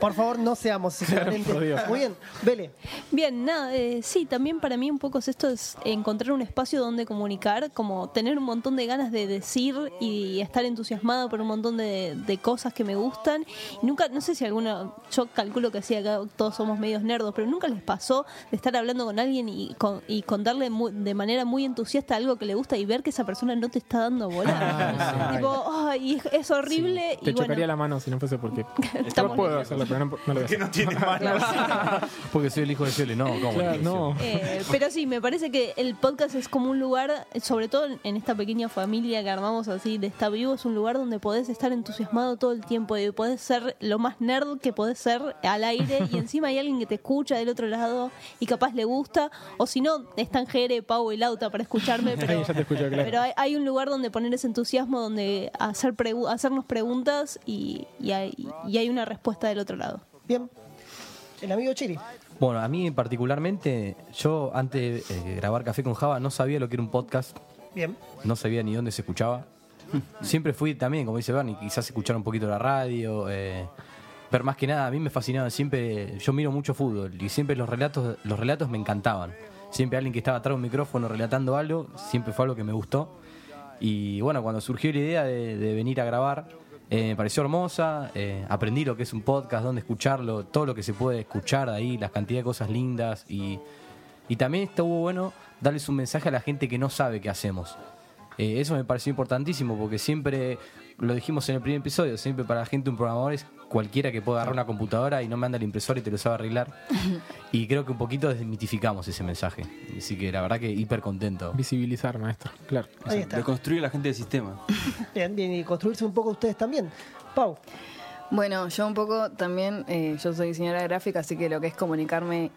A: Por favor, no seamos exigentes.
C: por Dios.
A: Muy bien, Vele.
E: Bien, nada, eh, sí, también para mí un poco es esto es encontrar un espacio donde comunicar, como tener un montón de ganas de decir y estar entusiasmado por un montón de, de cosas que me gustan. Y nunca, no sé si alguno, yo calculo que sí, acá todos somos medios nerdos, pero nunca les pasó de estar hablando con alguien y, con- y contarle mu- de manera muy entusiasta algo que le gusta y ver que esa persona no te está dando bola.
C: Ay.
E: tipo, ay, es, es horrible.
C: Ah, Te
E: y bueno,
C: chocaría la mano si no fuese porque.
E: Estamos-
C: Yo puedo hacerlo, pero no, no lo voy a hacer.
B: no tiene manos.
D: Porque soy el hijo de Ciole, no, ¿cómo?
C: Claro, no.
E: Eh, pero sí, me parece que el podcast es como un lugar, sobre todo en esta pequeña familia que armamos así de Está Vivo, es un lugar donde podés estar entusiasmado todo el tiempo y podés ser lo más nerd que podés ser al aire y encima hay alguien que te escucha del otro lado y capaz le gusta, o si no, están Jere, Pau y Lauta para escucharme, pero,
C: Ahí ya te escucho, claro.
E: pero hay, hay un lugar donde poner ese entusiasmo, donde hacer pregu- hacernos preguntas y, y hay, y hay una respuesta del otro lado.
A: Bien. El amigo Chiri.
D: Bueno, a mí particularmente, yo antes de eh, grabar Café con Java no sabía lo que era un podcast,
A: Bien.
D: no sabía ni dónde se escuchaba. Siempre fui también, como dice Bernie, quizás escuchar un poquito la radio, eh, pero más que nada a mí me fascinaba siempre, yo miro mucho fútbol y siempre los relatos, los relatos me encantaban. Siempre alguien que estaba atrás de un micrófono relatando algo, siempre fue algo que me gustó. Y bueno, cuando surgió la idea de, de venir a grabar, eh, me pareció hermosa. eh, aprendí lo que es un podcast, dónde escucharlo, todo lo que se puede escuchar de ahí, las cantidad de cosas lindas. Y, y también estuvo bueno darles un mensaje a la gente que no sabe qué hacemos. Eh, eso me pareció importantísimo porque siempre, lo dijimos en el primer episodio, siempre para la gente un programador es cualquiera que pueda agarrar una computadora y no manda el impresor y te lo sabe arreglar. y creo que un poquito desmitificamos ese mensaje. Así que la verdad que hiper contento.
C: Visibilizar, maestro. Claro.
A: Ahí está.
G: Reconstruir a la gente del sistema.
A: Bien, bien. Y construirse un poco ustedes también. Pau.
F: Bueno, yo un poco también, eh, yo soy diseñadora gráfica, así que lo que es comunicarme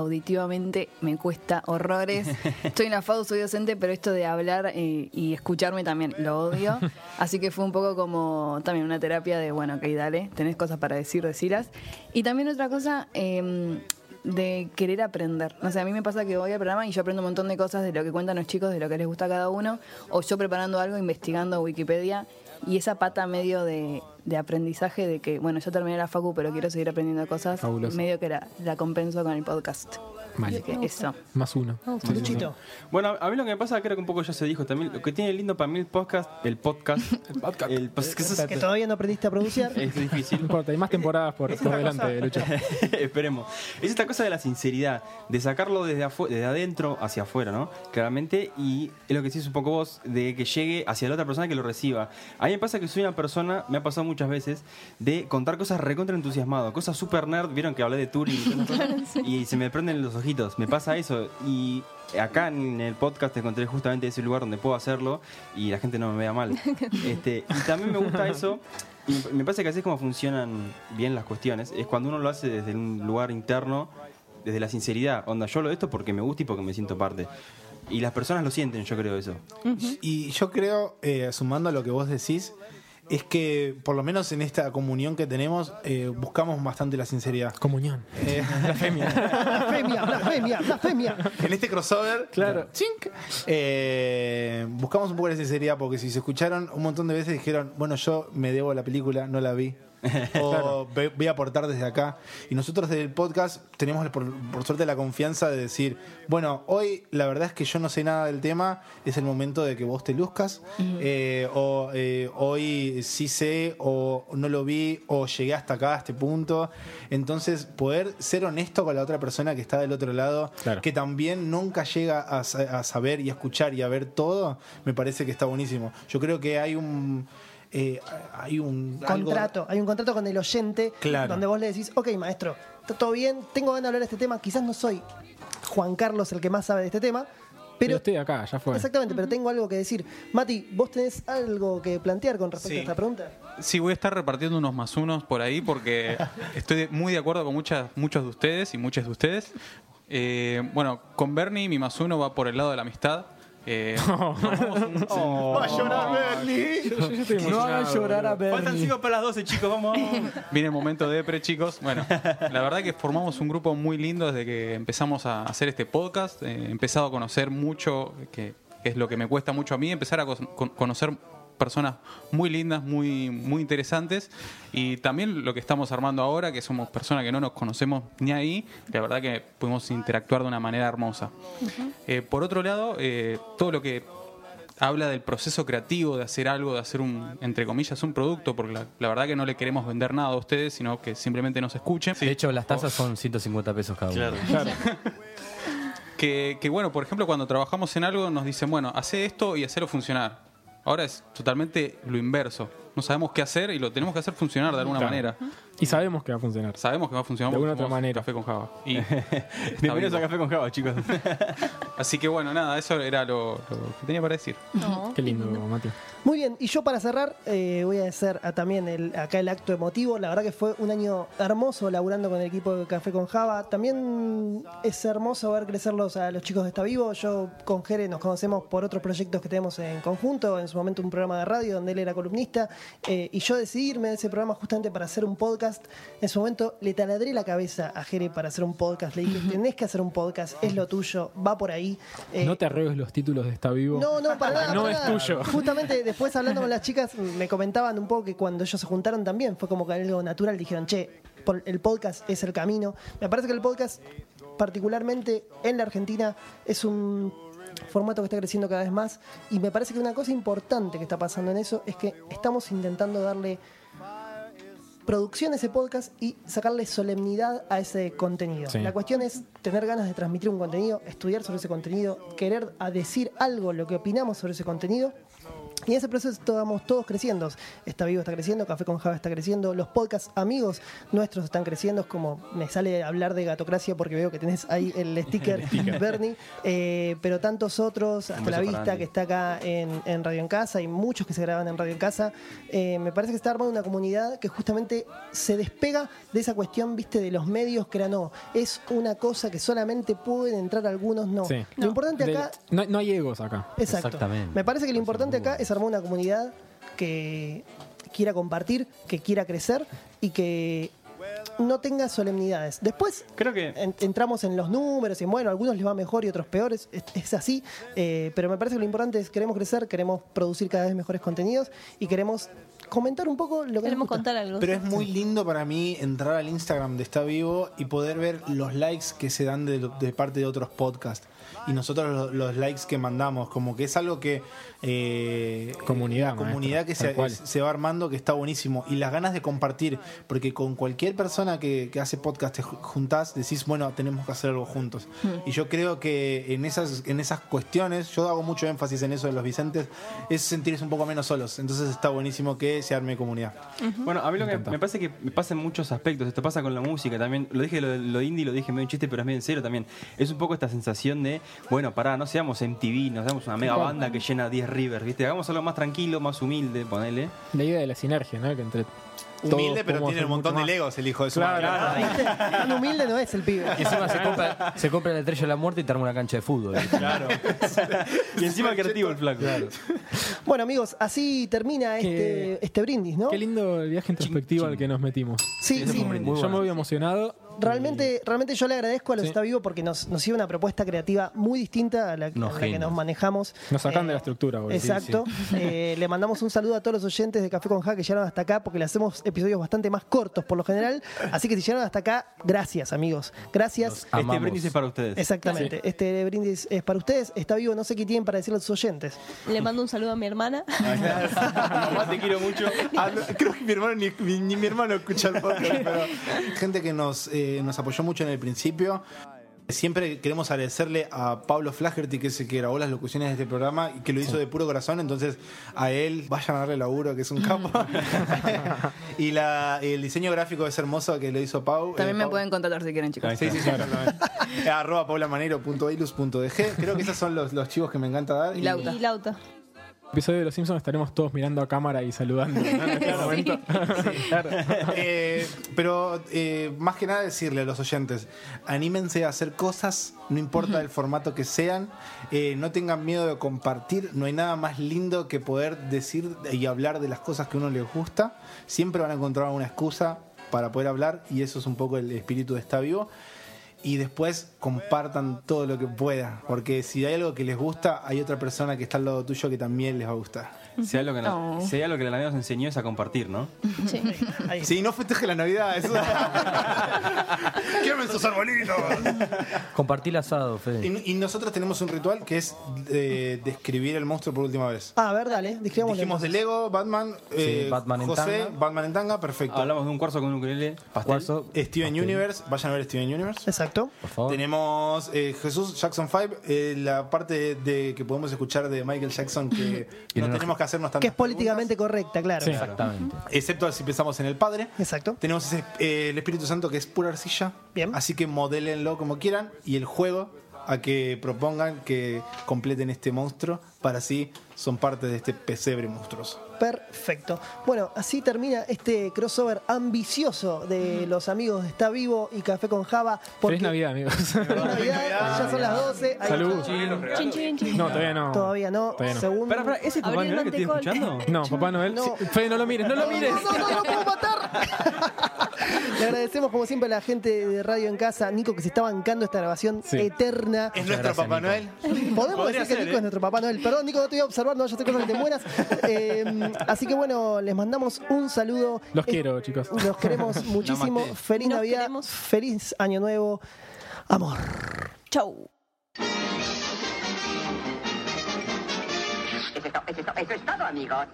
F: auditivamente me cuesta horrores. Estoy en la FAU, soy docente, pero esto de hablar eh, y escucharme también lo odio. Así que fue un poco como también una terapia de, bueno, ok, dale, tenés cosas para decir, decilas. Y también otra cosa... eh, de querer aprender. No sé, a mí me pasa que voy al programa y yo aprendo un montón de cosas de lo que cuentan los chicos, de lo que les gusta a cada uno, o yo preparando algo, investigando Wikipedia, y esa pata medio de, de aprendizaje de que, bueno, yo terminé la facu, pero quiero seguir aprendiendo cosas,
C: Fabuloso.
F: medio que la, la compenso con el podcast.
C: Mal.
F: Que eso.
C: Más uno.
A: Luchito.
G: Bueno, a mí lo que me pasa, creo que un poco ya se dijo también, lo que tiene lindo para mí el podcast, el podcast, el podcast,
A: Que todavía no aprendiste a pronunciar.
G: es
C: No
G: difícil.
C: importa, hay más temporadas por, por delante, Lucho.
G: Esperemos. Es esta cosa de la sinceridad, de sacarlo desde, afu- desde adentro hacia afuera, ¿no? Claramente, y es lo que decís un poco vos, de que llegue hacia la otra persona que lo reciba. A mí me pasa que soy una persona, me ha pasado muchas veces, de contar cosas recontra entusiasmado, cosas super nerd. Vieron que hablé de Turing y, todas esas cosas? y se me prenden los ojitos. Me pasa eso. Y acá en el podcast encontré justamente ese lugar donde puedo hacerlo y la gente no me vea mal. Este, y también me gusta eso. Y me- me parece que así es como funcionan bien las cuestiones. Es cuando uno lo hace desde un lugar interno, desde la sinceridad. Onda, yo lo esto porque me gusta y porque me siento parte. Y las personas lo sienten, yo creo eso.
B: Y yo creo, eh, sumando a lo que vos decís, es que por lo menos en esta comunión que tenemos eh, buscamos bastante la sinceridad.
C: Comunión.
B: Eh,
A: Blasfemia, blasfemia, blasfemia.
B: en este crossover,
C: Claro.
B: chink, eh, buscamos un poco la sinceridad porque si se escucharon un montón de veces dijeron, bueno, yo me debo a la película, no la vi. o "Ve- voy a aportar desde acá. Y nosotros del podcast tenemos por, por suerte la confianza de decir, bueno, hoy la verdad es que yo no sé nada del tema, es el momento de que vos te luzcas. Eh, o eh, hoy sí sé, o no lo vi, o llegué hasta acá, a este punto. Entonces, poder ser honesto con la otra persona que está del otro lado,
C: Claro.
B: que también nunca llega a, sa- a saber y a escuchar y a ver todo, me parece que está buenísimo. Yo creo que hay un... eh, hay un algo-
A: Contrato. Hay un contrato con el oyente
B: Claro.
A: donde vos le decís, ok, maestro, está todo bien, tengo ganas de hablar de este tema. Quizás no soy Juan Carlos el que más sabe de este tema,
C: Pero estoy acá, ya fue.
A: Exactamente, pero tengo algo que decir. Mati, ¿vos tenés algo que plantear con respecto
I: Sí.
A: a esta pregunta?
I: Sí, voy a estar repartiendo unos más unos por ahí porque estoy muy de acuerdo con muchas, muchos de ustedes y muchas de ustedes. Eh, bueno, con Bernie mi más uno va por el lado de la amistad. Eh, nos vamos un-
B: ¡Va a llorar Oh. Bernie!
C: Oh, Yo- yo estoy
D: No
C: emocionado,
D: hagan llorar a
C: boludo.
G: Faltan
D: Bernie.
G: 5 para las 12, chicos, vamos.
I: Viene el momento de pre, chicos. Bueno, la verdad que formamos un grupo muy lindo desde que empezamos a hacer este podcast. Eh, he empezado a conocer mucho, que, que es lo que me cuesta mucho a mí, empezar a cos- con- conocer personas muy lindas, muy, muy interesantes. Y también lo que estamos armando ahora, que somos personas que no nos conocemos ni ahí, la verdad que pudimos interactuar de una manera hermosa. Eh, por otro lado, eh, todo lo que habla del proceso creativo de hacer algo, de hacer un, entre comillas, un producto, porque la, la verdad que no le queremos vender nada a ustedes, sino que simplemente nos escuchen.
D: De hecho, las tasas
G: Oh.
D: son 150 pesos cada uno.
I: Que, que, bueno, por ejemplo, cuando trabajamos en algo nos dicen, bueno, hace esto y hacerlo funcionar. Ahora es totalmente lo inverso. No sabemos qué hacer y lo tenemos que hacer funcionar de alguna
C: Claro.
I: manera.
C: Y sabemos que va a funcionar.
I: Sabemos que va a funcionar
C: De alguna
I: porque
C: otra
I: somos
C: manera.
I: Café con Java. Y-
G: Bienvenidos
I: vivo.
G: a Café con Java, chicos.
I: así que bueno, nada, eso era lo, lo que tenía para decir.
C: Qué lindo, Mati.
A: Muy bien, y yo para cerrar eh, voy a hacer ah, también el- acá el acto emotivo. La verdad que fue un año hermoso laburando con el equipo de Café con Java. También es hermoso ver crecerlos a los chicos de Está Vivo. Yo con Jere nos conocemos por otros proyectos que tenemos en conjunto. En su momento un programa de radio donde él era columnista. eh, y yo decidí irme de ese programa justamente para hacer un podcast. En su momento le taladré la cabeza a Jere para hacer un podcast. Le dije, tenés que hacer un podcast, es lo tuyo, va por ahí. Eh,
C: No te arregles los títulos de Está Vivo.
A: no, no, para nada.
C: No
A: para
C: es
A: nada.
C: tuyo.
A: Justamente después hablando con las chicas, me comentaban un poco que cuando ellos se juntaron también fue como que algo natural. Dijeron, che, por- el podcast es el camino. Me parece que el podcast, particularmente en la Argentina, es un formato que está creciendo cada vez más. Y me parece que una cosa importante que está pasando en eso es que estamos intentando darle producción a ese podcast y sacarle solemnidad a ese contenido.
C: Sí.
A: La cuestión es tener ganas de transmitir un contenido, estudiar sobre ese contenido, querer a decir algo, lo que opinamos sobre ese contenido. Y en ese proceso estamos todos creciendo. Está Vivo está creciendo, Café con Java está creciendo, los podcasts amigos nuestros están creciendo. Es como me sale hablar de gatocracia porque veo que tenés ahí el sticker, Bernie. Eh, pero tantos otros, hasta
G: beso
A: la
G: para
A: vista,
G: Andy.
A: que está acá en, en Radio en Casa y muchos que se graban en Radio en Casa. Eh, me parece que se está armando una comunidad que justamente se despega de esa cuestión, viste, de los medios que era no. Es una cosa que solamente pueden entrar algunos, no.
C: Sí.
A: Lo importante
C: Del-
A: acá
C: no, no hay egos acá.
A: Exacto.
D: Exactamente.
A: Me parece que lo importante acá es armar una comunidad que quiera compartir, que quiera crecer y que no tenga solemnidades. Después
G: Creo que
A: en- entramos en los números y bueno, a algunos les va mejor y otros peores, es, es así, eh, pero me parece que lo importante es queremos crecer, queremos producir cada vez mejores contenidos y queremos comentar un poco lo que
E: Queremos
A: nos gusta.
E: contar algo.
B: Pero es muy lindo para mí entrar al Instagram de Está Vivo y poder ver los likes que se dan de, de parte de otros podcasts. Y nosotros lo- los, likes que mandamos, como que es algo que... eh,
C: Comunidad,
B: la comunidad
C: maestro,
B: que
C: tal
B: se,
C: cual.
B: se va armando, que está buenísimo. Y las ganas de compartir, porque con cualquier persona que, que hace podcast te ju- juntás, decís, bueno, tenemos que hacer algo juntos. Y yo creo que en esas, en esas cuestiones, yo hago mucho énfasis en eso de los Vicentes, es sentirse un poco menos solos. Entonces está buenísimo que se arme comunidad.
G: Bueno, a mí lo que me parece que me pasa en muchos aspectos. Esto pasa con la música también. Lo dije lo, de- lo de indie, lo dije medio en chiste, pero es medio en serio también. Es un poco esta sensación de, bueno, pará, no seamos MTV, no seamos una mega banda que llena 10 rivers, ¿viste? Hagamos algo más tranquilo, más humilde, ponele.
C: La idea de la sinergia, ¿no? Que entre
B: Humilde, pero tiene un montón de
C: legos
B: legos el hijo de su
C: Claro,
B: madre.
C: claro.
A: ¿Viste? Tan humilde no es el pibe.
D: Y encima se compra, se compra la estrella de la muerte y te arma una cancha de fútbol.
G: Claro. y encima creativo el flaco.
A: Bueno amigos, así termina
C: Qué-
A: este, este brindis, ¿no?
C: Qué lindo el viaje introspectivo al que nos metimos.
A: Sí, sí.
C: Yo me voy emocionado.
A: Realmente, realmente yo le agradezco a los
C: Eh, Sí.
A: Está Vivo porque nos, nos hizo una propuesta creativa muy distinta a la, a
D: Unos
A: la que
D: genios.
A: nos manejamos. Eh,
C: Nos sacan de la estructura, boludo.
A: Exacto. Eh, le mandamos un saludo a todos los oyentes de Café con Ja que llegaron hasta acá porque le hacemos episodios bastante más cortos por lo general. Así que si llegaron hasta acá, gracias amigos. Gracias.
G: Este brindis es para ustedes.
A: Exactamente. Este brindis es para ustedes. Está Vivo, no sé qué tienen para decirle a sus oyentes.
E: Le mando un saludo a mi hermana.
G: Mamá, te quiero mucho.
B: Ah, no, creo que mi hermano ni, ni- ni mi hermano escucha el podcast, pero gente que nos, eh, nos apoyó mucho en el principio. Siempre queremos agradecerle a Pablo Flaherty, que es el que grabó las locuciones de este programa y que lo hizo de puro corazón. Entonces, a él vayan a darle laburo, que es un capo. y la- el diseño gráfico es hermoso que lo hizo Pau.
F: También
B: Eh,
F: me
B: Pau-
F: pueden contratar si quieren, chicos.
B: Sí, sí, sí, exactamente. Arroba paulamanero.ilus.dg. Creo que esos son los, los chivos que me encanta dar.
F: Y Lauta.
E: Y Lauta.
C: Episodio de Los Simpsons estaremos todos mirando a cámara y saludando. ¿no? En este momento. Claro.
B: Eh, pero eh, más que nada decirle a los oyentes, anímense a hacer cosas, no importa el formato que sean, eh, no tengan miedo de compartir, no hay nada más lindo que poder decir y hablar de las cosas que a uno les gusta, siempre van a encontrar una excusa para poder hablar y eso es un poco el espíritu de Está Vivo. Y después compartan todo lo que pueda, porque si hay algo que les gusta, hay otra persona que está al lado tuyo que también les va a gustar.
G: Sea lo que, la-
F: Oh.
G: sea lo que la Navidad nos enseñó es a compartir, ¿no?
E: Sí.
A: Ahí.
B: Si no festeje la Navidad, eso. ¡Quiemen sus arbolitos!
D: Compartí el asado, Fede.
B: Y, y nosotros tenemos un ritual que es eh, describir el monstruo por última vez.
A: Ah, a ver, dale, describámoslo.
B: Dijimos de Lego, Batman, eh,
D: Batman en
B: José,
D: tanga.
B: Batman en tanga, perfecto.
G: Hablamos de un cuarzo con un ukelele, pastel.
D: Cuarzo,
B: Steven Universe, vayan a ver Steven Universe.
A: Exacto.
D: por favor.
B: Tenemos eh, Jesús Jackson 5, eh, la parte de que podemos escuchar de Michael Jackson que no tenemos que hacernos tantas
A: Que es políticamente
B: preguntas,
A: correcta, claro.
C: Sí.
D: Exactamente.
B: excepto si pensamos en el padre.
A: Exacto.
B: Tenemos ese, eh, el Espíritu Santo que es pura arcilla.
A: Bien.
B: Así que modélenlo como quieran. Y el juego a que propongan que completen este monstruo. Para así son parte de este pesebre monstruoso.
A: Perfecto. Bueno, así termina este crossover ambicioso de los amigos de Está Vivo y Café con Java. porque-
C: Feliz Navidad, amigos.
A: Feliz Navidad, ya son las 12. Ahí
C: Salud.
A: está.
E: Chin, chin, chin.
C: No, todavía no.
A: Todavía no.
C: Todavía no.
A: Segundo.
G: Pará, pará, ¿ese es tu
E: Abrí el
G: manual que estoy
E: mantecol.
G: escuchando?
C: No, Papá Noel.
A: No.
C: sí. Fede, no lo mires, no lo mires.
A: No, no, no, lo puedo matar. Le agradecemos como siempre a la gente de Radio en Casa, Nico, que se está bancando esta grabación
C: Sí.
A: eterna.
B: Es nuestro Papá Noel.
A: Podemos decir
B: Podría
A: que
B: ser,
A: Nico
B: ¿eh?
A: es nuestro Papá Noel. Perdón, Nico, no te voy a observar, no, yo te cuento que te mueras. Eh, así que bueno, les mandamos un saludo.
C: Los
A: Eh,
C: quiero, chicos.
A: Los queremos muchísimo.
G: maté.
A: Feliz
E: Nos
A: Navidad,
E: queremos.
A: feliz Año Nuevo. Amor.
E: Chau.
J: Eso es, to- eso es to- eso es todo, amigos.